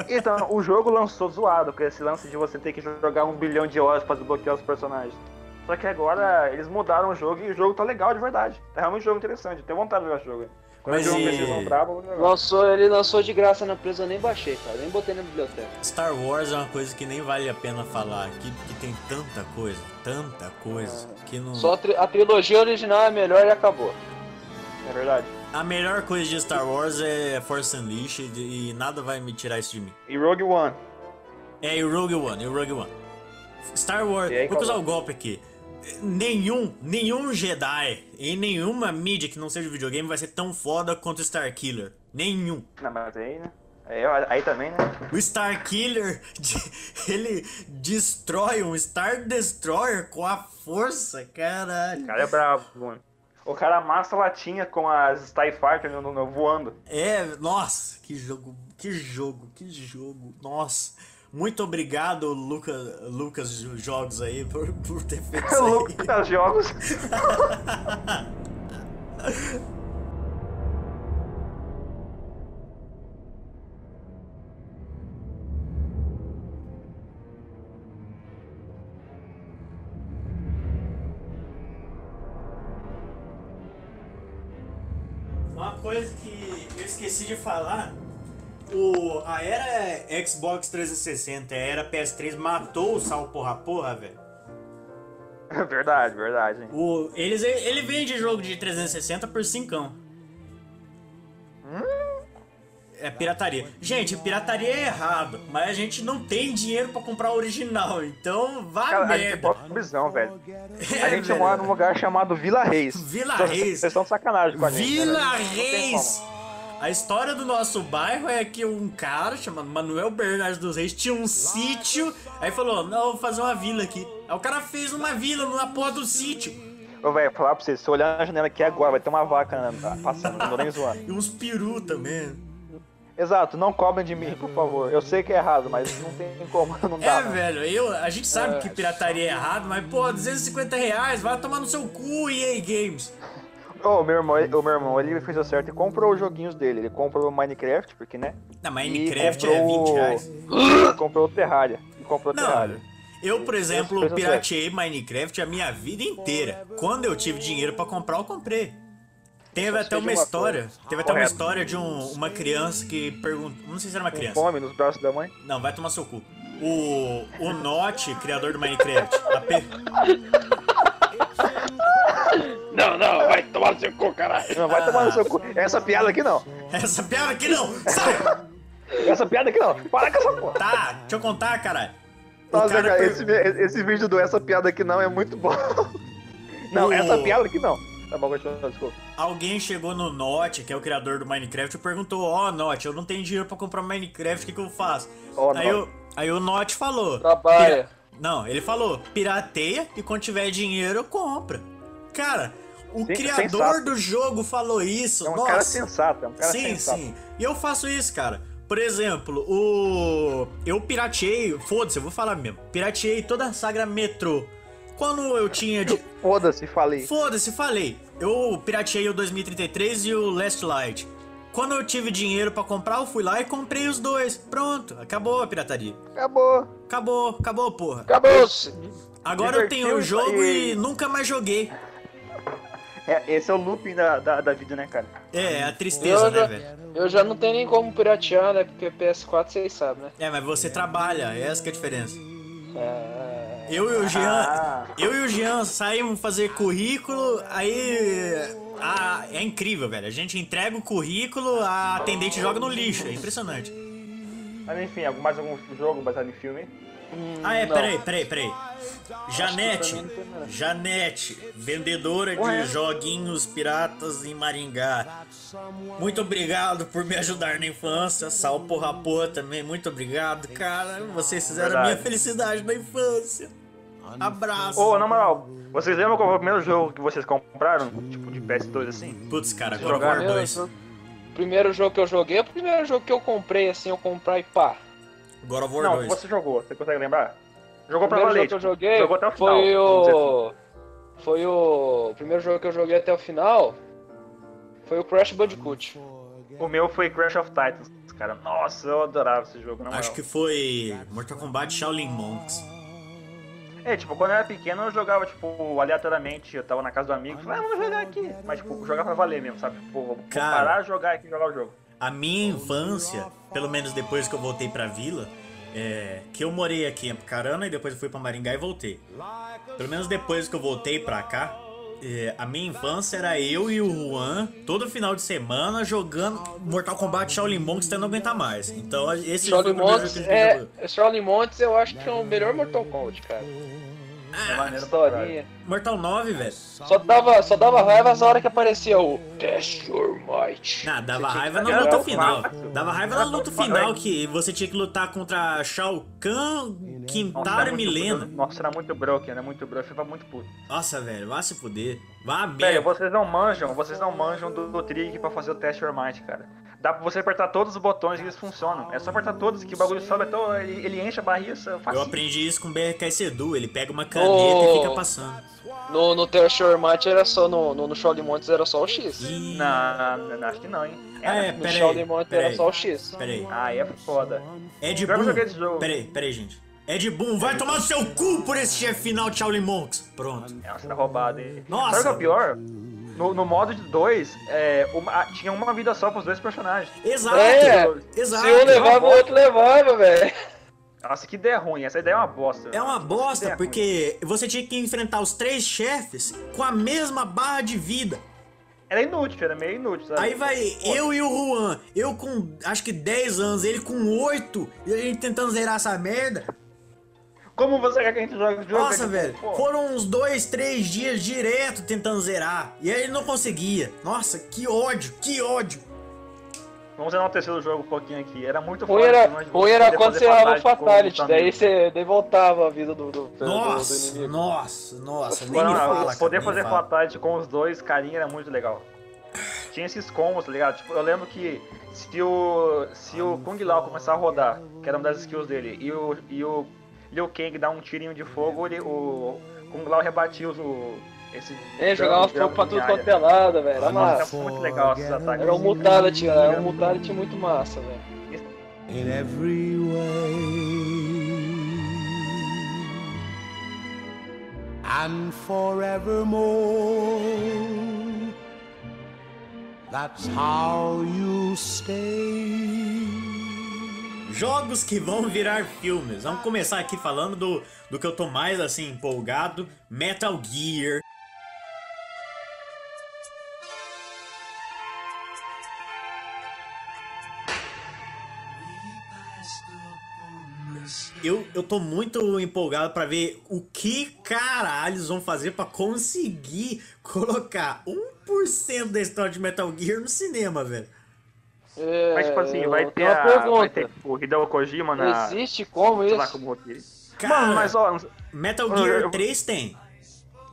S2: Então, o jogo lançou zoado, com esse lance de você ter que jogar um bilhão de horas pra desbloquear os personagens. Só que agora eles mudaram o jogo e o jogo tá legal de verdade. Tá realmente um jogo interessante, eu tenho vontade de jogar esse jogo. Quando
S1: Mas
S2: eu jogo
S1: e-
S2: precisão brava, eu vou jogar.
S3: Lançou, ele lançou de graça na presa, eu nem baixei, cara. Nem botei na biblioteca.
S1: Star Wars é uma coisa que nem vale a pena falar aqui, porque tem tanta coisa, tanta coisa,
S2: Ah,
S1: que não.
S3: Só a, tri- a trilogia original é melhor e acabou.
S2: É verdade.
S1: A melhor coisa de Star Wars é Force Unleashed e nada vai me tirar isso de mim.
S2: E Rogue One.
S1: É, e o Rogue One, e o Rogue One. Star Wars,
S2: E aí,
S1: vou
S2: qual
S1: usar
S2: é?
S1: o golpe aqui. Nenhum, nenhum Jedi em nenhuma mídia que não seja videogame vai ser tão foda quanto o Starkiller. Nenhum.
S2: Não, mas aí, né? Aí, aí também, né?
S1: O Starkiller, de- ele destrói um Star Destroyer com a força, caralho.
S2: O cara é bravo, mano. O cara amassa latinha com as TIE Fighter no- no- no- voando.
S1: É, nossa, que jogo, que jogo, que jogo. Nossa. Muito obrigado, Luca, Lucas Jogos aí, por, por ter feito
S2: É
S1: isso aí.
S2: Lucas Jogos.
S1: Uma coisa que eu esqueci de falar, o, a era Xbox 360, a era PS3 matou o Sal Porra Porra, velho.
S2: verdade, verdade. hein?
S1: O- Eles, ele vende jogo de 360 por 5. É pirataria. Gente, pirataria é errado, mas a gente não tem dinheiro pra comprar o original, então vá
S2: Cara, a gente
S1: merda.
S2: bota prisão, velho.
S1: É,
S2: A gente
S1: velho.
S2: mora num lugar chamado Vila Reis.
S1: Vila
S2: Vocês-
S1: Reis.
S2: Vocês estão de sacanagem com a gente. né,
S1: Vila
S2: velho? Não tem
S1: Reis!
S2: como.
S1: A história do nosso bairro é que um cara chamado Manuel Bernardo dos Reis tinha um sítio, aí falou: Não, vou fazer uma vila aqui. Aí o cara fez uma vila na porra do sítio.
S2: Ô, velho, falar pra vocês, se eu olhar na janela aqui agora, vai ter uma vaca né, passando, não tô nem zoando.
S1: E uns peru também.
S2: Exato, não cobrem de mim, por favor. Eu sei que é errado, mas não tem como, não dá.
S1: É,
S2: né?
S1: velho, eu, a gente sabe que pirataria é errado, mas, pô, 250 reais, vai tomar no seu cu, EA Games.
S2: Ô, meu irmão, o meu irmão, ele fez o certo e comprou os joguinhos dele. Ele comprou o Minecraft, porque, né?
S1: Na
S2: e
S1: Minecraft é
S2: comprou
S1: 20
S2: o-
S1: reais.
S2: Ele comprou o Terraria. E comprou o
S1: Não,
S2: Terraria.
S1: eu, por exemplo,
S2: coisas
S1: pirateei Minecraft a minha vida inteira. Quando eu tive dinheiro pra comprar, eu comprei. Teve até
S2: seja
S1: uma
S2: uma
S1: história,
S2: coisa.
S1: teve até uma
S2: Correto.
S1: história de um- uma criança que perguntou, não sei se era uma criança,
S2: Fome nos braços da mãe.
S1: Não, vai tomar seu cu. O, o Notch, criador do Minecraft. a pe-
S4: Não, não, vai tomar no seu cu, caralho.
S2: Não, vai tomar no seu cu. Essa piada aqui não.
S1: Essa piada aqui não! Sai!
S2: Essa piada aqui não. Para com essa porra.
S1: Tá, deixa eu contar, caralho. O
S2: Nossa, cara,
S1: per-
S2: Tá, esse, esse vídeo do Essa Piada Aqui Não é muito bom. Não,
S1: O-
S2: essa piada aqui não. Tá bom, continua, desculpa.
S1: Alguém chegou no Notch, que é o criador do Minecraft, e perguntou: Ó, Notch, eu não tenho dinheiro pra comprar Minecraft, o que, que eu faço?
S2: Ó,
S1: aí,
S2: Notch.
S1: o, aí o Notch falou:
S3: Trabalha.
S1: "Pira- Não, ele falou: pirateia e quando tiver dinheiro, compra. Cara, o
S2: Sim,
S1: criador
S2: sensato.
S1: do jogo falou isso.
S2: É um
S1: Nossa.
S2: cara sensato, é um cara
S1: sim,
S2: sensato.
S1: sim. E eu faço isso, cara. Por exemplo, o. Eu pirateei, foda-se, eu vou falar mesmo. Pirateei toda a saga Metrô. Quando eu tinha de.
S2: Foda-se, falei.
S1: Foda-se, falei. Eu pirateei o 2033 e o Last Light. Quando eu tive dinheiro pra comprar, eu fui lá e comprei os dois. Pronto, acabou a pirataria.
S2: Acabou.
S1: Acabou, acabou, porra.
S3: Acabou-se.
S1: Agora eu tenho o
S2: Divertiu
S1: jogo
S2: e-
S1: e nunca mais joguei.
S2: É, esse é o looping da, da, da vida, né, cara?
S1: É, é a tristeza,
S3: Eu
S1: né,
S3: já,
S1: velho?
S3: eu já não tenho nem como piratear, né? Porque PS4 vocês sabem, né?
S1: É, mas você trabalha, essa que é a diferença.
S3: É,
S1: Eu e o Jean,
S2: Ah.
S1: eu e o Jean saímos fazer currículo, aí ah, é incrível, velho. A gente entrega o currículo, a atendente joga no lixo, é impressionante.
S2: Mas enfim, algum- mais algum jogo baseado em filme? hein?
S1: Ah, é,
S3: Não.
S1: peraí, peraí, peraí. Janete,
S3: pra mim não tem nada.
S1: Janete, vendedora
S2: Ué.
S1: de joguinhos piratas em Maringá. Muito obrigado por me ajudar na infância. Sal porra porra também, muito obrigado, cara. Vocês fizeram a minha
S2: Verdade.
S1: felicidade na infância. Abraço.
S2: Ô, na moral, vocês lembram qual foi o primeiro jogo que vocês compraram? Tipo, de PS2 assim?
S1: Putz, cara, agora
S2: Jogar.
S1: War 2.
S3: Meu, Primeiro jogo que eu joguei, o primeiro jogo que eu comprei, assim, eu comprei e pá.
S1: God of War
S2: Não,
S1: 2.
S2: você jogou, você consegue lembrar? Jogou
S3: O
S2: pra valer.
S3: primeiro jogo que eu
S2: tipo,
S3: joguei
S2: jogou até o final.
S3: foi
S2: vamos dizer assim.
S3: o... Foi o... O primeiro jogo que eu joguei até o final foi o Crash Bandicoot.
S2: O meu foi Crash of Titans, cara. Nossa, eu adorava esse jogo, na moral.
S1: Acho que foi Mortal Kombat Shaolin Monks.
S2: É, tipo, quando eu era pequeno eu jogava, tipo, aleatoriamente. Eu tava na casa do amigo e falei, ah, vamos jogar aqui. Mas, tipo, jogar pra valer mesmo, sabe? Tipo, vou
S1: Cara.
S2: parar, jogar aqui e jogar o jogo.
S1: A minha infância, pelo menos depois que eu voltei pra vila, é, que eu morei aqui em Apucarana e depois eu fui pra Maringá e voltei. Pelo menos depois que eu voltei pra cá, é, a minha infância era eu e o Juan todo final de semana jogando Mortal Kombat Shaolin Monks até não aguentar mais. Então esse foi o
S3: Shaolin
S1: primeiro
S3: Montes
S1: jogo que a gente jogou.
S3: é... Shaolin Montes eu acho que é o melhor Mortal Kombat, cara.
S1: Ah,
S2: É maneiro pra caralho.
S3: Historinha.
S1: Mortal 9, velho.
S3: Só dava, só dava raiva essa hora que aparecia o Test Your Might.
S1: Ah, dava
S3: Você tinha
S1: raiva
S3: que
S1: na
S2: Era
S1: luta
S2: o
S1: final.
S2: clássico.
S1: Dava raiva na luta final que você tinha que lutar contra Shao Kahn,
S2: Nossa,
S1: Quintaro
S2: era
S1: e
S2: um muito-
S1: Milena.
S2: Nossa, era muito broken, era muito broken, eu ficava muito puto.
S1: Nossa, velho, vá se fuder. Vá a
S2: Velho,
S1: merda.
S2: vocês não manjam, vocês não manjam do, do trig pra fazer o teste Your Might, cara. Dá pra você apertar todos os botões e eles funcionam. É só apertar todos que o bagulho sobe até o- ele, ele enche a barriga, isso é
S1: Eu
S2: facinho.
S1: aprendi isso com o BRK Sedu. Ele pega uma caneta e
S3: Oh.
S1: fica passando.
S3: No, no Test Your Might era só no, no, no Shaolin Montes era só o X.
S1: Ih,
S2: Não, não, não, acho que não, hein.
S1: Ah, é,
S3: No
S1: peraí.
S3: Shaolin Montes era
S1: Peraí.
S3: só o X.
S1: Peraí.
S2: Ah, é foda.
S1: Ed
S2: Pior que eu joguei esse
S1: Boon.
S2: jogo.
S1: Peraí, peraí, gente. Ed Boon, vai tomar no seu cu por esse chefe final de Shaolin Monks. Pronto.
S2: Nossa, tá roubado, hein.
S1: Nossa.
S2: Sabe o que é o pior? No, no modo de dois, é, uma- ah, tinha uma vida só pros dois personagens.
S1: Exato.
S3: É,
S1: Exato.
S3: Se um levava, o
S2: bom.
S3: outro levava, velho.
S2: Nossa, que ideia ruim, essa ideia é uma bosta.
S1: É uma bosta, porque você tinha que enfrentar os três chefes com a mesma barra de vida.
S2: Era é inútil, era meio inútil, sabe?
S1: Aí vai eu e o Juan, eu com acho que 10 anos, ele com 8, e a gente tentando zerar essa merda.
S2: Como você quer que a gente jogue o jogo?
S1: Nossa,
S2: Tipo,
S1: velho,
S2: pô,
S1: foram uns 2, 3 dias direto tentando zerar. E aí ele não conseguia. Nossa, que ódio, que ódio.
S2: Vamos enaltecer o jogo um pouquinho aqui. Era muito
S3: Ruim
S2: foda,
S3: era,
S2: mas
S3: ruim era
S2: poder
S3: quando
S2: fazer
S3: você errava o
S2: fatality com né?
S3: Fatality,
S2: os
S3: daí
S2: amigos.
S3: você devoltava a vida do, do, do- do
S1: Nossa,
S3: inimigo.
S1: nossa, nossa, nem
S2: Não,
S1: me
S2: não,
S1: fala. cara,
S2: poder
S1: nem
S2: fazer
S1: me fala.
S2: fatality com os dois carinha era muito legal. Tinha esses combos, tá ligado? Tipo, eu lembro que se o. se o Kung Lao começar a rodar, que era uma das skills dele, e o. e o Liu Kang dar um tirinho de fogo, ele, o Kung Lao rebatia os- o. esse.
S3: É, jogava fogo pra tudo quanto é lado, velho. Era
S2: Nossa,
S3: massa.
S2: era muito legal esses ataques.
S3: Era um Mutality, cara. Era um Mutality muito massa, velho.
S5: in every way and forevermore. That's how you stay.
S1: Jogos que vão virar filmes. Vamos começar aqui falando do, do que eu tô mais assim empolgado: Metal Gear. Eu, eu tô muito empolgado pra ver o que caralhos vão fazer pra conseguir colocar 1% da história de Metal Gear no cinema, velho.
S3: É,
S2: Mas tipo assim,
S3: eu
S2: vai
S3: tenho
S2: ter,
S3: uma
S2: a, vai ter
S3: pergunta.
S2: o Hideo Kojima na.
S3: Existe como
S2: sei
S3: isso?
S2: lá como é roteiro.
S1: Cara,
S2: Mano, mas ó,
S1: Metal
S2: eu-
S1: Gear
S2: eu-
S1: 3 tem.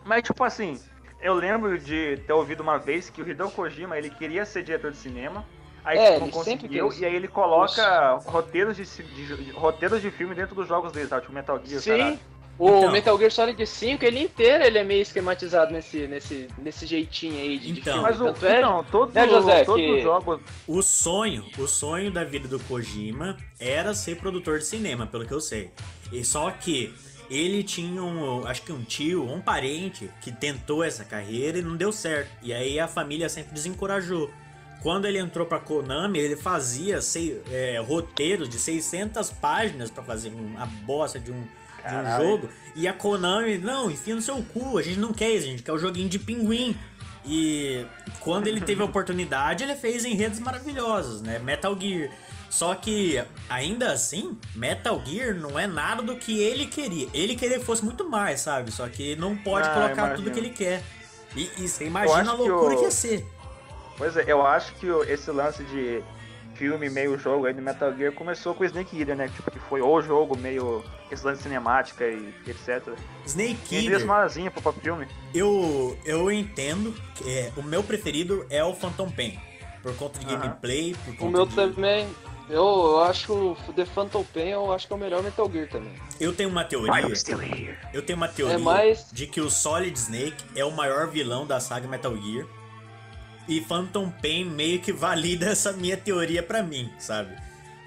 S2: mas tipo assim, eu lembro de ter ouvido uma vez que o Hideo Kojima ele queria ser diretor de cinema. Aí
S3: É,
S2: não
S3: ele sempre
S2: conseguiu,
S3: quis.
S2: e aí ele coloca roteiros de, ci- de- de- roteiros de filme dentro dos jogos dele, sabe? Tipo Metal Gear,
S3: Sim.
S2: caralho.
S3: O
S1: Então.
S3: Metal Gear Solid 5, ele inteiro, ele é meio esquematizado nesse, nesse, nesse jeitinho aí de, de
S1: Então.
S3: filme.
S2: Mas o,
S3: Tanto é-
S2: então, todo,
S3: né, José,
S2: todos
S3: que-
S2: os jogos...
S1: O sonho, o sonho da vida do Kojima era ser produtor de cinema, pelo que eu sei. E só que ele tinha um, acho que um tio, um parente que tentou essa carreira e não deu certo. E aí a família sempre desencorajou. Quando ele entrou pra Konami, ele fazia sei, é, roteiros de 600 páginas pra fazer um- uma bosta de um, de um
S2: Caralho.
S1: jogo. E a Konami, não, enfia no seu cu, a gente não quer isso, a gente quer o joguinho de pinguim. E quando ele teve a oportunidade, ele fez enredos maravilhosos, né? Metal Gear. Só que, ainda assim, Metal Gear não é nada do que ele queria. Ele queria que fosse muito mais, sabe? Só que ele não pode
S2: Ah,
S1: colocar
S2: imagino.
S1: tudo que ele quer. E, e você imagina a
S2: acho que
S1: loucura
S2: o-
S1: que ia ser.
S2: Pois é, eu acho que o- esse lance de filme meio jogo aí do Metal Gear começou com o Snake Eater, né? Tipo, que foi o jogo meio... Esse lance de cinemática e etc.
S1: Snake
S2: Quem diz
S1: Eater.
S2: malazinha pro próprio filme?
S1: Eu, eu entendo que é, o meu preferido é o Phantom Pain. Por conta de
S2: Aham.
S1: gameplay, por conta
S3: O meu
S1: de...
S3: também. Eu, eu acho o The Phantom Pain, eu acho que é o melhor Metal Gear também.
S1: Eu tenho uma teoria.
S2: here.
S1: Eu tenho uma teoria
S3: É mais-
S1: de que o Solid Snake é o maior vilão da saga Metal Gear. E Phantom Pain meio que valida essa minha teoria pra mim, sabe?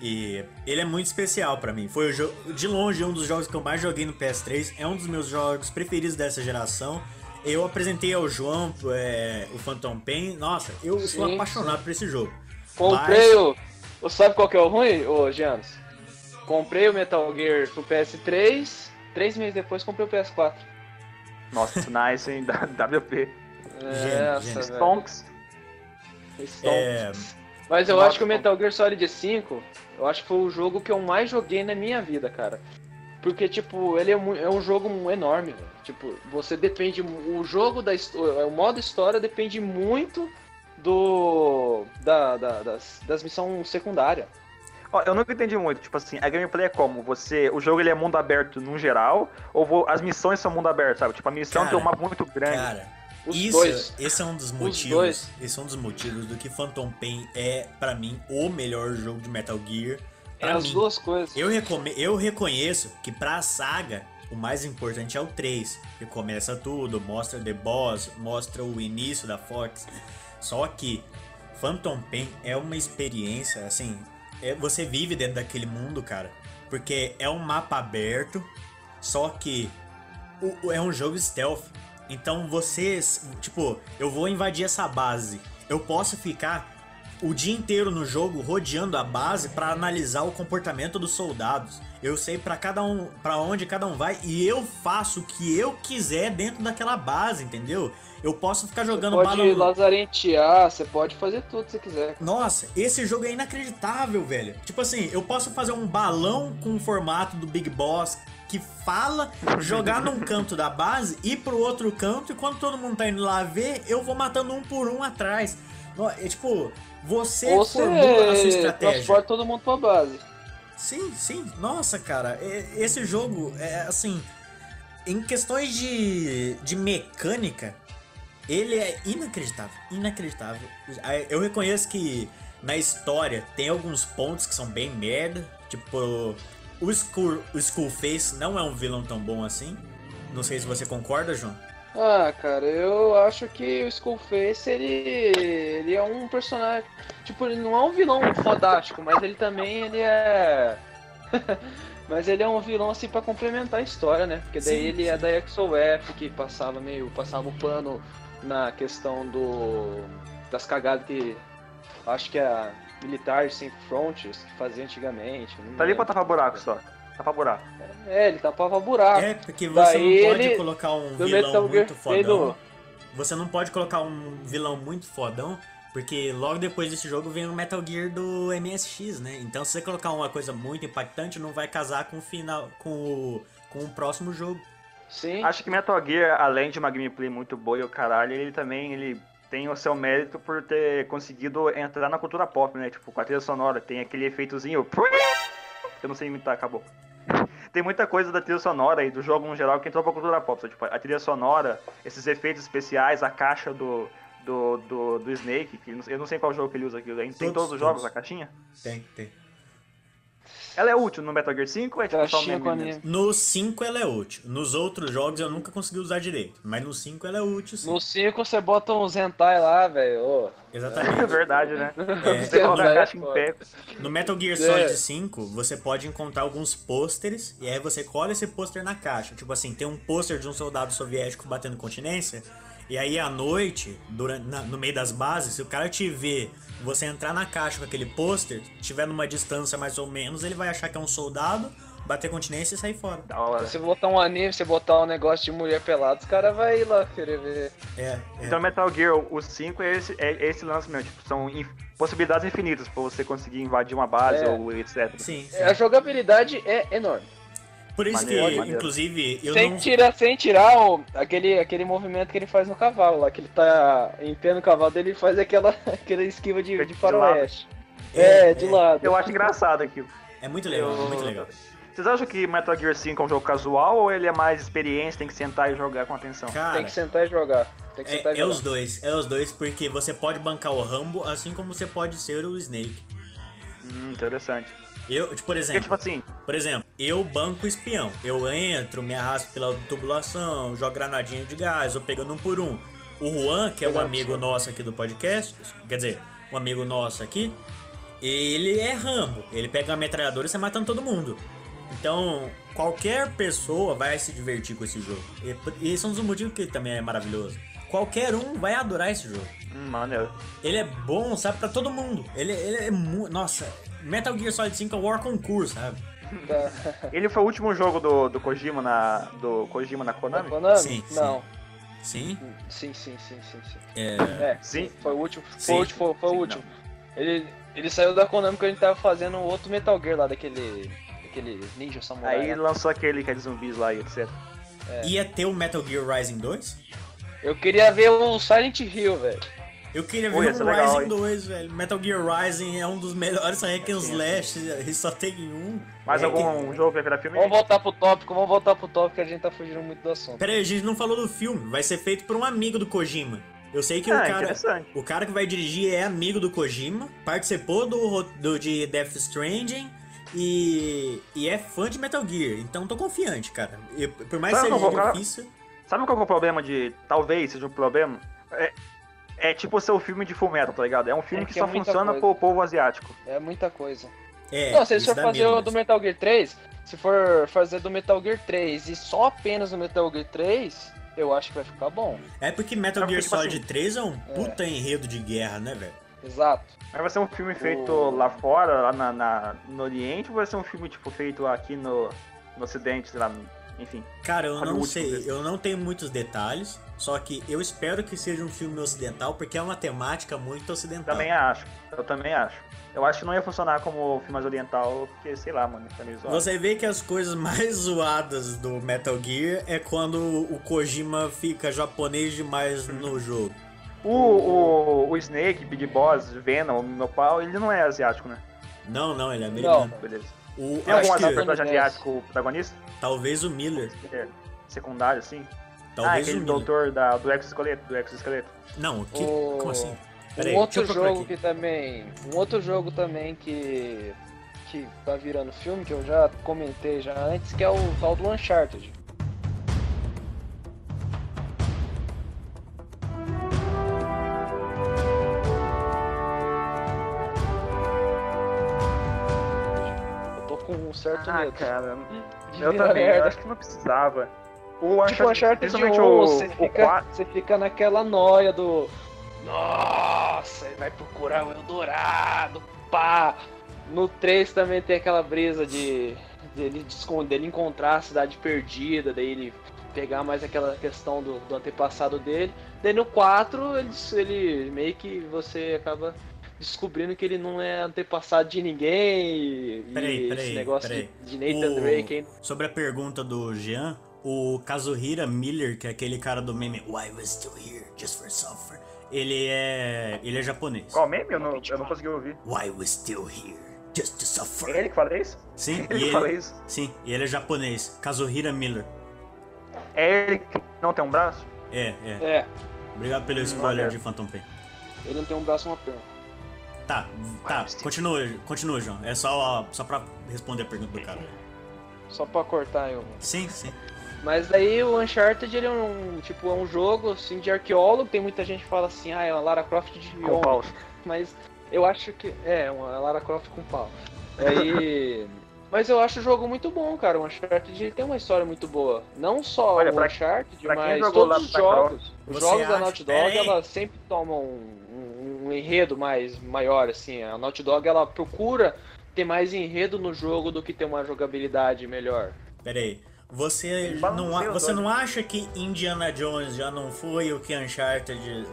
S1: E ele é muito especial pra mim. Foi o jo- de longe um dos jogos que eu mais joguei no PS3. É um dos meus jogos preferidos dessa geração. Eu apresentei ao João é, o Phantom Pain. Nossa, eu sou
S3: Sim,
S1: apaixonado por esse jogo.
S3: Comprei o. o- Sabe qual que é o ruim, ô Giannis? Comprei o Metal Gear pro PS3, três meses depois comprei o PS4.
S2: Nossa, nice, hein? Da- WP.
S1: Gênio,
S3: Essa,
S1: gênio.
S3: velho.
S2: Stonks.
S1: É,
S3: Mas eu
S2: Nossa,
S3: acho que o Metal Gear Solid 5, eu acho que foi o jogo que eu mais joguei na minha vida, cara. Porque, tipo, ele é, mu- é um jogo enorme, velho. Tipo, você depende. mu- O jogo da his- o modo história depende muito do. Da, da- das, das missões secundárias.
S2: Ó, eu nunca entendi muito, tipo assim, a gameplay é como? Você, o jogo ele é mundo aberto no geral, ou vo- as missões são mundo aberto, sabe? Tipo, a missão
S1: Cara,
S2: tem um mapa muito grande.
S1: Cara,
S3: Os
S1: isso,
S3: dois.
S1: esse é um dos motivos.
S3: dois.
S1: Esse é um dos motivos do que Phantom Pain é, pra mim, o melhor jogo de Metal Gear.
S3: É
S1: Pra
S3: as
S1: mim.
S3: duas coisas.
S1: um Eu, recome- eu reconheço que pra saga, o mais importante é o 3, que começa tudo, mostra The Boss, mostra o início da Fox. Só que Phantom Pain é uma experiência, assim, é- você vive dentro daquele mundo, cara. Porque é um mapa aberto, só que o- o- é um jogo stealth. Então vocês, tipo, eu vou invadir essa base. Eu posso ficar o dia inteiro no jogo rodeando a base pra analisar o comportamento dos soldados. Eu sei pra cada um, para onde cada um vai e eu faço o que eu quiser dentro daquela base, entendeu? Eu posso ficar jogando
S3: Pode
S1: bala no-
S3: lazarentear, você pode fazer tudo se quiser.
S1: nossa, esse jogo é inacreditável, velho. Tipo assim, eu posso fazer um balão com o formato do Big Boss que fala, jogar num canto da base, ir pro outro canto, e quando todo mundo tá indo lá ver, eu vou matando um por um atrás. Nó- É, tipo, você
S3: Ou
S1: formula a sua
S3: você
S1: estratégia.
S3: transporta todo mundo pra base.
S1: Sim, sim. Nossa, cara, é- esse jogo é assim. Em questões de, de mecânica, ele é inacreditável. Inacreditável. Ah, Eu reconheço que na história tem alguns pontos que são bem merda. Tipo, o Skull, o Skullface não é um vilão tão bom assim. Não sei se você concorda, João.
S3: Ah, cara, eu acho que o Skullface, ele, ele é um personagem... Tipo, ele não é um vilão fodástico, mas ele também, ele é... mas ele é um vilão, assim, pra complementar a história, né? Porque daí
S1: Sim,
S3: ele é
S1: sim.
S3: da XOF, que passava meio... Passava o pano na questão do... Das cagadas que... Acho que a Militar Sem Frontes fazia antigamente. não
S2: Tá ali
S1: é.
S2: pra
S3: lembro.
S2: tapar buraco só. Tapar buraco.
S3: É, ele tapava buraco.
S1: É, porque você
S3: daí
S1: não pode
S3: ele-
S1: colocar um
S3: do
S1: vilão
S3: Metal Gear
S1: muito
S3: Solid.
S1: fodão. Você não pode colocar um vilão muito fodão, porque logo depois desse jogo vem o Metal Gear do MSX, né? Então se você colocar uma coisa muito impactante, não vai casar com o final, com o, com o próximo jogo.
S3: Sim.
S2: Acho que Metal Gear, além de uma gameplay muito boa e o caralho, ele também ele tem o seu mérito por ter conseguido entrar na cultura pop, né? Tipo, com a trilha sonora, tem aquele efeitozinho. Eu não sei imitar, acabou. Tem muita coisa da trilha sonora e do jogo no geral que entrou pra cultura pop. sabe? Tipo, a trilha sonora, esses efeitos especiais, a caixa do. Do, do, do Snake, que eu não- eu não sei qual jogo que ele usa aqui. Tem em todos,
S1: Todos,
S2: os jogos
S1: todos.
S2: a caixinha?
S1: Tem, tem.
S2: Ela é útil no Metal Gear 5 ou é tipo só um
S3: Caixinha
S2: meme
S3: com
S2: mesmo?
S3: anime.
S1: No 5 ela é útil. Nos outros jogos eu nunca consegui usar direito. Mas no 5 ela é útil, sim.
S3: No 5 você bota uns hentai lá, velho. ô.
S2: É
S1: Exatamente.
S2: verdade, né?
S1: É.
S2: Você coloca a
S3: Verdade,
S2: caixa em
S3: pô.
S2: pé.
S1: No Metal Gear Solid 5, você pode encontrar alguns pôsteres, e aí você colhe esse pôster na caixa. Tipo assim, tem um pôster de um soldado soviético batendo continência, e aí à noite, durante, na- no meio das bases, se o cara te ver, você entrar na caixa com aquele pôster, tiver numa distância mais ou menos, ele vai achar que é um soldado, bater continência e sair fora.
S2: Da hora.
S3: Se botar um anime, se botar um negócio de mulher pelada, os caras vão ir lá querer ver.
S1: É, é.
S2: Então Metal Gear, o 5 é esse, é esse lance mesmo, tipo, são in- possibilidades infinitas pra você conseguir invadir uma base
S3: É.
S2: ou etc.
S1: Sim.
S3: É, A jogabilidade é enorme.
S1: Por isso que,
S2: Maneiro, maneiro.
S1: inclusive, eu
S3: sem,
S1: não.
S3: tirar, sem tirar o- aquele, aquele movimento que ele faz no cavalo lá, que ele tá em pé no cavalo dele e faz aquela, aquela esquiva de, de faroeste.
S1: É,
S3: É, de lado.
S2: Eu acho engraçado aquilo.
S1: É muito legal,
S2: Eu-
S1: muito legal.
S2: Vocês acham que Metal Gear 5 é um jogo casual ou ele é mais experiência, tem que sentar e jogar com atenção?
S1: Cara,
S3: Tem que sentar e jogar. Tem que sentar
S1: É, é
S3: e jogar.
S1: os dois, é os dois, porque você pode bancar o Rambo, assim como você pode ser o Snake.
S2: Hum, interessante.
S1: Eu, tipo, por
S2: Porque,
S1: exemplo,
S2: tipo assim,
S1: por exemplo, eu banco espião. Eu entro, me arrasto pela tubulação, jogo granadinha de gás, eu pegando um por um. O Juan, que é um
S3: Legal,
S1: amigo nosso aqui do podcast, quer dizer, um amigo nosso aqui, ele é Rambo. Ele pega uma metralhadora e sai matando todo mundo. Então, qualquer pessoa vai se divertir com esse jogo. E, e esse é um dos motivos que também é maravilhoso. Qualquer um vai adorar esse jogo.
S2: hum, maneiro.
S1: Ele é bom, sabe, pra todo mundo. Ele, ele é muito. Nossa, Metal Gear Solid 5 é War Concurso, sabe?
S3: Tá.
S2: Ele foi o último jogo do, do Kojima na. do Kojima na Konami?
S3: Konami?
S1: Sim, sim.
S3: Não.
S1: Sim.
S3: Sim, sim, sim, sim, sim.
S1: É.
S3: É,
S2: Sim.
S3: foi o último.
S1: Sim.
S3: Foi o último, foi, foi o
S2: Sim,
S3: último. Ele, ele saiu da Konami quando ele tava fazendo outro Metal Gear lá daquele. aquele ninja samurai. né?
S2: Aí
S3: lá.
S2: lançou aquele que é de zumbis lá e etc. É.
S1: Ia ter o Metal Gear Rising 2?
S3: Eu queria ver o Silent Hill, velho.
S1: Eu queria ver
S2: Pô, ia
S1: o
S2: ser é legal,
S1: Rising
S2: hein?
S1: 2, velho. Metal Gear Rising é um dos melhores hack and slash, e só tem um.
S2: Mais
S1: É,
S2: algum
S1: tem-
S2: jogo que vai virar filme?
S3: Vamos voltar pro tópico, vamos voltar pro tópico que a gente tá fugindo muito do assunto.
S1: Pera aí, a gente não falou do filme. Vai ser feito por um amigo do Kojima. Eu sei que o
S2: Ah,
S1: cara.
S2: interessante.
S1: O cara que vai dirigir é amigo do Kojima, participou do, ro- do de Death Stranding e, e é fã de Metal Gear. Então tô confiante, cara. E por mais que
S2: Sabe,
S1: seja
S2: eu vou-
S1: difícil.
S2: Sabe qual que é o problema de. Talvez seja um problema? É, é tipo ser o filme de Fullmetal, tá ligado? É um filme
S3: É
S2: que,
S3: que é
S2: só
S3: muita
S2: funciona
S3: coisa.
S2: pro povo asiático.
S3: É muita coisa.
S1: É,
S3: Não, se eles
S1: isso
S3: for
S1: dá
S3: fazer
S1: medo
S3: o
S1: mesmo.
S3: do Metal Gear 3, se for fazer do Metal Gear 3 e só apenas o Metal Gear 3, eu acho que vai ficar bom.
S1: É porque Metal
S2: Sabe
S1: Gear
S2: porque, tipo
S1: Solid
S2: assim,
S1: 3 é um puta enredo de guerra, né, velho?
S3: Exato.
S2: Mas vai ser um filme feito lá fora, lá na, na- no Oriente, ou vai ser um filme tipo, feito aqui no, no Ocidente, sei lá, enfim.
S1: Cara, eu
S2: Sabe o
S1: não
S2: último
S1: sei,
S2: desse?
S1: eu não tenho muitos detalhes, só que eu espero que seja um filme ocidental, porque é uma temática muito ocidental.
S2: Também acho. Eu também acho. Eu acho que não ia funcionar como filme mais oriental, porque, sei lá, mano, tá meio zoado.
S1: Você vê que as coisas mais zoadas do Metal Gear é quando o Kojima fica japonês demais no jogo.
S2: O, o, o Snake, Big Boss, Venom, meu pau, ele não é asiático, né?
S1: Não, não, ele é americano.
S2: Beleza.
S1: O,
S2: Tem
S1: acho
S2: algum
S1: que,
S2: ator personagem
S3: Universo.
S2: asiático protagonista?
S1: talvez o Miller.
S2: É, secundário, assim? ah,
S1: Talvez
S2: aquele
S1: o Miller.
S2: doutor da, do exoesqueleto, do exoesqueleto.
S1: Não, o que,
S3: O-
S1: como assim?
S3: um outro jogo
S1: aqui.
S3: que também. Um outro jogo também que. que tá virando filme, que eu já comentei já antes, que é o tal do Uncharted. Eu tô com um certo
S2: Ah,
S3: medo.
S2: cara,
S3: de
S2: eu
S3: virar
S2: também, eu
S3: merda.
S2: acho Ah, que não precisava. O
S3: Tipo,
S2: Uncharted,
S3: Uncharted
S2: principalmente
S3: 1,
S2: o,
S3: você,
S2: o
S3: fica,
S2: 4,
S3: você fica naquela noia do.
S4: Nossa, ele vai procurar o Eldorado.
S3: pá. No 3 também tem aquela brisa de dele de esconder, ele encontrar a cidade perdida, daí ele pegar mais aquela questão do, do antepassado dele. Daí no 4 ele, ele meio que você acaba descobrindo que ele não é antepassado de ninguém. E,
S1: Peraí,
S3: e
S1: peraí,
S3: esse negócio
S1: peraí.
S3: De, de Nathan
S1: O-
S3: Drake, hein?
S1: Sobre a pergunta do Jean, o Kazuhira Miller, que é aquele cara do meme Why was still here just for suffer, ele é ele é japonês.
S2: qual meme? Eu não, eu não consegui ouvir.
S1: Why was still here just to suffer.
S2: É ele que fala isso? É
S1: Sim,
S2: Ele
S1: e
S2: que fala isso?
S1: sim, e ele é japonês, Kazuhira Miller.
S2: É ele que não tem um braço?
S1: É, é.
S3: É,
S1: Obrigado pelo spoiler
S2: valeu.
S1: de Phantom Pain.
S3: ele não tem um braço e uma perna.
S1: Tá, tá, continua, continua, João. É só, só pra responder a pergunta do cara.
S3: Só pra cortar eu.
S1: Sim, sim.
S3: Mas daí o Uncharted ele é um tipo é um jogo assim de arqueólogo, tem muita gente que fala assim, ah, é uma Lara Croft de
S2: Com
S3: Lyon.
S2: paus.
S3: Mas eu acho que. É, uma Lara Croft com pau. Aí. Mas eu acho o jogo muito bom, cara. O Uncharted ele tem uma história muito boa. Não só
S2: Olha,
S3: o
S2: pra-
S3: Uncharted,
S2: pra quem
S3: mas
S2: jogou
S3: todos os
S2: Lara Croft,
S3: jogos. Os
S1: você
S3: jogos da
S1: acha-
S3: Naughty
S1: Pera
S3: Dog,
S1: aí.
S3: ela sempre toma um, um- um enredo mais maior, assim. A Naughty Dog, ela procura ter mais enredo no jogo do que ter uma jogabilidade melhor.
S1: Pera aí. Você
S2: Balanceia
S1: não, a-
S2: os
S1: você
S2: olhos.
S1: não acha que Indiana Jones já não foi o que Uncharted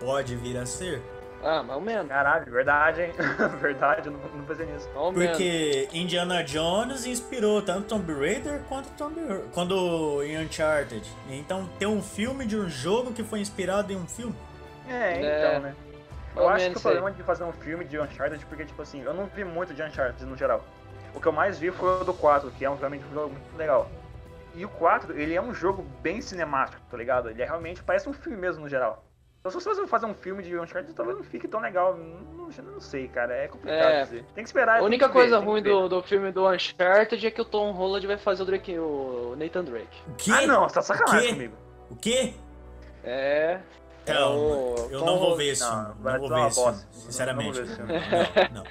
S1: pode vir a ser?
S3: Ah, mais ou menos.
S2: Caralho, verdade, hein? verdade, eu não, não pensei nisso.
S3: Mais ou menos.
S1: Porque Indiana Jones inspirou tanto Tomb Raider quanto Tomb quando em Uncharted. Então ter um filme de um jogo que foi inspirado em um filme.
S2: É,
S3: É,
S2: então, né?
S3: mais
S2: Eu
S3: ou
S2: acho que
S3: menos
S2: o problema de fazer um filme de Uncharted, porque, tipo assim, eu não vi muito de Uncharted no geral. O que eu mais vi foi o do 4, que é um, realmente um jogo muito legal. E o 4, ele é um jogo bem cinemático, tá ligado? Ele é realmente parece um filme mesmo no geral. Então, se você fazer um filme de Uncharted, talvez não fique tão legal. Não, não- não sei, cara. É complicado
S3: É.
S2: dizer. Tem que esperar.
S3: A
S2: tem
S3: única
S2: que ver,
S3: coisa
S2: tem que
S3: ruim
S2: ver.
S3: do, do filme do Uncharted é que o Tom Holland vai fazer o, Drake, o Nathan Drake.
S1: O quê?
S2: Ah, não, você tá sacanagem
S1: Que?
S2: comigo.
S1: O quê?
S3: É.
S1: Então,
S3: o
S1: eu não
S3: Tom
S1: vou
S3: Holland-
S1: ver esse
S2: Não,
S1: filme. Não
S2: vai
S1: vou
S2: ser
S1: ver
S2: uma
S1: esse filme,
S2: bosta.
S1: sinceramente.
S2: Não vou ver
S1: Não, não.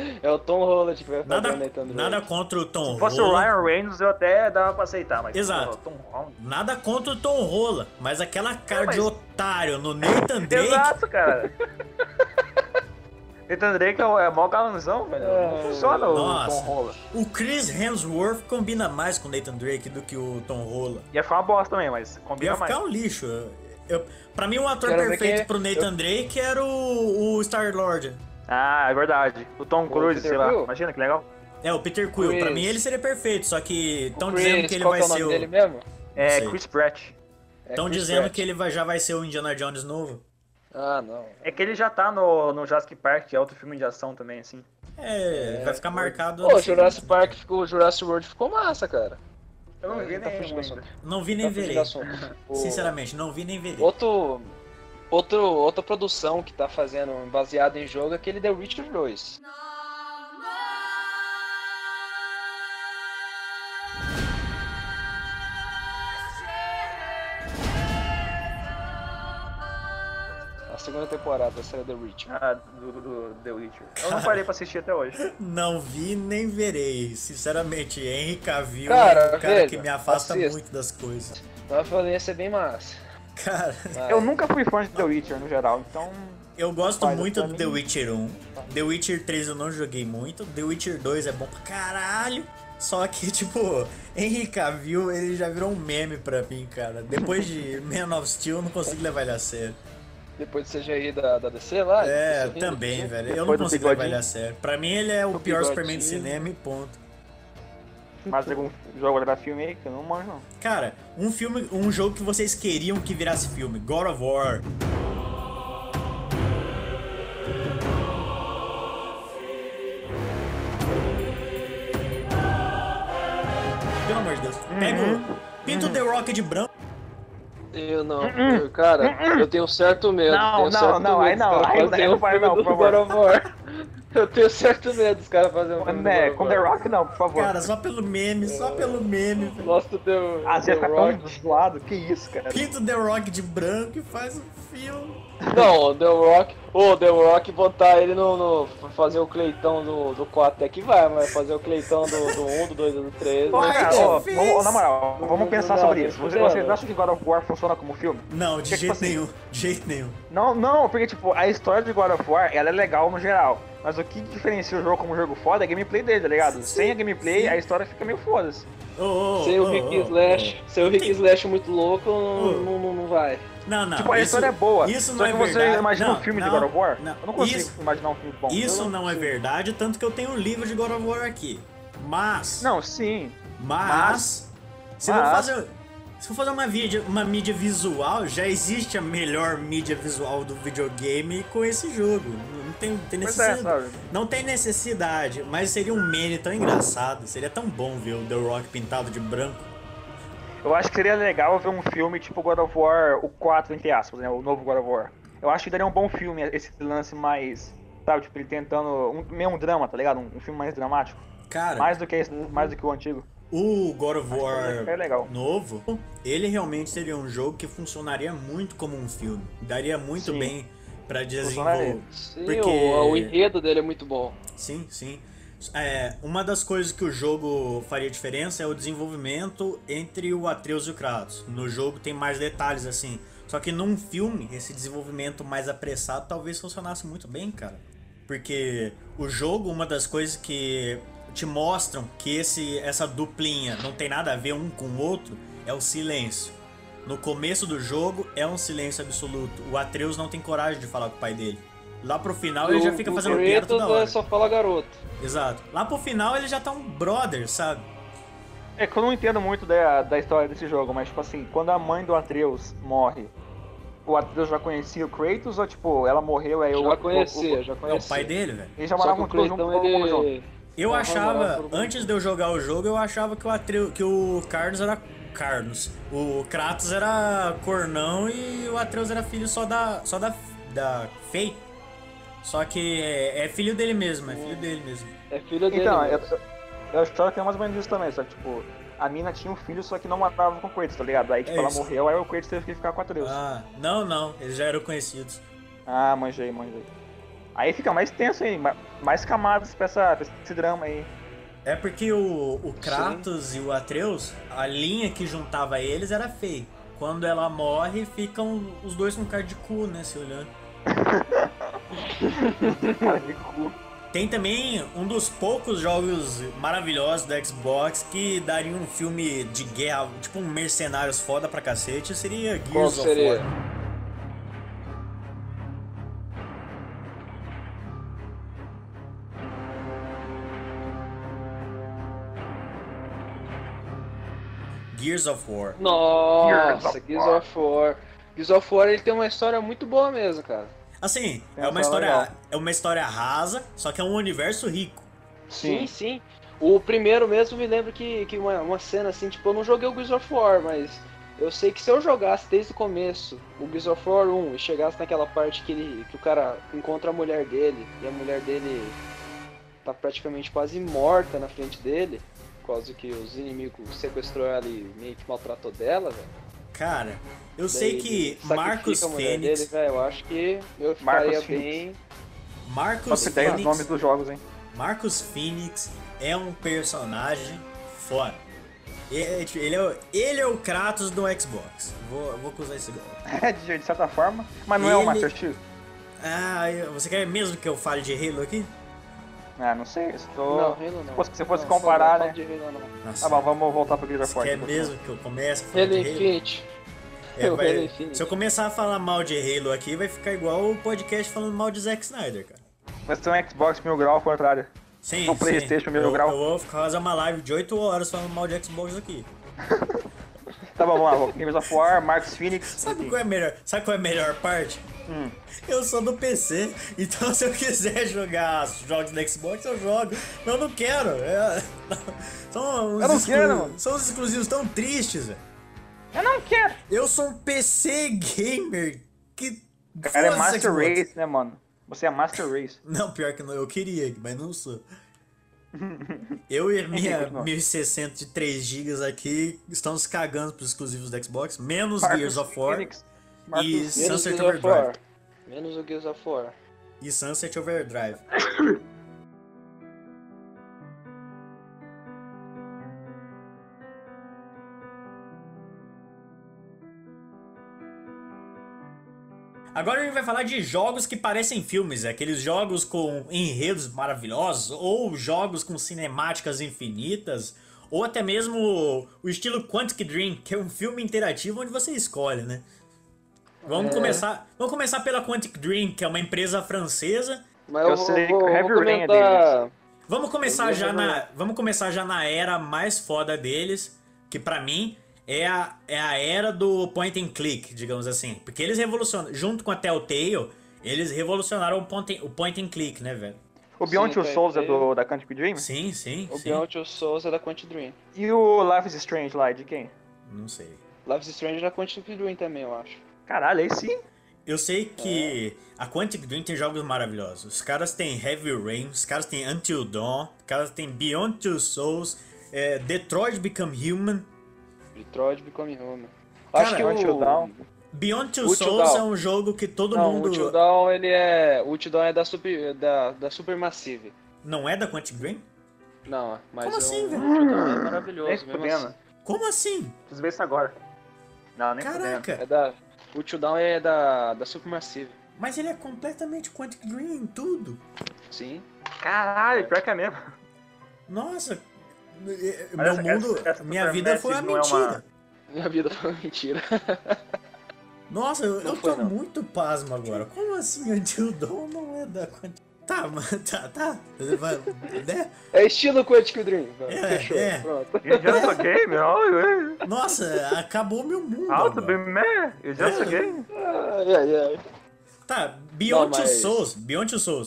S3: é o Tom Holland que vai fazer o Nathan
S1: Nada,
S3: Drake.
S1: nada contra o Tom
S2: Se fosse o
S1: Holland.
S2: Ryan Reynolds, eu até dava pra aceitar, mas.
S1: Exato.
S2: Pô, Tom Holland.
S1: Nada contra o Tom Rola, mas aquela cara
S2: É, mas-
S1: de otário no Nathan Drake.
S2: Exato, cara. Nathan Drake é o- é mó galãozão, velho.
S3: É.
S2: Não funciona o
S1: Nossa.
S2: Tom Holland.
S1: O Chris Hemsworth combina mais com o Nathan Drake do que o Tom Rola.
S2: Ia ficar uma bosta também, mas
S1: Ia
S2: combina mais.
S1: ficar um lixo. Eu, pra mim, o ator
S3: Quero ver
S1: perfeito
S3: quem é.
S1: pro Nathan Drake era o, o Star-Lord.
S2: Ah, é verdade. O Tom Cruise,
S3: Peter
S2: sei lá.
S3: Quill?
S2: Imagina que legal.
S1: É, o Peter Quill, pra
S3: Chris.
S1: mim ele seria perfeito, só que
S3: O
S1: estão
S3: Chris,
S1: dizendo que ele
S3: qual
S1: vai
S3: que é o
S1: ser
S3: nome
S1: o.
S3: dele mesmo?
S2: É,
S1: Sei.
S2: Chris Pratt.
S3: É
S1: Estão
S3: Chris
S1: dizendo
S3: Pratt.
S1: que ele vai- já vai ser o Indiana Jones novo.
S3: Ah, não.
S2: É que ele já tá no, no Jurassic Park, que é outro filme de ação também, assim.
S1: É, vai ficar marcado. assim.
S3: Pô, o Jurassic Park, ficou, o Jurassic World ficou massa, cara.
S2: Eu não vi
S3: Tá
S2: nem
S3: fugindo do assunto.
S1: Não vi
S3: Tá
S1: nem
S3: fugindo
S1: verei.
S3: do assunto. O-
S1: Sinceramente, não vi nem verei.
S3: Outro, outro, outra produção que tá fazendo baseada em jogo é aquele The Witcher 2. A segunda temporada saiu The Witcher.
S2: Ah, do, do, do The Witcher. Eu não parei pra assistir até hoje.
S1: Não vi nem verei. Sinceramente, Henry Cavill
S3: Cara,
S1: é um cara
S3: velho,
S1: que me afasta
S3: assista.
S1: muito das coisas.
S3: Então eu falei, ia ser bem massa.
S1: Cara,
S3: Mas-
S2: Eu nunca fui fã de The Witcher, no geral, então...
S1: eu gosto
S2: Olha,
S1: muito
S2: pra
S1: do
S2: mim-
S1: The Witcher 1. The Witcher 3 eu não joguei muito. The Witcher 2 é bom pra caralho. Só que, tipo, Henry Cavill, ele já virou um meme pra mim, cara. Depois de Man of Steel, eu não consigo levar ele a sério.
S3: Depois do CGI da, da DC lá?
S1: É,
S3: sorrindo,
S1: também,
S3: sorrindo.
S1: velho. Eu não
S2: Depois do
S1: consigo levar
S2: bigodinho.
S1: ele a sério. Pra mim, ele é o,
S3: Do
S1: pior Superman do
S3: bigodinho.
S1: cinema e ponto.
S2: Mas algum jogo da filme aí que eu não manjo, não.
S1: Cara, um filme, um jogo que vocês queriam que virasse filme, God of War. Pelo amor de Deus, pega
S2: Uhum.
S1: o pinta o The Rock de branco.
S3: Eu não.
S2: Hum,
S3: Eu, cara, eu tenho certo medo.
S2: Não,
S3: tenho
S2: não,
S3: certo
S2: não,
S3: medo,
S2: aí não,
S3: cara,
S2: aí
S3: quando
S2: não, é
S3: tem o
S2: não vai
S3: filme
S2: não,
S3: do
S2: por favor.
S3: God of War. Eu tenho certo medo dos caras fazerem um filme do
S2: É,
S3: God of
S2: com The
S3: War.
S2: Rock não, por favor.
S1: Cara, só pelo meme, só pelo meme. velho.
S3: Nossa, deu.
S2: Ah, você
S3: deu
S2: tá
S3: Rock.
S2: tão zoado, que isso, cara.
S1: Pinta o The Rock de branco e faz um filme.
S3: Não, o The Rock. Ô, The Rock botar ele no. no- fazer o Cleitão do, do 4 até que vai, mas fazer o Cleitão do, do 1, do 2, do né? 3.
S2: Ô,
S1: Ai,
S2: cara,
S1: que
S2: ó,
S1: difícil.
S2: vamos, ó, na moral,
S3: Não,
S2: vamos pensar
S3: não,
S2: sobre
S3: não,
S2: isso.
S3: não,
S2: Vocês,
S3: não.
S2: vocês acham que God of War funciona como filme?
S1: Não, de
S2: Que que
S1: jeito
S2: você-
S1: nenhum, de jeito nenhum.
S2: Não, não, porque tipo, a história de God of War, ela é legal no geral. Mas o que diferencia o jogo como jogo foda é a gameplay dele, tá ligado?
S1: Sim,
S2: Sem a gameplay,
S1: sim.
S2: a história fica meio foda-se.
S1: Ô, ô,
S3: Sem o
S1: ô,
S3: Rick
S1: ô,
S3: Slash. Sem o Rick Slash muito louco,
S1: Oh.
S3: não, não, não, não vai.
S1: ô. Não, não.
S2: tipo, a
S1: isso-
S2: história é boa.
S1: Isso
S2: só
S1: não
S2: que
S1: é
S2: você
S1: verdade.
S2: imagina
S1: não,
S2: um filme
S1: não,
S2: de God of War?
S1: Não,
S2: eu não consigo
S1: Isso,
S2: imaginar um filme bom.
S1: Isso
S2: Eu
S1: não é verdade, tanto que eu tenho um livro de God of War aqui. Mas,
S2: Não, sim.
S1: mas, se eu
S2: mas-
S1: fazer, se for fazer uma mídia, uma mídia visual, já existe a melhor mídia visual do videogame com esse jogo. Não tem, tem
S2: Pois é,
S1: necessidade.
S2: sabe?
S1: não tem necessidade, mas seria um meme tão engraçado, seria tão bom ver o The Rock pintado de branco.
S2: Eu acho que seria legal ver um filme tipo God of War, o 4, entre aspas, né? O novo God of War. Eu acho que daria um bom filme esse lance mais. Sabe, tipo, ele tentando. Um, meio um drama, tá ligado? Um, um filme mais dramático.
S1: Cara,
S2: Mais do que, esse-
S1: Uhum.
S2: mais do que o antigo.
S1: O God of War
S2: é legal.
S1: novo, ele realmente seria um jogo que funcionaria muito como um filme. Daria muito
S2: Sim.
S1: bem pra
S2: Funcionaria.
S1: desenvolver.
S3: Sim,
S1: Porque-
S3: o, o enredo dele é muito bom.
S1: Sim, sim. É, uma das coisas que o jogo faria diferença é o desenvolvimento entre o Atreus e o Kratos. No jogo tem mais detalhes assim. Só que num filme, esse desenvolvimento mais apressado talvez funcionasse muito bem, cara. Porque o jogo, uma das coisas que te mostram que esse, essa duplinha não tem nada a ver um com o outro é o silêncio. No começo do jogo é um silêncio absoluto. O Atreus não tem coragem de falar com o pai dele. Lá pro final ele já
S3: O-
S1: fica
S3: o
S1: fazendo piada
S3: Kratos
S1: toda hora.
S3: é só fala garoto.
S1: Exato. Lá pro final ele já tá um brother, sabe?
S2: É que eu não entendo muito da, da história desse jogo, mas tipo assim, quando a mãe do Atreus morre, o Atreus já conhecia o Kratos ou tipo, ela morreu aí
S3: Eu
S2: o
S3: já
S2: o- o-
S3: conhecia, já
S1: É o
S3: conhecia.
S1: pai dele, velho.
S2: Eles já
S3: Só que o
S2: moravam todos juntos,
S3: Cleitão,
S2: todo mundo junto. um
S3: ele.
S1: Eu
S3: Aham,
S1: achava,
S3: moral, tudo bem.
S1: antes de eu jogar o jogo, eu achava que o Atreus, que o Carlos era Carlos. O Kratos era cornão e o Atreus era filho só da só da da Fei. Só que é, é filho dele mesmo, é filho dele mesmo.
S3: É filho dele.
S2: Então,
S3: mesmo.
S2: eu, eu acho que é mais ou menos isso também, só que tipo, a mina tinha um filho, só que não morava com o Kratos, tá ligado? Aí tipo,
S1: É
S2: ela
S1: isso.
S2: morreu, aí o Kratos teve que ficar com o Atreus. Ah,
S1: Ah, não, não, eles já eram conhecidos.
S2: manjei, manjei. Aí fica mais tenso aí, ma- mais camadas pra, essa, pra esse drama aí.
S1: É porque o, o Kratos e o Atreus, a linha que juntava eles era feia. Quando ela morre, ficam os dois com cara de cu, né, se olhando.
S2: Cara, que cu.
S1: Tem também um dos poucos jogos maravilhosos do Xbox que daria um filme de guerra, tipo um Mercenários foda pra cacete, seria Gears
S3: Qual
S1: of
S3: seria?
S1: War. Gears of War.
S3: Nossa,
S2: Gears
S3: Gears
S2: of War.
S3: of War. Gears of War ele tem uma história muito boa mesmo, cara.
S1: Assim, é
S3: Essa
S1: uma
S3: é
S1: história
S3: legal.
S1: é uma história rasa, só que é um universo rico.
S3: Sim, sim. O primeiro mesmo me lembro que, que uma, uma cena assim, tipo, eu não joguei o Gears of War, mas eu sei que se eu jogasse desde o começo o Gears of War 1 e chegasse naquela parte que ele que o cara encontra a mulher dele e a mulher dele tá praticamente quase morta na frente dele, por causa que os inimigos sequestrou ela e meio que maltratou dela, velho.
S1: Cara, eu
S3: Daí
S1: sei
S3: ele
S1: que
S3: sacrifica
S1: Marcos
S3: a mulher
S1: Fênix,
S3: dele, né? velho, eu acho que eu
S2: Marcos
S3: ficaria bem.
S2: Fênix.
S1: Marcos
S2: Top 10
S1: Fênix,
S2: nomes dos jogos, hein?
S1: Marcos Phoenix é um personagem foda. Ele ele é, o- ele é o Kratos do Xbox. Vou, vou acusar esse gol.
S2: de, de certa forma. Mas não é o
S1: Ele-
S2: Master Chief?
S1: Ah, eu- você quer mesmo que eu fale de Halo aqui?
S2: Ah, não sei. Estou...
S3: Não, Halo
S2: Se
S3: não.
S2: fosse, se fosse
S3: Não,
S2: comparar,
S3: não,
S2: né?
S3: não falo de Halo não.
S1: Nossa,
S2: Tá bom, vamos voltar pro Gears of
S1: você
S2: War. um
S1: quer mesmo que eu comece a falar
S3: Halo
S1: de Halo?
S3: Infinite.
S1: É,
S3: Eu,
S1: vai-
S3: Halo Infinite.
S1: se eu começar a falar mal de Halo aqui, vai ficar igual o podcast falando mal de Zack Snyder, cara.
S2: Vai ser um Xbox mil grau ao contrário.
S1: Sim,
S2: Não, PlayStation, meu
S1: eu,
S2: grau.
S1: Eu vou fazer uma live de 8 horas falando mal de Xbox aqui.
S2: Tá bom, vamos lá. Games of War, Marcos Phoenix.
S1: Sabe
S2: enfim.
S1: qual é a melhor, sabe qual é a melhor parte?
S2: Hum.
S1: Eu sou do PC, então se eu quiser jogar os jogos do Xbox, eu jogo. Eu não quero. é- são, uns
S2: Eu não
S1: exclu-
S2: quero, mano.
S1: são uns exclusivos tão tristes, velho.
S2: Eu não quero!
S1: Eu sou um PC gamer que.
S2: O cara é
S1: Foda-se
S2: Master
S1: Xbox.
S2: Race, né, mano? Você é Master Race.
S1: Não, pior que não, eu queria, mas não sou. Eu e a minha
S2: continua.
S1: 1600 de 3 GB aqui estamos cagando pros exclusivos do Xbox, menos Gears of War
S2: Phoenix. Marcos
S1: e
S2: Phoenix.
S3: Menos o
S1: Sunset
S3: Gears of War.
S1: Overdrive.
S3: Menos o Gears of War.
S1: E Sunset Overdrive. Agora a gente vai falar de jogos que parecem filmes, aqueles jogos com enredos maravilhosos, ou jogos com cinemáticas infinitas, ou até mesmo o estilo Quantic Dream, que é um filme interativo onde você escolhe, né? Vamos,
S3: É.
S1: começar, vamos começar pela Quantic Dream, que é uma empresa francesa.
S3: Mas
S2: Eu
S3: eu,
S2: sei
S3: sei
S2: que
S3: vou,
S2: o
S3: vou
S2: Heavy Rain é
S3: comentar...
S1: Vamos começar,
S3: Eu
S1: já
S3: vou-
S1: na, vamos começar já na era mais foda deles, que pra mim é a, é a era do point and click, digamos assim. Porque eles revolucionaram, junto com a Telltale, eles revolucionaram o point, and- o point and click, né, velho?
S2: O Beyond
S3: Sim,
S2: Two
S3: tá
S2: Souls é
S3: aí.
S2: do, da Quantic Dream?
S1: Sim, sim,
S3: o
S1: sim.
S3: Beyond Two Souls é da Quantic Dream.
S2: E o Life is Strange lá, é de quem?
S1: Não sei.
S3: Life is Strange é da Quantic Dream também, eu acho.
S2: Caralho, aí sim.
S1: Eu sei que
S3: É.
S1: a Quantic Dream tem jogos maravilhosos. Os caras têm Heavy Rain, os caras têm Until Dawn, os caras têm Beyond Two Souls, é, Detroit Become Human.
S3: Detroit Become Human.
S1: Cara,
S3: acho que
S2: Until
S3: o...
S2: Dawn.
S1: Beyond Two
S3: Until
S1: Souls
S3: Dawn.
S1: é um jogo que todo
S3: Não, o
S1: mundo.
S3: Until Dawn, ele é... O Until Dawn é da Super... Da, da Supermassive.
S1: Não é da Quantic Dream?
S3: Não, é, mas
S1: Como
S3: o
S1: assim, velho?
S3: Until Dawn é
S2: Nem
S3: maravilhoso, mesmo
S2: fudendo.
S3: assim.
S1: Como assim?
S2: Preciso ver isso agora. Não, nem fudendo.
S1: Caraca!
S3: É da... O Until Dawn é da, da Supermassive.
S1: Mas ele é completamente Quantic Dream em tudo.
S3: Sim.
S2: Caralho, pior que é mesmo.
S1: Nossa! eh,
S2: Mas
S1: Meu
S2: essa-
S1: mundo.
S2: essa- essa
S1: minha vida foi uma
S2: Supermassive não é uma-
S1: mentira.
S3: Minha vida foi uma mentira.
S1: Nossa, eu, eu
S3: foi,
S1: tô
S3: não.
S1: muito pasmo agora. Como assim Until Dawn não é da Quantic Tá, mano, tá, tá. Vai- né?
S3: É estilo Quantic Dream. velho.
S1: É,
S3: Fechou,
S1: é.
S3: pronto.
S2: You just a game? Oh,
S1: Nossa, acabou meu mundo.
S2: how to
S1: agora.
S2: be man? You just a game?
S3: Ai, ai, ai.
S1: Tá, Beyond
S3: Não,
S1: Two
S3: mas-
S1: Souls. Beyond Two Souls.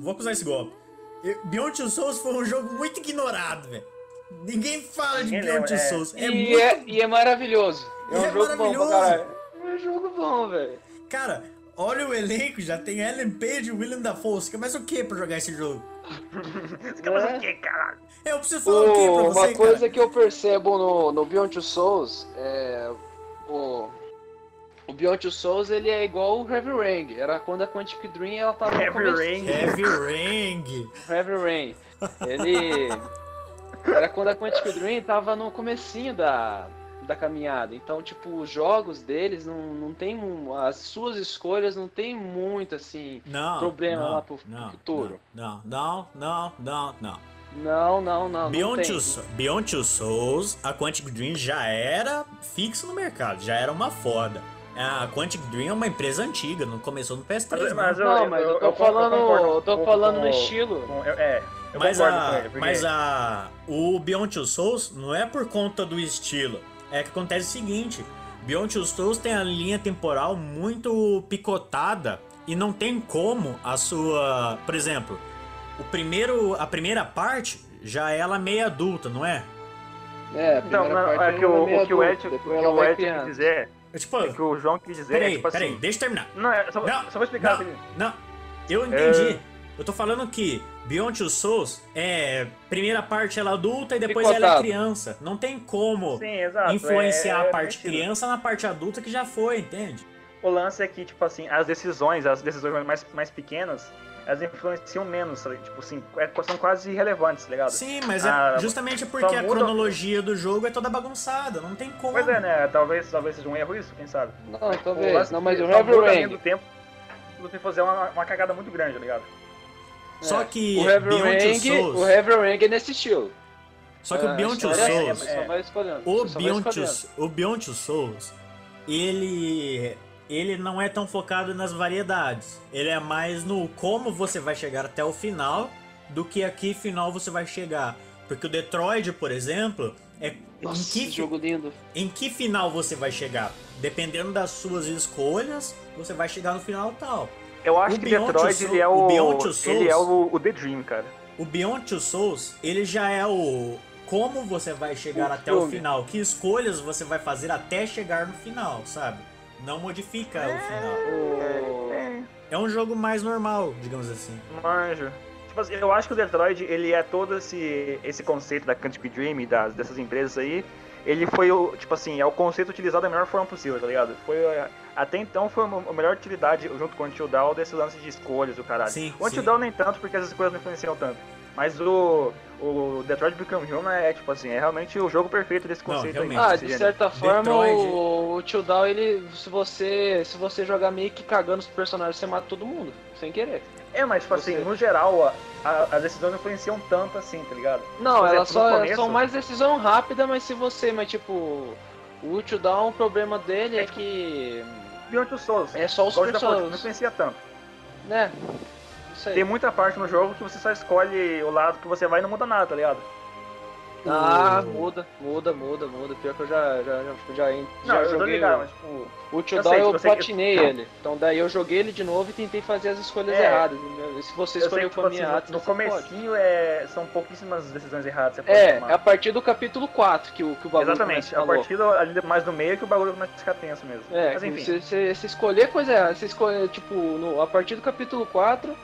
S1: Vou acusar esse golpe. Eu- Beyond Two Souls foi um jogo muito ignorado, velho. Ninguém fala de
S2: Ninguém
S1: Beyond
S2: lembra,
S1: Two
S2: é.
S1: Souls. É
S3: e,
S1: muito.
S3: é, e é maravilhoso. É um
S1: É
S3: jogo bom pra
S1: maravilhoso.
S3: caralho. É um jogo bom, velho.
S1: Cara, olha o elenco, já tem Ellen Page e William Dafoe. Você quer mais o que pra jogar esse jogo?
S2: é?
S1: Eu preciso falar o que pra
S3: Ô,
S1: você,
S3: Uma coisa
S1: cara?
S3: que eu percebo no, no Beyond Two Souls é. O, o Beyond Two Souls ele é igual o Heavy Rain. Era quando a Quantic Dream ela tava no
S2: Heavy
S3: começo-
S2: Rain.
S1: Heavy Ring.
S3: Heavy Rain. Ele. Era quando a Quantic Dream tava no comecinho da, da caminhada. Então, tipo, os jogos deles não, não tem. mu- As suas escolhas não tem muito, assim.
S1: Não.
S3: Problema
S1: não,
S3: lá pro
S1: não,
S3: futuro.
S1: Não, não, não, não, não.
S3: Não, não, não. não
S1: Beyond
S3: tem.
S1: Two, Sou- Beyond Two Souls, a Quantic Dream já era fixa no mercado, já era uma foda. A Quantic Dream é uma empresa antiga, não começou no PS3.
S2: Mas,
S1: não.
S2: mas eu,
S3: Não, mas eu um tô falando-
S2: concordo
S3: eu tô
S2: com-
S3: falando
S2: com-
S3: no estilo.
S2: com- eu- é, eu
S1: Mas
S2: concordo
S1: a,
S2: com ele. porque-
S1: mas a o Beyond Two Souls não é por conta do estilo. É que acontece o seguinte, Beyond Two Souls tem a linha temporal muito picotada e não tem como a sua, por exemplo, o primeiro a primeira parte já é ela meio adulta, não é?
S3: É,
S2: Não,
S3: a primeira
S2: não,
S3: parte
S2: é
S3: ela
S2: que o,
S3: meio
S2: o que o Ed,
S3: adulta,
S2: o que
S3: depois ela
S2: o
S3: vai
S2: Ed quis
S3: criando.
S2: dizer,
S1: É Tipo,
S2: o que o João quis dizer, é
S1: peraí,
S2: tipo assim...
S1: peraí, deixa eu terminar.
S2: Não, é, só,
S1: Não,
S2: só vou explicar.
S1: não,
S2: assim.
S1: não, eu entendi.
S2: É.
S1: Eu tô falando que Beyond Two Souls é primeira parte ela adulta e depois ela é
S3: Picotado.
S1: criança. Não tem como.
S2: Sim, exato.
S1: influenciar
S2: é- é-
S1: a parte
S2: é-
S1: criança na parte adulta que já foi, entende?
S2: O lance é que, tipo assim, as decisões, as decisões mais, mais pequenas, elas influenciam menos, sabe? Tipo assim, é- são quase irrelevantes, tá ligado?
S1: Sim, mas
S2: Ah,
S1: é justamente porque a
S2: muda-
S1: cronologia do jogo é toda bagunçada, não tem como.
S2: Pois é, né? Talvez, talvez seja um erro isso, quem sabe?
S3: Não,
S2: O
S3: talvez.
S2: lance
S3: Não,
S2: é
S3: mas
S2: que
S3: o
S2: só muda
S3: Heavy
S2: a linha
S3: Rain.
S2: do tempo, você fazer uma, uma cagada muito grande, tá ligado?
S1: Só
S3: é.
S1: que
S3: o Heavy
S1: Beyond Two
S3: Rain,
S1: Souls.
S3: o Heavy Rain é nesse estilo.
S1: Só que
S2: Ah,
S3: É,
S1: o Beyond Two
S3: a história é essa,
S1: Souls,
S3: só vai escolhendo,
S1: o
S2: é
S3: só vai
S1: Beyond Two,
S3: escolhendo.
S1: o Beyond Two Souls, ele ele não é tão focado nas variedades. Ele é mais no como você vai chegar até o final do que a que final você vai chegar. Porque o Detroit, por exemplo, é
S3: Nossa,
S1: em que
S3: que jogo lindo.
S1: em que final você vai chegar. Dependendo das suas escolhas, você vai chegar no final tal.
S2: Eu acho
S1: O
S2: que
S1: Beyond
S2: Detroit,
S1: Two
S2: ele é
S1: Souls-
S2: o,
S1: o Beyond Two Souls-
S2: ele é o, o The Dream, cara.
S1: O Beyond Two Souls, ele já é o como você vai chegar
S3: O
S1: até o
S3: filme.
S1: final, que escolhas você vai fazer até chegar no final, sabe? Não modifica
S2: Ah.
S1: o final.
S3: O-
S2: É,
S1: É um jogo mais normal, digamos assim.
S2: manjo. Tipo assim, eu acho que o Detroit, ele é todo esse, esse conceito da Country Dream, e das, dessas empresas aí, ele foi o, tipo assim, é o conceito utilizado da melhor forma possível, tá ligado? Foi, é, até então foi uma- a melhor utilidade, junto com o Until Down, desse lance de escolhas, o caralho.
S1: Sim,
S2: o Until
S1: sim.
S2: Down nem tanto, porque as escolhas não influenciam tanto. Mas o, o Detroit Become Human é, tipo assim, é realmente o jogo perfeito desse
S1: Não,
S2: conceito aí.
S1: realmente. é
S3: Ah,
S2: desse
S3: de
S2: gênero.
S3: certa forma,
S1: Detroit.
S3: o, o Tio Down, ele. Se você, se você jogar meio que cagando os personagens, você mata todo mundo, sem querer.
S2: É, mas, tipo assim,
S3: Você-
S2: no geral, a- a- as decisões não influenciam tanto assim, tá ligado?
S3: Não,
S2: Por exemplo,
S3: elas só
S2: no começo-
S3: são mais decisão rápida, mas se você. Mas tipo, o Tio Down, o problema dele é que.
S2: Beyond Two Souls.
S3: É só os
S2: igual eu já falei, não
S3: personagens.
S2: influencia tanto.
S3: Né? Isso
S2: Tem
S3: aí.
S2: muita parte no jogo que você só escolhe o lado que você vai e não muda nada, tá ligado?
S3: Ah, muda, muda, muda, muda. Pior que eu já, já, já, já, en-
S2: Não,
S3: já
S2: eu tô
S3: joguei.
S2: ligado,
S3: o-
S2: mas tipo.
S3: O Tio
S2: Eu
S3: Down
S2: sei,
S3: eu
S2: eu sei que-
S3: platinei ele. Então daí eu joguei ele de novo e tentei fazer as escolhas
S2: É.
S3: erradas. entendeu? E se você
S2: Eu sei
S3: escolheu
S2: que,
S3: o
S2: tipo assim,
S3: caminho errado,
S2: no
S3: você pode.
S2: comecinho é, são pouquíssimas decisões erradas. Você pode
S3: É, é
S2: tomar.
S3: a partir do capítulo 4 que o, que o bagulho
S2: Exatamente.
S3: começa
S2: A
S3: a falar.
S2: partir do, ali mais no meio que o bagulho começa a ficar tenso mesmo.
S3: É,
S2: mas enfim.
S3: se, se- se escolher coisa errada, se escolher, tipo, no- a partir do capítulo 4,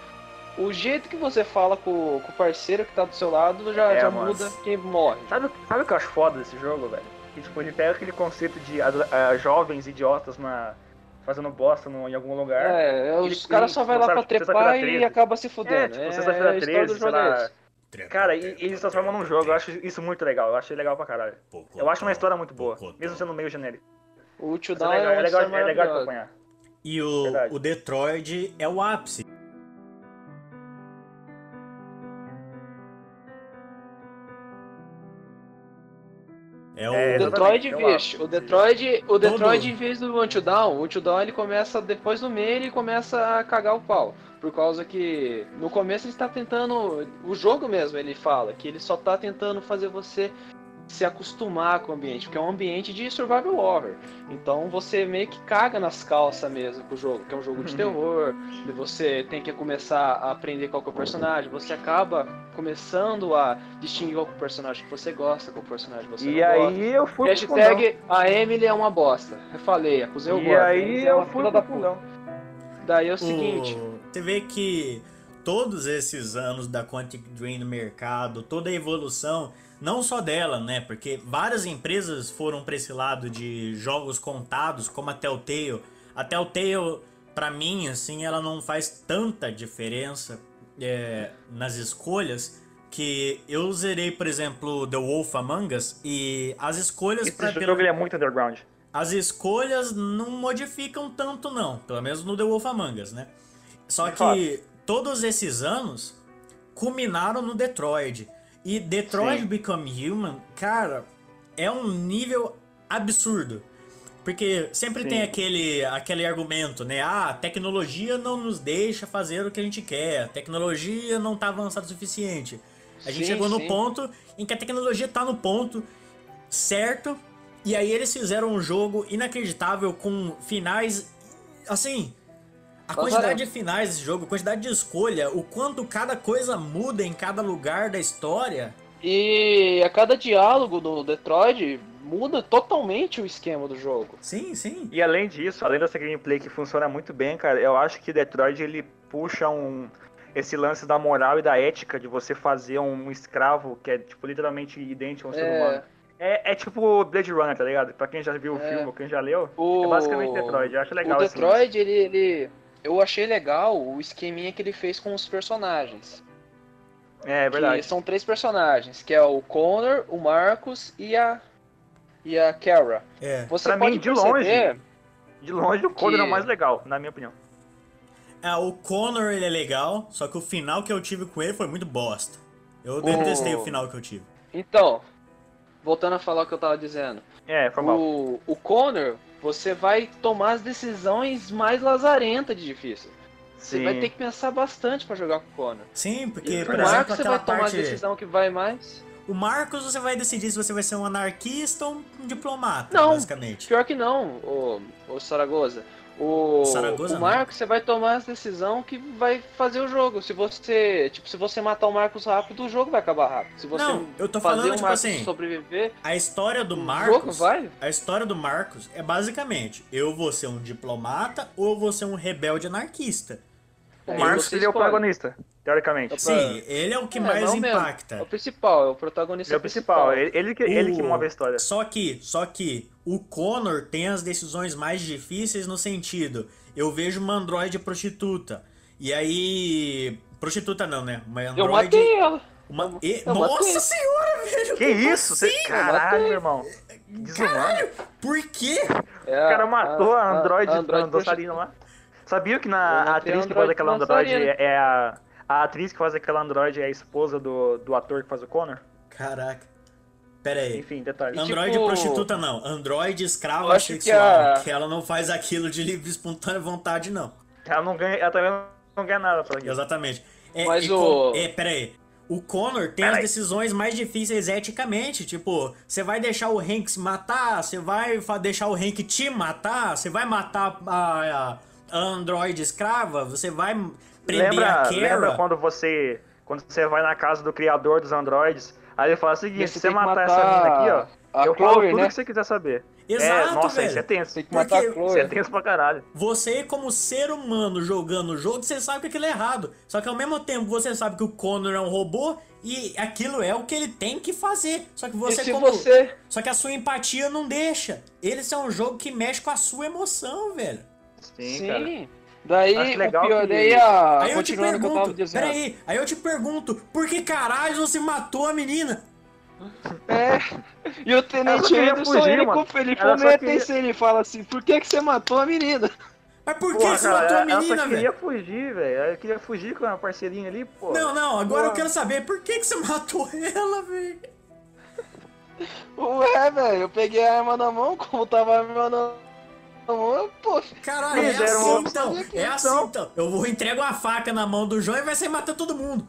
S3: o jeito que você fala com, com o parceiro que tá do seu lado já,
S2: É, Tá
S3: já
S2: mas-
S3: muda quem morre.
S2: Sabe, sabe o que eu acho foda desse jogo, velho? Que tipo, ele pega aquele conceito de ad- ah, jovens idiotas na, fazendo bosta no- em algum lugar.
S3: É, é, os
S2: Ele-
S3: caras
S2: ele-
S3: só vai lá
S2: sabe,
S3: pra trepar
S2: sexta-feira
S3: e
S2: 13.
S3: acaba se fudendo.
S2: É, tipo,
S3: É,
S2: sexta-feira
S3: a história
S2: 13,
S3: do
S2: sei
S3: jogo
S2: lá.
S3: é essa.
S2: Cara, e eles transformam num jogo, eu acho isso muito legal, eu achei legal pra caralho. Eu acho uma história
S1: um
S2: muito boa, mesmo sendo meio genérico.
S3: O Tio
S2: Mas é
S3: Down
S2: legal,
S3: é,
S2: é legal,
S3: uma história
S2: é legal de
S3: maravilhosa.
S2: acompanhar.
S1: E o,
S2: Verdade.
S1: o Detroit é o ápice. É o
S2: É,
S3: O
S2: exatamente.
S3: Detroit,
S2: eu
S3: bicho,
S2: acho.
S3: o Detroit, o Detroit
S1: Todo-
S3: em vez do Until Down, o Until Down ele começa depois do meio ele começa a cagar o pau. Por causa que no começo ele está tentando. O jogo mesmo ele fala que ele só tá tentando fazer você se acostumar com o ambiente, porque é um ambiente de survival horror. Então você meio que caga nas calças mesmo com o jogo, que é um jogo
S2: Uhum.
S3: de terror, e você tem que começar a aprender qual que é o personagem, você acaba começando a distinguir qual que é o personagem que você gosta, qual personagem você
S2: E
S3: não gosta.
S2: aí eu fui pro fundão.
S3: Hashtag a Emily é uma bosta. Eu falei, acusei o
S2: E
S3: Gordon.
S2: aí
S3: Ele é
S2: eu
S3: uma
S2: fui pro
S3: fila da puta.
S2: fundão.
S3: Daí é o seguinte.
S1: Você vê que todos esses anos da Quantic Dream no mercado, toda a evolução, não só dela, né? Porque várias empresas foram para esse lado de jogos contados, como a Telltale. A Telltale, pra mim, assim, ela não faz tanta diferença é, nas escolhas. Que eu zerei, por exemplo, The Wolf Among Us e as escolhas pra
S2: Esse jogo ele é muito underground.
S1: as escolhas não modificam tanto, não. Pelo menos no The Wolf Among Us, né? Só
S2: De
S1: que
S2: fato.
S1: todos esses anos culminaram no Detroit. E Detroit
S2: Sim.
S1: Become Human, cara, é um nível absurdo. Porque sempre tem aquele, aquele argumento, né? Ah, a tecnologia não nos deixa fazer o que a gente quer, a tecnologia não tá avançada o suficiente. A gente
S3: Sim,
S1: chegou no
S3: sim.
S1: ponto em que a tecnologia tá no ponto certo, e aí eles fizeram um jogo inacreditável com finais. Assim, a quantidade de finais desse jogo, a quantidade de escolha, o quanto cada coisa muda em cada lugar da história.
S3: E a cada diálogo do Detroit muda totalmente o esquema do jogo.
S1: Sim, sim.
S2: E além disso, além dessa gameplay que funciona muito bem, cara, eu acho que Detroit ele puxa um esse lance da moral e da ética de você fazer um escravo que é tipo literalmente idêntico a um ser humano.
S3: É,
S2: É, é tipo Blade Runner, tá ligado? Pra quem já viu o
S3: É.
S2: filme ou quem já leu,
S3: o...
S2: é basicamente Detroit. Eu acho legal
S3: O
S2: esse lance.
S3: Detroit, ele, ele- Eu achei legal o esqueminha que ele fez com os personagens.
S2: É, é verdade.
S3: Que são três personagens, que é o Connor, o Marcos e a. E a Kara.
S1: É.
S3: Você
S2: Pra
S3: pode
S2: mim, de
S3: perceber-
S2: longe, de longe o Conan é o
S3: que-
S2: mais legal, na minha opinião.
S1: Ah, o Connor ele é legal, só que o final que eu tive com ele foi muito bosta. Eu detestei o final que eu tive.
S3: Então, voltando a falar o que eu tava dizendo.
S2: É, foi mal.
S3: O, o Connor, você vai tomar as decisões mais lazarentas de difícil. Você
S2: Sim.
S3: vai ter que pensar bastante pra jogar com o Connor.
S1: Sim, porque,
S3: E
S1: por
S3: com o
S1: exemplo,
S3: Marcos, você
S1: aquela
S3: vai tomar
S1: parte.
S3: a decisão que vai mais.
S1: O Marcos você vai decidir se você vai ser um anarquista ou um diplomata,
S3: Não.
S1: basicamente.
S3: Pior que não, o, o Saragoza. O,
S1: Saragoza
S3: o
S1: não.
S3: Marcos, você vai tomar as decisões que vai fazer o jogo. Se você, tipo, se você matar o Marcos rápido, o jogo vai acabar rápido. Se você
S1: Não, eu tô
S3: fazer
S1: falando,
S3: o
S1: tipo
S3: Marcos
S1: assim,
S3: sobreviver,
S1: A história do
S3: o jogo
S1: Marcos.
S3: vai.
S1: A história do Marcos é basicamente: eu vou ser um diplomata ou eu vou ser um rebelde anarquista.
S2: O
S3: Aí
S2: Marcos
S3: você
S2: ele é o
S3: escolhe.
S2: protagonista, teoricamente.
S3: Opa.
S1: Sim, ele é o que
S3: É,
S1: mais
S3: não mesmo.
S1: impacta.
S3: É o principal, é o protagonista
S2: Ele é o principal, ele, ele que, ele que
S1: O-
S2: move a história.
S1: Só que, só que o Connor tem as decisões mais difíceis no sentido. Eu vejo uma androide prostituta. E aí. Prostituta não, né? Uma androide.
S3: Eu matei ela.
S1: uma- e-
S3: eu
S1: nossa
S3: matei.
S1: senhora, velho! assim,
S2: Que isso? Você... Caralho, meu irmão. Desumano.
S1: Caralho! Por quê?
S3: É,
S2: O cara matou a
S3: a-
S2: Android,
S3: a
S2: a dançarina lá. Sabia que na
S3: Eu
S2: a
S3: matei
S2: atriz
S3: a
S2: que faz
S3: androide
S2: aquela Android
S3: dançarina.
S2: é, é a. A atriz que faz aquela Android é a esposa do, do ator que faz o Connor?
S1: Caraca. Pera aí.
S2: Enfim, detalhe.
S3: E-
S1: Android
S3: tipo,
S1: prostituta não. Android
S3: eu
S1: escrava
S3: acho que
S1: sexual.
S3: a-
S1: Que ela não faz aquilo de livre e espontânea vontade, não.
S2: Ela, não ganha, ela também não ganha nada pra isso.
S1: Exatamente. É,
S3: Mas
S1: e
S3: o-
S1: com- É, peraí. O Connor tem as decisões mais difíceis eticamente. Tipo, você vai deixar o Hank se matar? Você vai fa- deixar o Hank te matar? Você vai matar a, a Android escrava? Você vai prender a
S2: Lembra,
S1: Kara?
S2: lembra quando você. Quando você vai na casa do criador dos androides, aí ele fala o seguinte, se
S3: Você
S2: você
S3: tem que
S2: matar,
S3: matar
S2: essa mina aqui, ó,
S3: a
S2: eu falo
S3: Chloe,
S2: tudo
S3: né?
S2: que você quiser saber.
S1: Exato,
S2: é, nossa,
S1: velho.
S2: isso é tenso.
S3: Tem que matar
S1: Porque
S3: a Chloe.
S2: Isso é tenso pra caralho.
S1: Você, como ser humano jogando o jogo, você sabe que aquilo é errado. Só que ao mesmo tempo você sabe que o Connor é um robô e aquilo é o que ele tem que fazer. Só que você,
S3: e se
S1: como.
S3: você.
S1: Só que a sua empatia não deixa. Eles é um jogo que mexe com a sua emoção, velho.
S2: Sim,
S3: Sim.
S2: cara. Acho
S3: Daí o
S2: legal
S3: pior,
S2: que-
S3: daí a.
S1: aí eu te
S3: Ah, continuando o que eu tava
S1: pergunto,
S3: dizendo.
S1: peraí, aí eu te pergunto, por que caralho você matou a menina?
S3: E o
S2: Ela só
S3: Tenente
S2: queria
S3: Henderson,
S2: fugir,
S3: ele,
S2: mano.
S3: com- ele
S2: Ela só
S3: põe
S2: queria-
S3: atenção, ele fala assim, por que, que você matou a menina?
S1: Mas por que
S2: Porra,
S1: você
S2: cara,
S1: matou
S3: é
S1: a
S2: ela só
S1: menina,
S2: queria
S1: velho?
S2: fugir, velho. Ela queria fugir com a parceirinha ali, pô.
S1: Não, não, agora eu
S2: Porra.
S1: quero saber por que, que você matou ela, velho.
S3: Ué, velho, eu peguei a arma na mão, como tava a arma na mão, eu, pô,
S1: Caralho, é
S2: Me deram
S1: assim
S2: uma
S1: então,
S3: opção.
S1: é assim então. Eu vou entrego a faca na mão do João e vai sair matando todo mundo.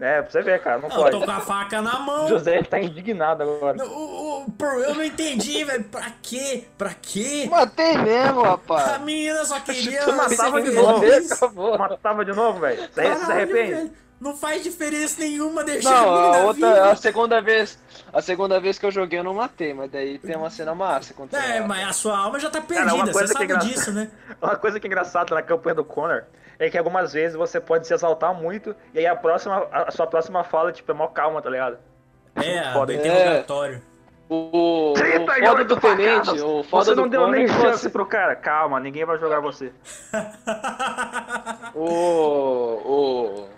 S2: É, pra você ver, cara, não
S1: Não, eu
S2: pode.
S1: tô com a faca na
S2: O
S1: mão.
S2: José tá indignado agora.
S1: Não, o- o- por- eu não entendi, velho. Pra quê? Pra quê?
S3: matei mesmo,
S1: A
S3: rapaz.
S1: menina só queria
S2: Tu matava
S1: ser
S2: de novo.
S1: feliz.
S3: Acabou.
S2: Matava de novo, velho. Você você se
S1: Caralho,
S2: arrepende?
S1: velho, Não faz diferença nenhuma deixar a
S3: Não,
S1: menina
S3: a outra, a
S1: viva.
S3: segunda vez, a segunda vez que eu joguei eu não matei, mas daí tem uma cena massa acontecendo.
S1: É, mas a sua alma já tá
S2: Cara,
S1: perdida,
S2: uma
S1: você
S2: coisa que é
S1: sabe
S2: engraçada-
S1: disso, né?
S2: Uma coisa que é engraçada na campanha do Connor é que algumas vezes você pode se exaltar muito e aí a próxima, a sua próxima fala, tipo, é mó calma, tá ligado?
S1: É, do
S2: Foda.
S1: interrogatório.
S3: O, o
S2: 38
S3: foda do
S2: facadas!
S3: tenente, o foda
S2: Você não
S3: do
S2: deu
S3: Connor
S2: nem
S3: é que
S2: chance
S3: você-
S2: pro cara. Calma, ninguém vai jogar você.
S3: O, o,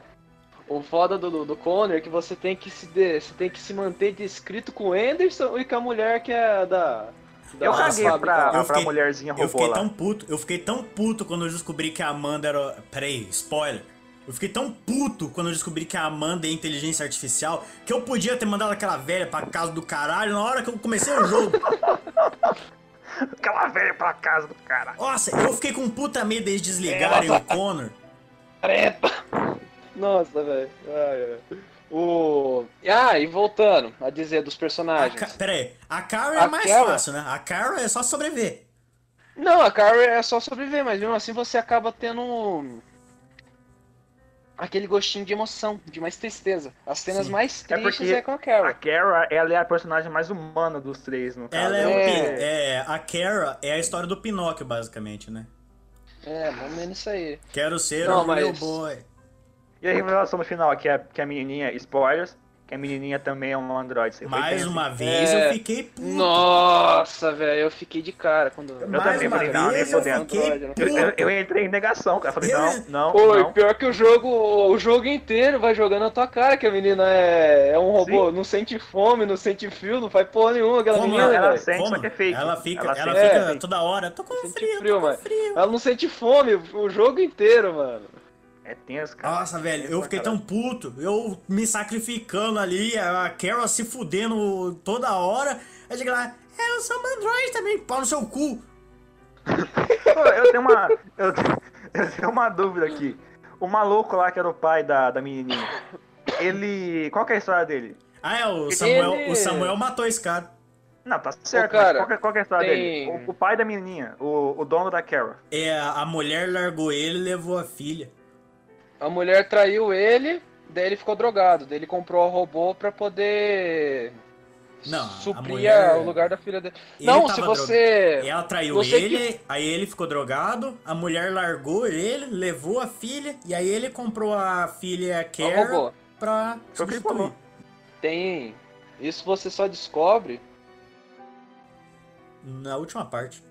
S3: o foda do, do Connor é que você tem que se de- você tem que se manter descrito com o Anderson e com a mulher que é da. da
S2: Eu
S1: Nossa,
S2: caguei
S3: fábrica
S2: pra,
S1: eu
S2: pra
S1: fiquei-
S2: mulherzinha
S1: Eu
S2: robô
S1: fiquei
S2: lá.
S1: tão puto, eu fiquei tão puto quando eu descobri que a Amanda era. Peraí, spoiler. Eu fiquei tão puto quando eu descobri que a Amanda é inteligência artificial que eu podia ter mandado aquela velha pra casa do caralho na hora que eu comecei o jogo.
S2: Calavera pra casa do cara.
S1: Nossa, eu fiquei com puta medo deles
S3: É.
S1: desligarem o Connor.
S3: Treta! Nossa, velho. Ai, ai. O... Ah, e voltando a dizer dos
S1: A
S3: personagens.
S1: Ah, Ca... Pera aí, a Carol é
S3: A
S1: mais
S3: Carol.
S1: fácil, né? A Carol é só sobreviver.
S3: Não, a Carrie é só sobreviver, mas mesmo assim você acaba tendo um- aquele gostinho de emoção, de mais tristeza. As cenas
S1: Sim.
S3: mais
S2: É
S3: tristes
S2: porque
S3: é, com a Carrie.
S2: A Kara, ela é a personagem mais humana dos três, no caso.
S1: Ela é, o
S3: É.
S1: Pin- é a Carol é a história do Pinóquio basicamente, né?
S3: É, mais ou menos isso aí.
S1: Quero ser
S3: Não,
S1: o meu
S3: mas-
S1: boy.
S2: E a revelação no final, que a, que a menininha, spoilers, que a menininha também é um androide. Você foi
S1: Mais
S2: bem
S1: uma vez
S3: É.
S1: eu fiquei puto.
S3: Nossa, velho, eu fiquei de cara quando.
S2: Eu
S1: Mais
S2: também
S1: uma
S2: falei, não, nem
S1: vez eu
S2: fudendo.
S1: fiquei
S3: Android,
S2: assim. Eu, eu-
S1: um puto. é
S2: eu entrei em negação, cara. Eu Falei, não, não,
S3: Pô, e
S2: não.
S3: pior que o jogo, o jogo inteiro vai jogando na tua cara que a menina é, é um robô, não sente fome, não sente frio, não faz porra nenhuma aquela
S1: Como
S3: menina,
S2: ela
S3: velho.
S2: sente,
S1: Como?
S2: só que é fake.
S1: Ela fica,
S2: Ela
S1: ela
S2: sente,
S1: fica
S2: é fake.
S1: toda hora. Tô com
S3: Sente
S1: frio,
S2: tá
S3: frio,
S1: tô com
S3: mano.
S1: frio.
S3: Ela não sente fome o jogo inteiro, mano.
S2: É tenso, cara.
S1: Nossa, velho,
S2: Tenso
S1: eu
S2: pra
S1: fiquei tão
S2: caralho.
S1: puto. Eu me sacrificando ali, a Carol se fudendo toda hora. Aí chega lá, é, eu sou um android também, pau no seu cu.
S2: Pô, Eu tenho uma. Eu, eu tenho uma dúvida aqui. O maluco lá que era o pai da, da menininha, ele. Qual que é a história dele?
S1: Ah, é, o Samuel,
S3: Ele-
S1: o Samuel matou esse cara.
S2: Não, tá certo, mas
S3: cara,
S2: qual que, é- qual que é a história
S3: tem-
S2: dele? O, o pai da menininha, o, o dono da Carol.
S1: É, a mulher largou ele e levou a filha.
S3: A mulher traiu ele, daí ele ficou drogado, daí ele comprou o robô pra poder
S1: Não, a
S3: suprir
S1: mulher-
S3: a- o lugar da filha dele.
S1: Ele
S3: Não,
S1: tava
S3: se
S1: droga-
S3: você.
S2: É.
S1: Ela traiu
S3: você
S1: ele, aí ele ficou drogado, a mulher largou ele, levou a filha, e aí ele comprou a filha
S3: É um
S1: Carol
S3: robô.
S1: pra
S2: Foi o que ele
S1: substituir.
S2: falou.
S3: Tem. Isso você só descobre.
S1: Na última parte.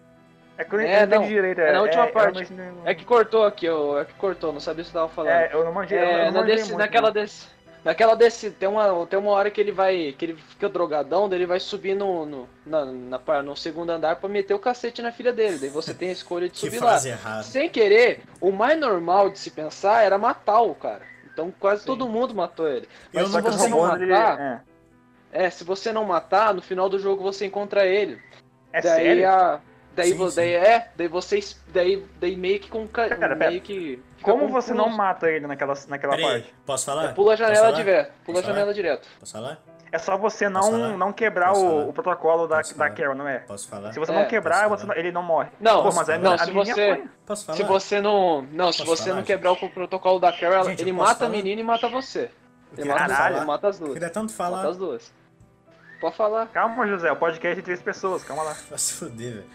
S2: É que eu não
S3: É,
S2: entendi
S3: não.
S2: direito.
S3: É na última
S2: eu
S3: parte.
S2: não-
S3: É que cortou aqui, eu, é que cortou, não sabia se tava falando.
S2: É, eu não manjei. eu
S3: É,
S2: não
S3: na
S2: manjei
S3: desse,
S2: muito, né?
S3: naquela
S2: não.
S3: desse, naquela desse, tem uma, tem uma hora que ele vai, que ele fica drogadão, daí ele vai subir no, no, na, na par- no segundo andar pra meter o cacete na filha dele, daí você tem a escolha de
S1: Que
S3: subir lá.
S1: frase errada.
S3: Sem querer, o mais normal de se pensar era matar o cara. Então quase
S2: Sim.
S3: todo mundo matou ele.
S1: Eu
S3: Mas
S1: não
S3: se
S2: Só que os
S3: você
S1: consigo
S3: não
S2: robôs, ele.
S3: matar,
S2: É,
S3: é, se você não matar, no final do jogo você encontra ele.
S2: é
S3: daí
S2: sério?
S3: a daí,
S1: Sim,
S3: vo-
S1: sim.
S3: daí é, daí vocês, daí daí meio que com
S2: Cara, pera.
S3: meio que fica
S2: Como você não
S3: confuso.
S2: mata ele naquela, naquela
S1: Peraí,
S2: parte?
S1: posso falar?
S3: Pula a janela
S1: Posso falar?
S3: direto. Pula a
S1: Posso
S3: janela direto.
S1: Posso falar?
S2: É só você
S1: Posso falar?
S2: não, não quebrar
S1: Posso
S2: o,
S1: falar?
S2: o protocolo da,
S1: Posso
S2: da
S1: falar?
S2: Carol, não é?
S1: Posso falar?
S2: Se você
S3: É,
S2: não quebrar,
S1: posso
S2: você
S1: falar?
S2: não- ele não morre.
S3: Não,
S2: Pô, mas a,
S1: não,
S2: a
S3: se
S2: menininha
S3: você-
S2: foi.
S1: Posso falar?
S3: Se você não. Não, se
S1: Posso
S3: você
S1: falar,
S3: não
S1: gente?
S3: quebrar o protocolo da Carol,
S1: Gente, eu
S3: ele
S1: posso
S3: mata
S1: falar?
S3: a menina e mata você.
S1: Eu
S3: Ele
S1: queria
S3: mata,
S1: tanto
S2: Caralho.
S3: ele
S1: falar.
S3: mata as
S1: Eu
S3: duas.
S1: queria tanto
S3: Mata
S1: falar.
S3: as duas. Pode falar.
S2: Calma, José, é o podcast de três pessoas, calma lá.
S1: Vai se fuder, velho.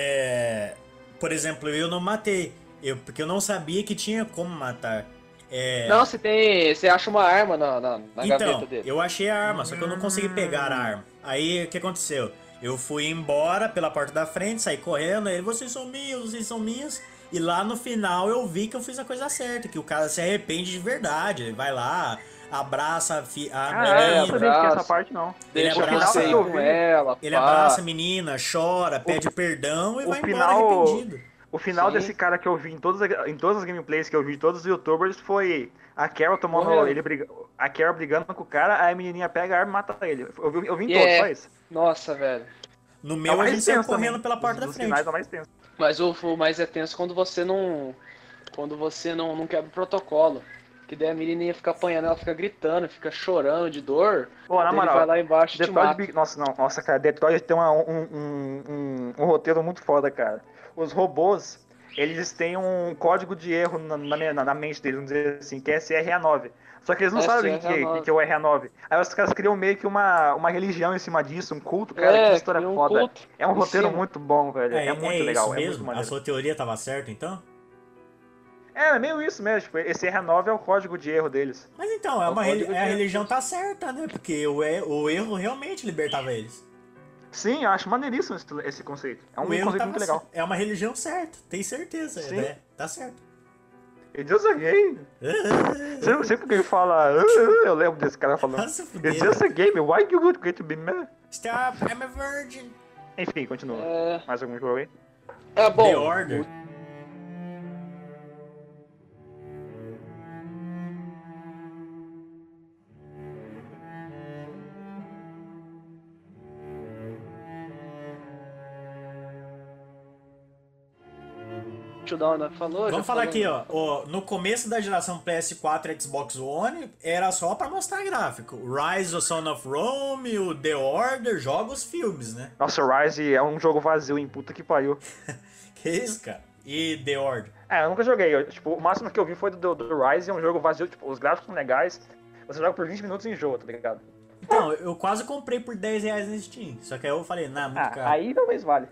S1: É, Por exemplo, eu não matei. Eu... Porque eu não sabia que tinha como matar. É,
S3: Não, você tem. Você acha uma arma na, na, na gaveta
S1: Então,
S3: dele.
S1: eu achei a arma, só que eu não consegui pegar a arma. Aí o que aconteceu? Eu fui embora pela porta da frente, saí correndo, aí vocês são meus, vocês são minhas. E lá no final eu vi que eu fiz a coisa certa, que o cara se arrepende de verdade. Ele vai lá, abraça a, fi- a
S2: Caralho, eu não
S1: menina,
S2: sabia que tinha
S3: abraço.
S2: essa parte, não.
S3: Deixa
S1: ele
S3: eu
S1: abraça-
S3: passeio com ela.
S1: ele
S3: pá.
S1: abraça a menina, chora, pede perdão e
S2: Ah. o
S1: vai
S2: final-
S1: embora arrependido.
S2: O final
S3: Sim.
S2: desse cara que eu vi em todas, as- em todas as gameplays que eu vi, de todos os youtubers, foi a Carol tomando.
S3: Morreu.
S2: Ele briga, a Carol brigando com o cara, aí a menininha pega a arma e mata ele. Eu vi, eu vi em
S3: E
S2: todos,
S3: é-
S2: só isso.
S3: Nossa, velho.
S1: No
S2: É o
S1: meu, a
S2: mais
S1: gente saiu
S2: tenso
S1: correndo
S2: também.
S1: pela porta
S2: Dos-
S1: da
S2: dos
S1: frente.
S2: finais é o mais tenso.
S3: Mas o, o mais é tenso quando você não. Quando você não, não quebra o protocolo. Que daí a menininha fica apanhando, ela fica gritando, fica chorando de dor.
S2: Pô, na
S3: Daí ele vai
S2: moral,
S3: lá embaixo e te
S2: Detroit
S3: mata.
S2: Big... Nossa, não, nossa, cara, Detroit tem uma- um, um, um, um roteiro muito foda, cara. Os robôs, eles têm um código de erro na, na, minha- na mente deles, vamos dizer assim, que é SRA9. Só que eles não sabem o que,
S3: SRA9.
S2: que- que é o RA9. Aí os caras criam meio que uma, uma religião em cima disso, um culto, cara,
S3: É,
S2: que história
S3: cria um
S2: foda.
S3: culto.
S2: É um
S3: em
S2: roteiro
S3: cima.
S2: muito bom, velho. É, muito legal,
S1: isso
S2: é muito
S1: mesmo? a
S2: maneiro.
S1: sua teoria tava certa, então?
S2: É, é meio isso mesmo, tipo, esse RA9 é o código de erro deles.
S1: Mas então, é
S2: Eu
S1: uma
S2: vou
S1: reli-
S2: dividir.
S1: a religião tá certa, né? Porque o, e- o erro realmente libertava eles.
S2: Sim, eu acho maneiríssimo esse, esse conceito. É um
S1: o erro
S2: conceito
S1: tava
S2: muito legal.
S1: cer- É uma religião certa, tem certeza,
S2: Sim.
S1: né? Tá certo.
S2: E Deus é gay. Sempre, sempre que ele fala, "Ah, ah", eu lembro desse cara falando.
S1: Nossa,
S2: It's
S1: fudeu.
S2: just a game, é why you would get to be mad?
S1: Stop, I'm a virgin.
S2: Enfim, continua.
S3: É,
S2: Mais algum jogo aí?
S3: é bom.
S1: The Order.
S3: Showdown né? falou. já
S1: Vamos falar
S3: falou.
S1: aqui, ó. Ó, No começo da geração PS4 e Xbox One, era só pra mostrar gráfico. Rise, o Son of Rome, o The Order, jogos, filmes, né?
S2: Nossa, o Rise é um jogo vazio, em puta que pariu.
S1: Que isso, cara? E The Order.
S2: É, eu nunca joguei. Eu, tipo, o máximo que eu vi foi do, do Rise, é um jogo vazio, tipo, os gráficos são legais. Você joga por 20 minutos e enjoa, tá ligado?
S1: Então, eu quase comprei por 10 reais no Steam. Só que aí eu falei, nah, muito caro.
S2: Ah, aí talvez vale.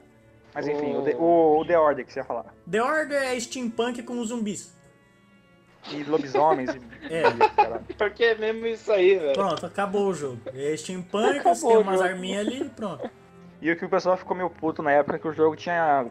S2: Mas enfim,
S3: O-
S2: o, The, o, o The Order que você ia falar.
S1: The Order é steampunk com zumbis.
S2: E lobisomens e.
S1: É.
S2: Caralho.
S3: Porque é mesmo isso aí, velho.
S1: Pronto, acabou o jogo. É steampunk, você
S3: Acabou
S1: tem
S3: o
S1: umas
S3: jogo.
S1: arminhas ali e pronto.
S2: E o que o pessoal ficou meio puto na época que o jogo tinha.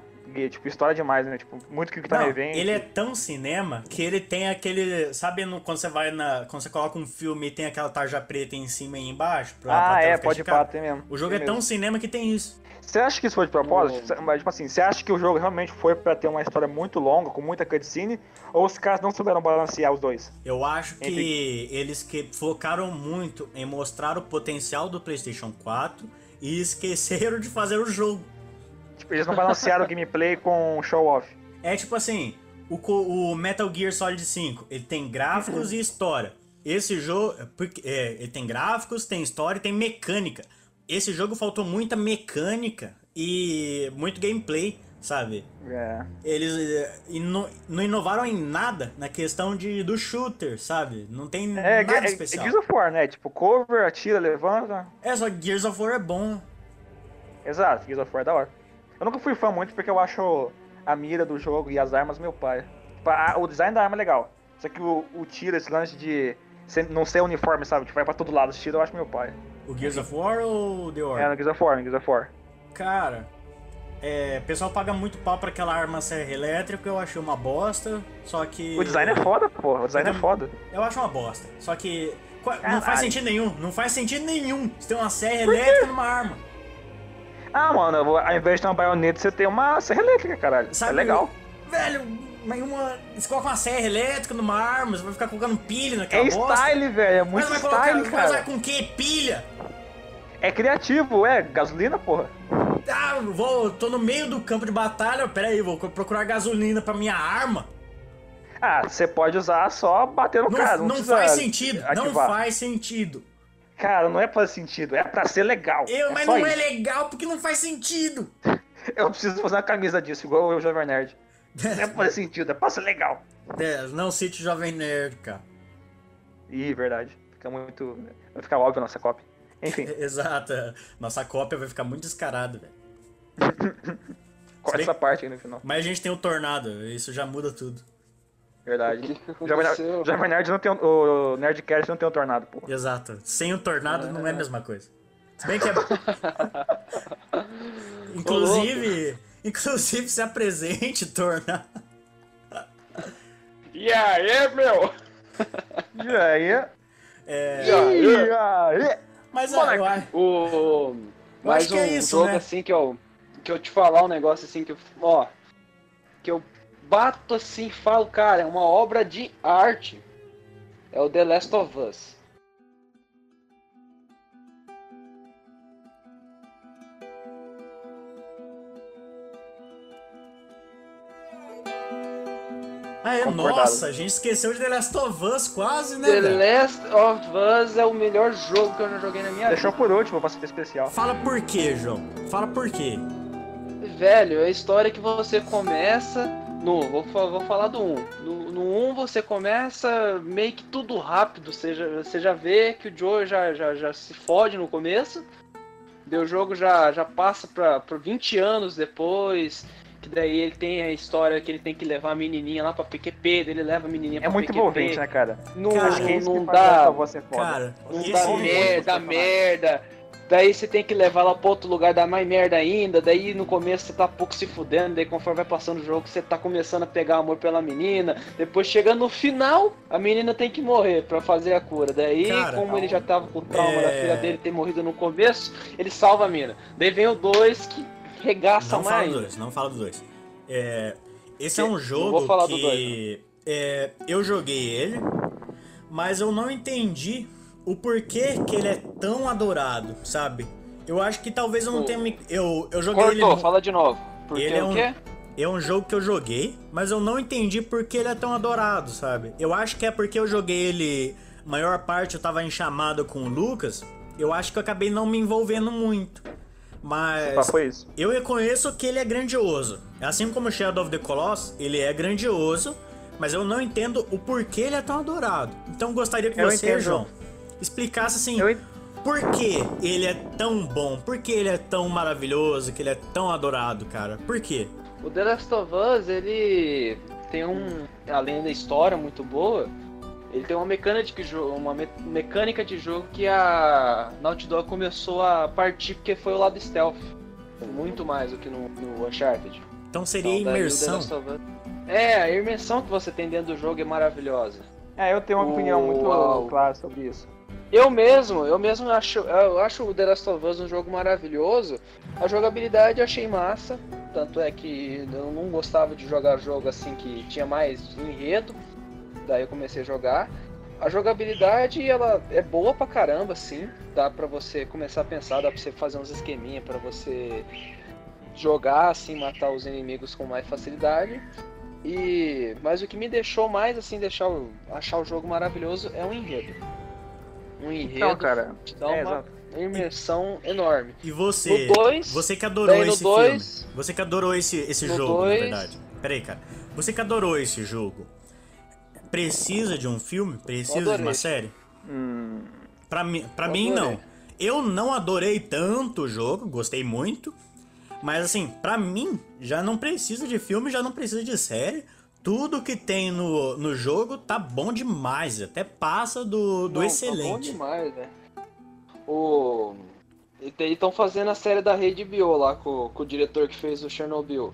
S2: Tipo, história demais, né? Tipo, muito que o que tá no
S1: Não,
S2: evento.
S1: ele é tão cinema que ele tem aquele. Sabe no- quando você vai na. Quando você coloca um filme e tem aquela tarja preta em cima e embaixo? pra- pra
S2: Ah,
S1: tela
S2: é,
S1: ficar
S2: pode
S1: esticada?
S2: pá, tem mesmo.
S1: O jogo
S2: Tem
S1: é tão
S2: mesmo.
S1: cinema que tem isso.
S2: Você acha que isso foi de propósito? Cê- Mas, tipo assim, você acha que o jogo realmente foi pra ter uma história muito longa, com muita cutscene? Ou os caras não souberam balancear os dois?
S1: Eu acho que
S2: Entendi.
S1: eles que focaram muito em mostrar o potencial do PlayStation 4 e esqueceram de fazer o jogo.
S2: Tipo, eles não balancearam o gameplay com show-off.
S1: É tipo assim, o, co- o Metal Gear Solid 5, ele tem gráficos e história. Esse jogo, é porque- é, ele tem gráficos, tem história e tem mecânica. Esse jogo faltou muita mecânica e muito gameplay, sabe?
S2: É.
S1: Eles é, ino- não inovaram em nada na questão de, do shooter, sabe? Não tem
S2: É, é,
S1: nada
S2: é,
S1: especial.
S2: Gears of War, né? Tipo, cover, atira, levanta.
S1: É, só que Gears of War é bom.
S2: Exato, Gears of War é da hora. Eu nunca fui fã muito porque eu acho a mira do jogo e as armas meu pai. Tipo, a- o design da arma é legal. Só que o, o tiro, esse lance de ser- não ser uniforme, sabe? Tipo, vai pra todo lado, os tiros eu acho meu pai.
S1: O Gears of War ou The
S2: É,
S1: Order?
S2: no Gears of War, no Gears of War.
S1: Cara, é, o pessoal paga muito pau pra aquela arma serra elétrica, eu achei uma bosta, só que...
S2: O design é foda, porra. O design é
S1: Então-
S2: foda.
S1: Eu acho uma bosta, só que... qua- Não
S2: Caralho.
S1: faz sentido nenhum, não faz sentido nenhum você ter uma serra elétrica numa arma.
S2: Ah, mano, eu vou- ao invés de ter uma baioneta, você tem uma serra elétrica, caralho.
S1: Sabe?
S2: É legal.
S1: Velho, mas uma... Você coloca uma serra elétrica numa arma, você vai ficar colocando pilha naquela
S2: É
S1: bosta.
S2: style, velho. É
S1: Mas
S2: muito
S1: vai colocar,
S2: style,
S1: mas vai
S2: cara.
S1: com que pilha?
S2: É criativo, é. Gasolina, porra.
S1: Ah, eu vou, tô no meio do campo de batalha, peraí, vou procurar gasolina pra minha arma.
S2: Ah, você pode usar só bater no
S1: Não,
S2: cara. Não,
S1: não
S2: precisa
S1: faz sentido, não
S2: ativar.
S1: faz sentido.
S2: Cara, não é pra fazer sentido. É pra ser legal.
S1: Eu, mas
S2: só
S1: não é
S2: isso.
S1: legal porque não faz sentido.
S2: Eu preciso fazer uma camisa disso, igual o Jovem Nerd. Não é pra fazer sentido, é pra ser legal.
S1: É, não cite o Jovem Nerd, cara.
S2: Ih, verdade. Fica muito... Vai ficar óbvio a nossa cópia. Enfim,
S1: É, Exato. Nossa cópia vai ficar muito descarada, velho.
S2: corta
S1: bem-
S2: essa parte aí no final.
S1: Mas a gente tem o Tornado, isso já muda tudo.
S2: Verdade.
S3: O que
S2: O Jovem Nerd-
S3: aconteceu?
S2: o Jovem Nerd não tem... um- O Nerdcast não tem um tornado, porra.
S1: Exato. Sem o Tornado não é a mesma coisa. Se bem que é... inclusive, inclusive se apresente, Tornado.
S3: E aí, meu?
S2: E aí?
S1: É,
S3: E aí?
S2: E aí?
S1: Mas ó,
S2: Moleque.
S1: eu acho...
S3: O. Mas
S1: acho
S3: o
S1: que é isso,
S3: jogo
S1: né?
S3: assim que eu. Que eu te falar um negócio assim que eu. Ó. Que eu bato assim e falo, cara, é uma obra de arte. É o The Last of Us.
S1: Ah, é,
S2: Concordado.
S1: nossa, a gente esqueceu de The Last of Us quase, né,
S3: The
S1: velho?
S3: Last of Us é o melhor jogo que eu já joguei na minha
S2: Deixou por último pra ser especial.
S1: Fala por quê, João? Fala por quê?
S3: vida. Velho, é a história que você começa. No, vou, fa- vou falar do 1. No, no 1 você começa meio que tudo rápido. Você já, você já vê que o Joe já, já, já se fode no começo. Daí o jogo já, já passa pra, pra 20 anos depois. Que daí ele tem a história que ele tem que levar a menininha lá pra PQP. Daí ele leva a menininha
S2: É
S3: pra
S2: muito
S3: PQP.
S2: envolvente, né, cara?
S3: Não,
S1: Cara,
S2: Acho que é isso
S3: não
S2: que faz
S3: dá.
S2: essa voz ser foda.
S1: Cara,
S2: Não
S1: esse- é
S2: Esse-
S3: dá merda, dá
S2: esse-
S3: merda. Daí você tem que levar ela pra outro lugar, dá mais merda ainda. Daí no começo você tá pouco se fudendo. Daí conforme vai passando o jogo, você tá começando a pegar amor pela menina. Depois chegando no final, a menina tem que morrer pra fazer a cura. Daí,
S1: Cara,
S3: como ele já tava com o trauma da
S1: é.
S3: filha dele ter morrido no começo, ele salva a mina. Daí vem o 2 que regaça
S1: não fala
S3: mais.
S1: do dois, não fala do dois. É, esse é
S3: Eu
S1: um
S3: não
S1: jogo
S3: vou falar
S1: que
S3: do dois,
S1: é, eu joguei ele, mas eu não entendi o porquê que ele é tão adorado, sabe? Eu acho que talvez eu não
S3: Pô.
S1: tenha me... Eu, eu joguei
S3: Cortou,
S1: ele...
S3: fala de novo. Porque
S1: Ele é
S3: o
S1: um-
S3: quê?
S1: é um jogo que eu joguei, mas eu não entendi por que ele é tão adorado, sabe? Eu acho que é porque eu joguei ele. A maior parte eu tava em chamada com o Lucas. Eu acho que eu acabei não me envolvendo muito.
S2: Só
S3: tá
S1: Mas
S2: foi isso.
S1: eu reconheço que ele é grandioso. Assim como Shadow of the Colossus, ele é grandioso, mas eu não entendo o porquê ele é tão adorado. Então gostaria que
S2: Eu
S1: você,
S2: entendo.
S1: João, explicasse assim,
S2: Eu en-
S1: por que ele é tão bom, por que ele é tão maravilhoso, que ele é tão adorado, cara. Por quê?
S3: O The Last of Us, ele tem um. Além da história muito boa, ele tem uma mecânica de jogo, uma me- mecânica de jogo que a Naughty Dog começou a partir porque foi o lado stealth. Muito mais do que no, no Uncharted.
S1: Então seria
S3: Então, daí o The
S1: imersão.
S3: Last of Us- É, a imersão que você tem dentro do jogo é maravilhosa.
S2: É, eu tenho uma opinião muito
S3: Uau.
S2: clara sobre isso.
S3: Eu mesmo, eu mesmo acho, eu acho o The Last of Us um jogo maravilhoso. A jogabilidade eu achei massa, tanto é que eu não gostava de jogar jogo assim que tinha mais enredo. Daí eu comecei a jogar. A jogabilidade ela é boa pra caramba, sim. Dá pra você começar a pensar, dá pra você fazer uns esqueminha pra você jogar assim, matar os inimigos com mais facilidade. E mas o que me deixou mais assim deixar o- achar o jogo maravilhoso é o enredo. Um enredo
S2: Então, cara.
S3: te dá
S2: é,
S3: uma
S2: exato.
S3: imersão enorme.
S1: E você?
S3: No dois,
S1: você que adorou
S3: Daí no
S1: esse
S3: 2,
S1: filme. Você que adorou esse, esse
S3: no
S1: jogo,
S3: dois-
S1: na verdade. Peraí, cara. Você que adorou esse jogo. Precisa de um filme? Precisa de
S3: Adorei.
S1: uma série?
S2: Hum,
S1: Pra, mi, pra mim,
S3: Adorei.
S1: não. Eu não adorei tanto o jogo, gostei muito. Mas, assim, pra mim, já não precisa de filme, já não precisa de série. Tudo que tem no, no jogo tá bom demais. Até passa do, do
S3: Não, Tá bom
S1: excelente.
S3: demais, né? O... Estão fazendo a série da Rede Bio lá com, com o diretor que fez o Chernobyl.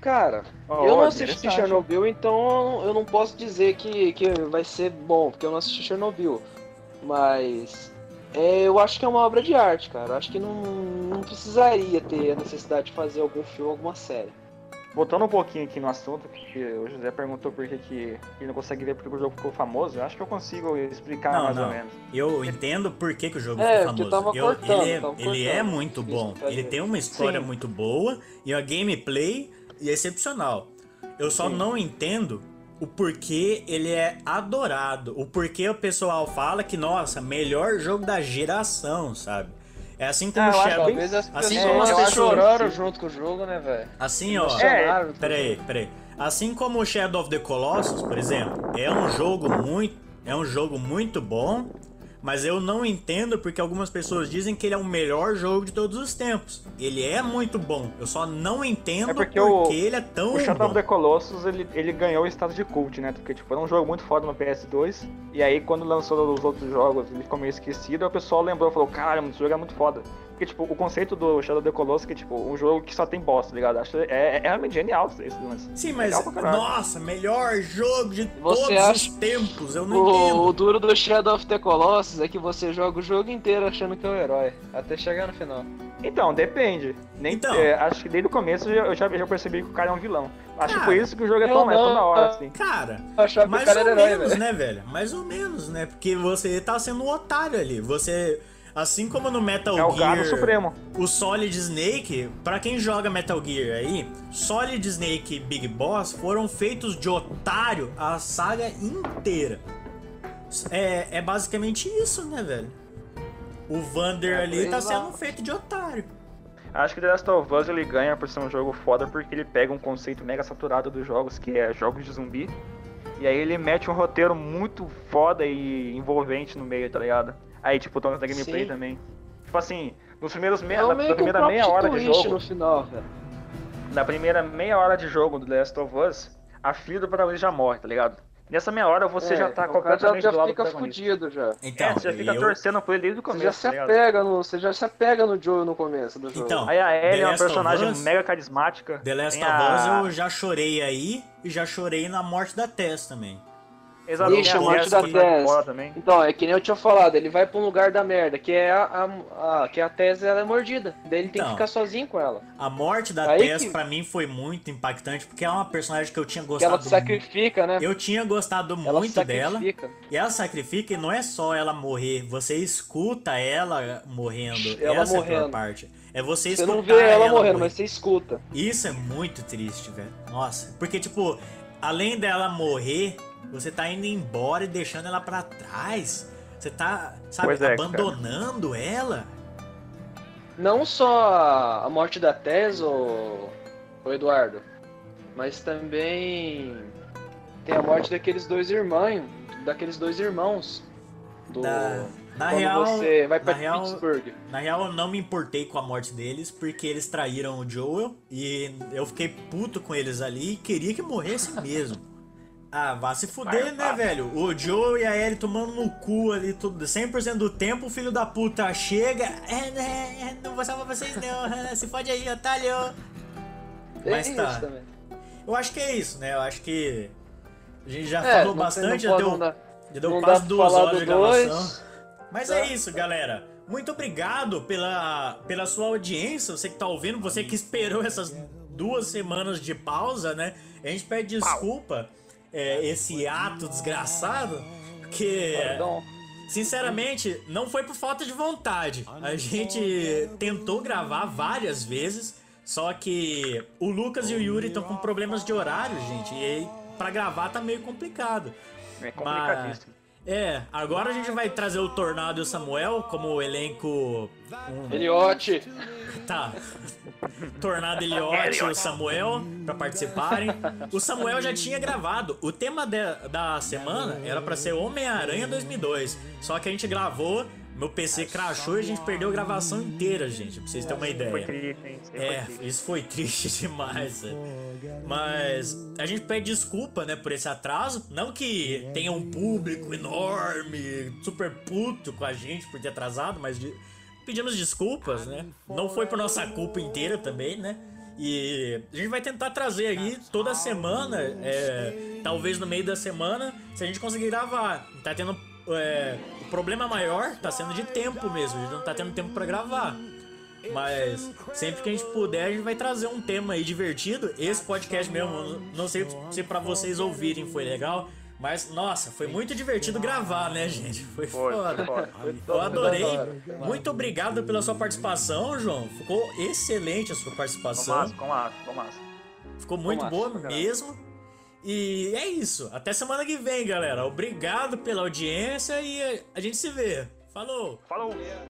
S3: Cara,
S2: ó,
S3: eu não assisti
S2: interessante.
S3: Chernobyl, então eu não posso dizer que, que vai ser bom, porque eu não assisti Chernobyl. Mas é, eu acho que é uma obra de arte, cara. Eu acho que não, não precisaria ter a necessidade de fazer algum filme, alguma série.
S2: Voltando um pouquinho aqui no assunto, que o José perguntou por que, que ele não consegue ver porque o jogo ficou famoso, eu acho que eu consigo explicar
S1: Não,
S2: mais
S1: não.
S2: ou menos.
S1: Eu entendo por que, que o jogo
S3: É,
S1: ficou
S3: porque
S1: famoso.
S3: tava
S1: Eu-
S3: cortando,
S1: ele, é,
S3: tava
S1: ele é
S3: cortando.
S1: muito
S3: Isso,
S1: bom.
S3: tá
S1: ele
S3: vendo?
S1: tem uma história
S2: Sim.
S1: muito boa e uma gameplay é excepcional. Eu só
S2: Sim.
S1: não entendo o porquê ele é adorado. O porquê o pessoal fala que, nossa, melhor jogo da geração, sabe? É assim como
S2: Ah,
S1: o
S2: eu acho
S1: Shadow.
S2: bem-
S3: Talvez as
S1: Assim
S2: como
S3: pessoas
S2: eu acho-
S3: choraram junto com o jogo, né, velho?
S1: Assim, ó.
S2: É,
S1: Peraí, peraí. Assim como o Shadow of the Colossus, por exemplo, é um jogo muito, é um jogo muito bom, mas eu não entendo porque algumas pessoas dizem que ele é o melhor jogo de todos os tempos. Ele é muito bom, eu só não entendo
S2: É
S1: porque,
S2: porque o-
S1: ele é tão
S2: O Shadow of
S1: bom.
S2: the Colossus, ele, ele ganhou o status de cult, né? Porque, tipo, era um jogo muito foda no PS2, e aí quando lançou os outros jogos, ele ficou meio esquecido, aí o pessoal lembrou e falou, caralho, esse jogo é muito foda. Porque, tipo, o conceito do Shadow of the Colossus é que, tipo, um jogo que só tem boss, tá ligado? Acho, é, é realmente genial esse esse lance.
S1: Sim, mas
S2: Legal pra caralho.
S1: nossa, melhor jogo de
S3: Você
S1: todos
S3: acha-
S1: os tempos. Eu não
S3: O, o
S1: entendo.
S3: duro do Shadow of the Colossus é que você joga o jogo inteiro achando que é o herói, até chegar no final.
S2: Então, depende. Nem,
S1: Então.
S2: é, acho que desde o começo eu já- eu já, eu já percebi que o cara é um vilão. Acho
S1: Cara,
S2: que por isso que o jogo é
S3: eu
S2: tão, é tão
S3: não-
S2: da hora, assim.
S1: Cara,
S3: Eu achava que o
S1: Mais
S3: cara
S1: ou
S3: era herói,
S1: menos,
S3: velho.
S1: né, velho? Mais ou menos, né? Porque você tá sendo um otário ali. Você. Assim como no Metal
S2: É o
S1: Gear.
S2: gado supremo.
S1: O Solid Snake, pra quem joga Metal Gear aí, Solid Snake e Big Boss foram feitos de otário a saga inteira. É, é basicamente isso, né, velho? O Vander
S3: É,
S1: ali tá
S3: exato.
S1: sendo feito de otário.
S2: Acho que The Last of Us ele ganha por ser um jogo foda porque ele pega um conceito mega saturado dos jogos, que é jogos de zumbi. E aí ele mete um roteiro muito foda e envolvente no meio, tá ligado? Aí, tipo, toma da gameplay
S3: Sim.
S2: também. Tipo assim, nos primeiros meia,
S3: É
S2: na,
S3: meio
S2: na
S3: que um
S2: primeira
S3: plot
S2: meia hora de
S3: twist né?
S2: jogo.
S3: no final, velho.
S2: Na primeira meia hora de jogo do The Last of Us, a filha do protagonista já morre, tá ligado? Nessa meia hora você
S3: É,
S2: já tá
S3: o cara
S2: completamente
S3: já,
S2: do
S3: já
S2: lado do
S3: fica
S2: protagonista.
S3: fudido já.
S1: Então,
S2: É, você já fica
S1: eu-
S2: torcendo por ele desde o
S3: Você
S2: começo,
S3: já, se
S2: tá ligado?
S3: apega no, você já se apega no Joe no começo do jogo.
S1: Então,
S2: Aí a
S1: The
S2: Ellie é uma
S1: Last of
S2: personagem
S1: Us-
S2: mega carismática.
S1: The Last
S2: Tem
S1: of
S2: a-
S1: Us eu já chorei aí e já chorei na morte da Tess também.
S2: Exatamente.
S1: Ixi,
S2: a
S1: a
S2: mulher
S1: morte da
S2: que vai
S3: Tess.
S2: embora também.
S3: Então, é que nem eu tinha falado, ele vai pra um lugar da merda, que é a, a- a- que a tese ela é mordida. Daí ele tem
S1: Então.
S3: que ficar sozinho com ela.
S1: A morte da
S3: Aí
S1: Tess
S3: que-
S1: pra mim foi muito impactante porque é uma personagem que eu tinha
S3: Que ela
S1: gostado
S3: se sacrifica, né?
S1: Eu tinha gostado
S3: ela se
S1: muito dela.
S3: sacrifica.
S1: E ela sacrifica e não é só ela morrer, você escuta ela morrendo.
S3: Ela
S1: Essa é a pior
S3: morrendo.
S1: parte. É você
S3: Você
S1: escutar
S3: não vê ela
S1: morrer.
S3: morrendo, mas você escuta.
S1: Isso é muito triste, velho. Nossa, porque tipo, além dela morrer, você tá indo embora e deixando ela pra trás. Você tá, sabe,
S2: Pois é, cara.
S1: abandonando ela.
S3: Não só a morte da Tess, ô, ô Eduardo, mas também tem a morte daqueles dois irmãos, daqueles dois irmãos. Do,
S1: Da- na
S3: quando
S1: real,
S3: você vai pra
S1: na real-
S3: Pittsburgh.
S1: Na real, eu não me importei com a morte deles porque eles traíram o Joel e eu fiquei puto com eles ali e queria que morresse mesmo. Ah, vá se fuder,
S4: Vai,
S1: né,
S4: vai.
S1: velho? O Joel e a Ellie tomando no cu ali tudo, 100% do tempo, o filho da puta chega. É, né? Não vou salvar vocês não. ah, Se fode aí, otário.
S3: Tem
S1: Mas
S3: isso
S1: tá.
S3: também.
S1: Eu acho que é isso, né? Eu acho que a gente já
S3: É,
S1: falou
S3: não- não
S1: Tá bastante, já
S3: pode-
S1: deu,
S3: não dá-
S1: já deu
S3: não dá
S1: quase
S3: pra
S1: duas
S3: falar
S1: horas de
S3: do
S1: gravação.
S3: dois.
S1: Mas
S3: Tá.
S1: é isso, galera. Muito obrigado pela, pela sua audiência, você que tá ouvindo, você que esperou essas duas semanas de pausa, né? A gente pede desculpa é, esse ato desgraçado, porque,
S3: Perdão.
S1: sinceramente, não foi por falta de vontade. A gente tentou gravar várias vezes, só que o Lucas e o Yuri estão com problemas de horário, gente, e aí, pra gravar tá meio complicado.
S2: É complicadíssimo.
S1: É, agora a gente vai trazer o Tornado e o Samuel como elenco. É.
S3: Eliote,
S1: Tá. Tornado Eliote e o Samuel pra participarem. O Samuel já tinha gravado. O tema de- da semana era pra ser Homem-Aranha 2002. Só que a gente gravou, meu PC crashou e a gente perdeu a gravação inteira, gente. Pra vocês terem uma
S4: Foi
S1: ideia.
S4: triste, hein? Isso aí
S1: É,
S4: foi triste.
S1: isso foi triste demais. né? Mas a gente pede desculpa, né, por esse atraso. Não que tenha um público enorme, super puto com a gente por ter atrasado, mas de- pedimos desculpas, né? Não foi por nossa culpa inteira também, né? E a gente vai tentar trazer aí toda semana, é, talvez no meio da semana, se a gente conseguir gravar. Tá tendo. é, o problema maior tá sendo de tempo mesmo, a gente não tá tendo tempo pra gravar. Mas sempre que a gente puder, a gente vai trazer um tema aí divertido. Esse podcast mesmo, eu não sei se pra vocês ouvirem foi legal, mas nossa, foi muito divertido gravar, né, gente? Foi
S2: Foi, foi
S1: foda.
S2: foda.
S1: Eu adorei.
S3: Da hora.
S1: Muito obrigado pela sua participação, João. Ficou excelente a sua participação.
S2: Vamos, vamos, vamos.
S1: Ficou muito
S3: massa,
S1: boa
S3: pra caralho.
S1: mesmo. E é isso. Até semana que vem, galera. Obrigado pela audiência e a gente se vê. Falou!
S2: Falou!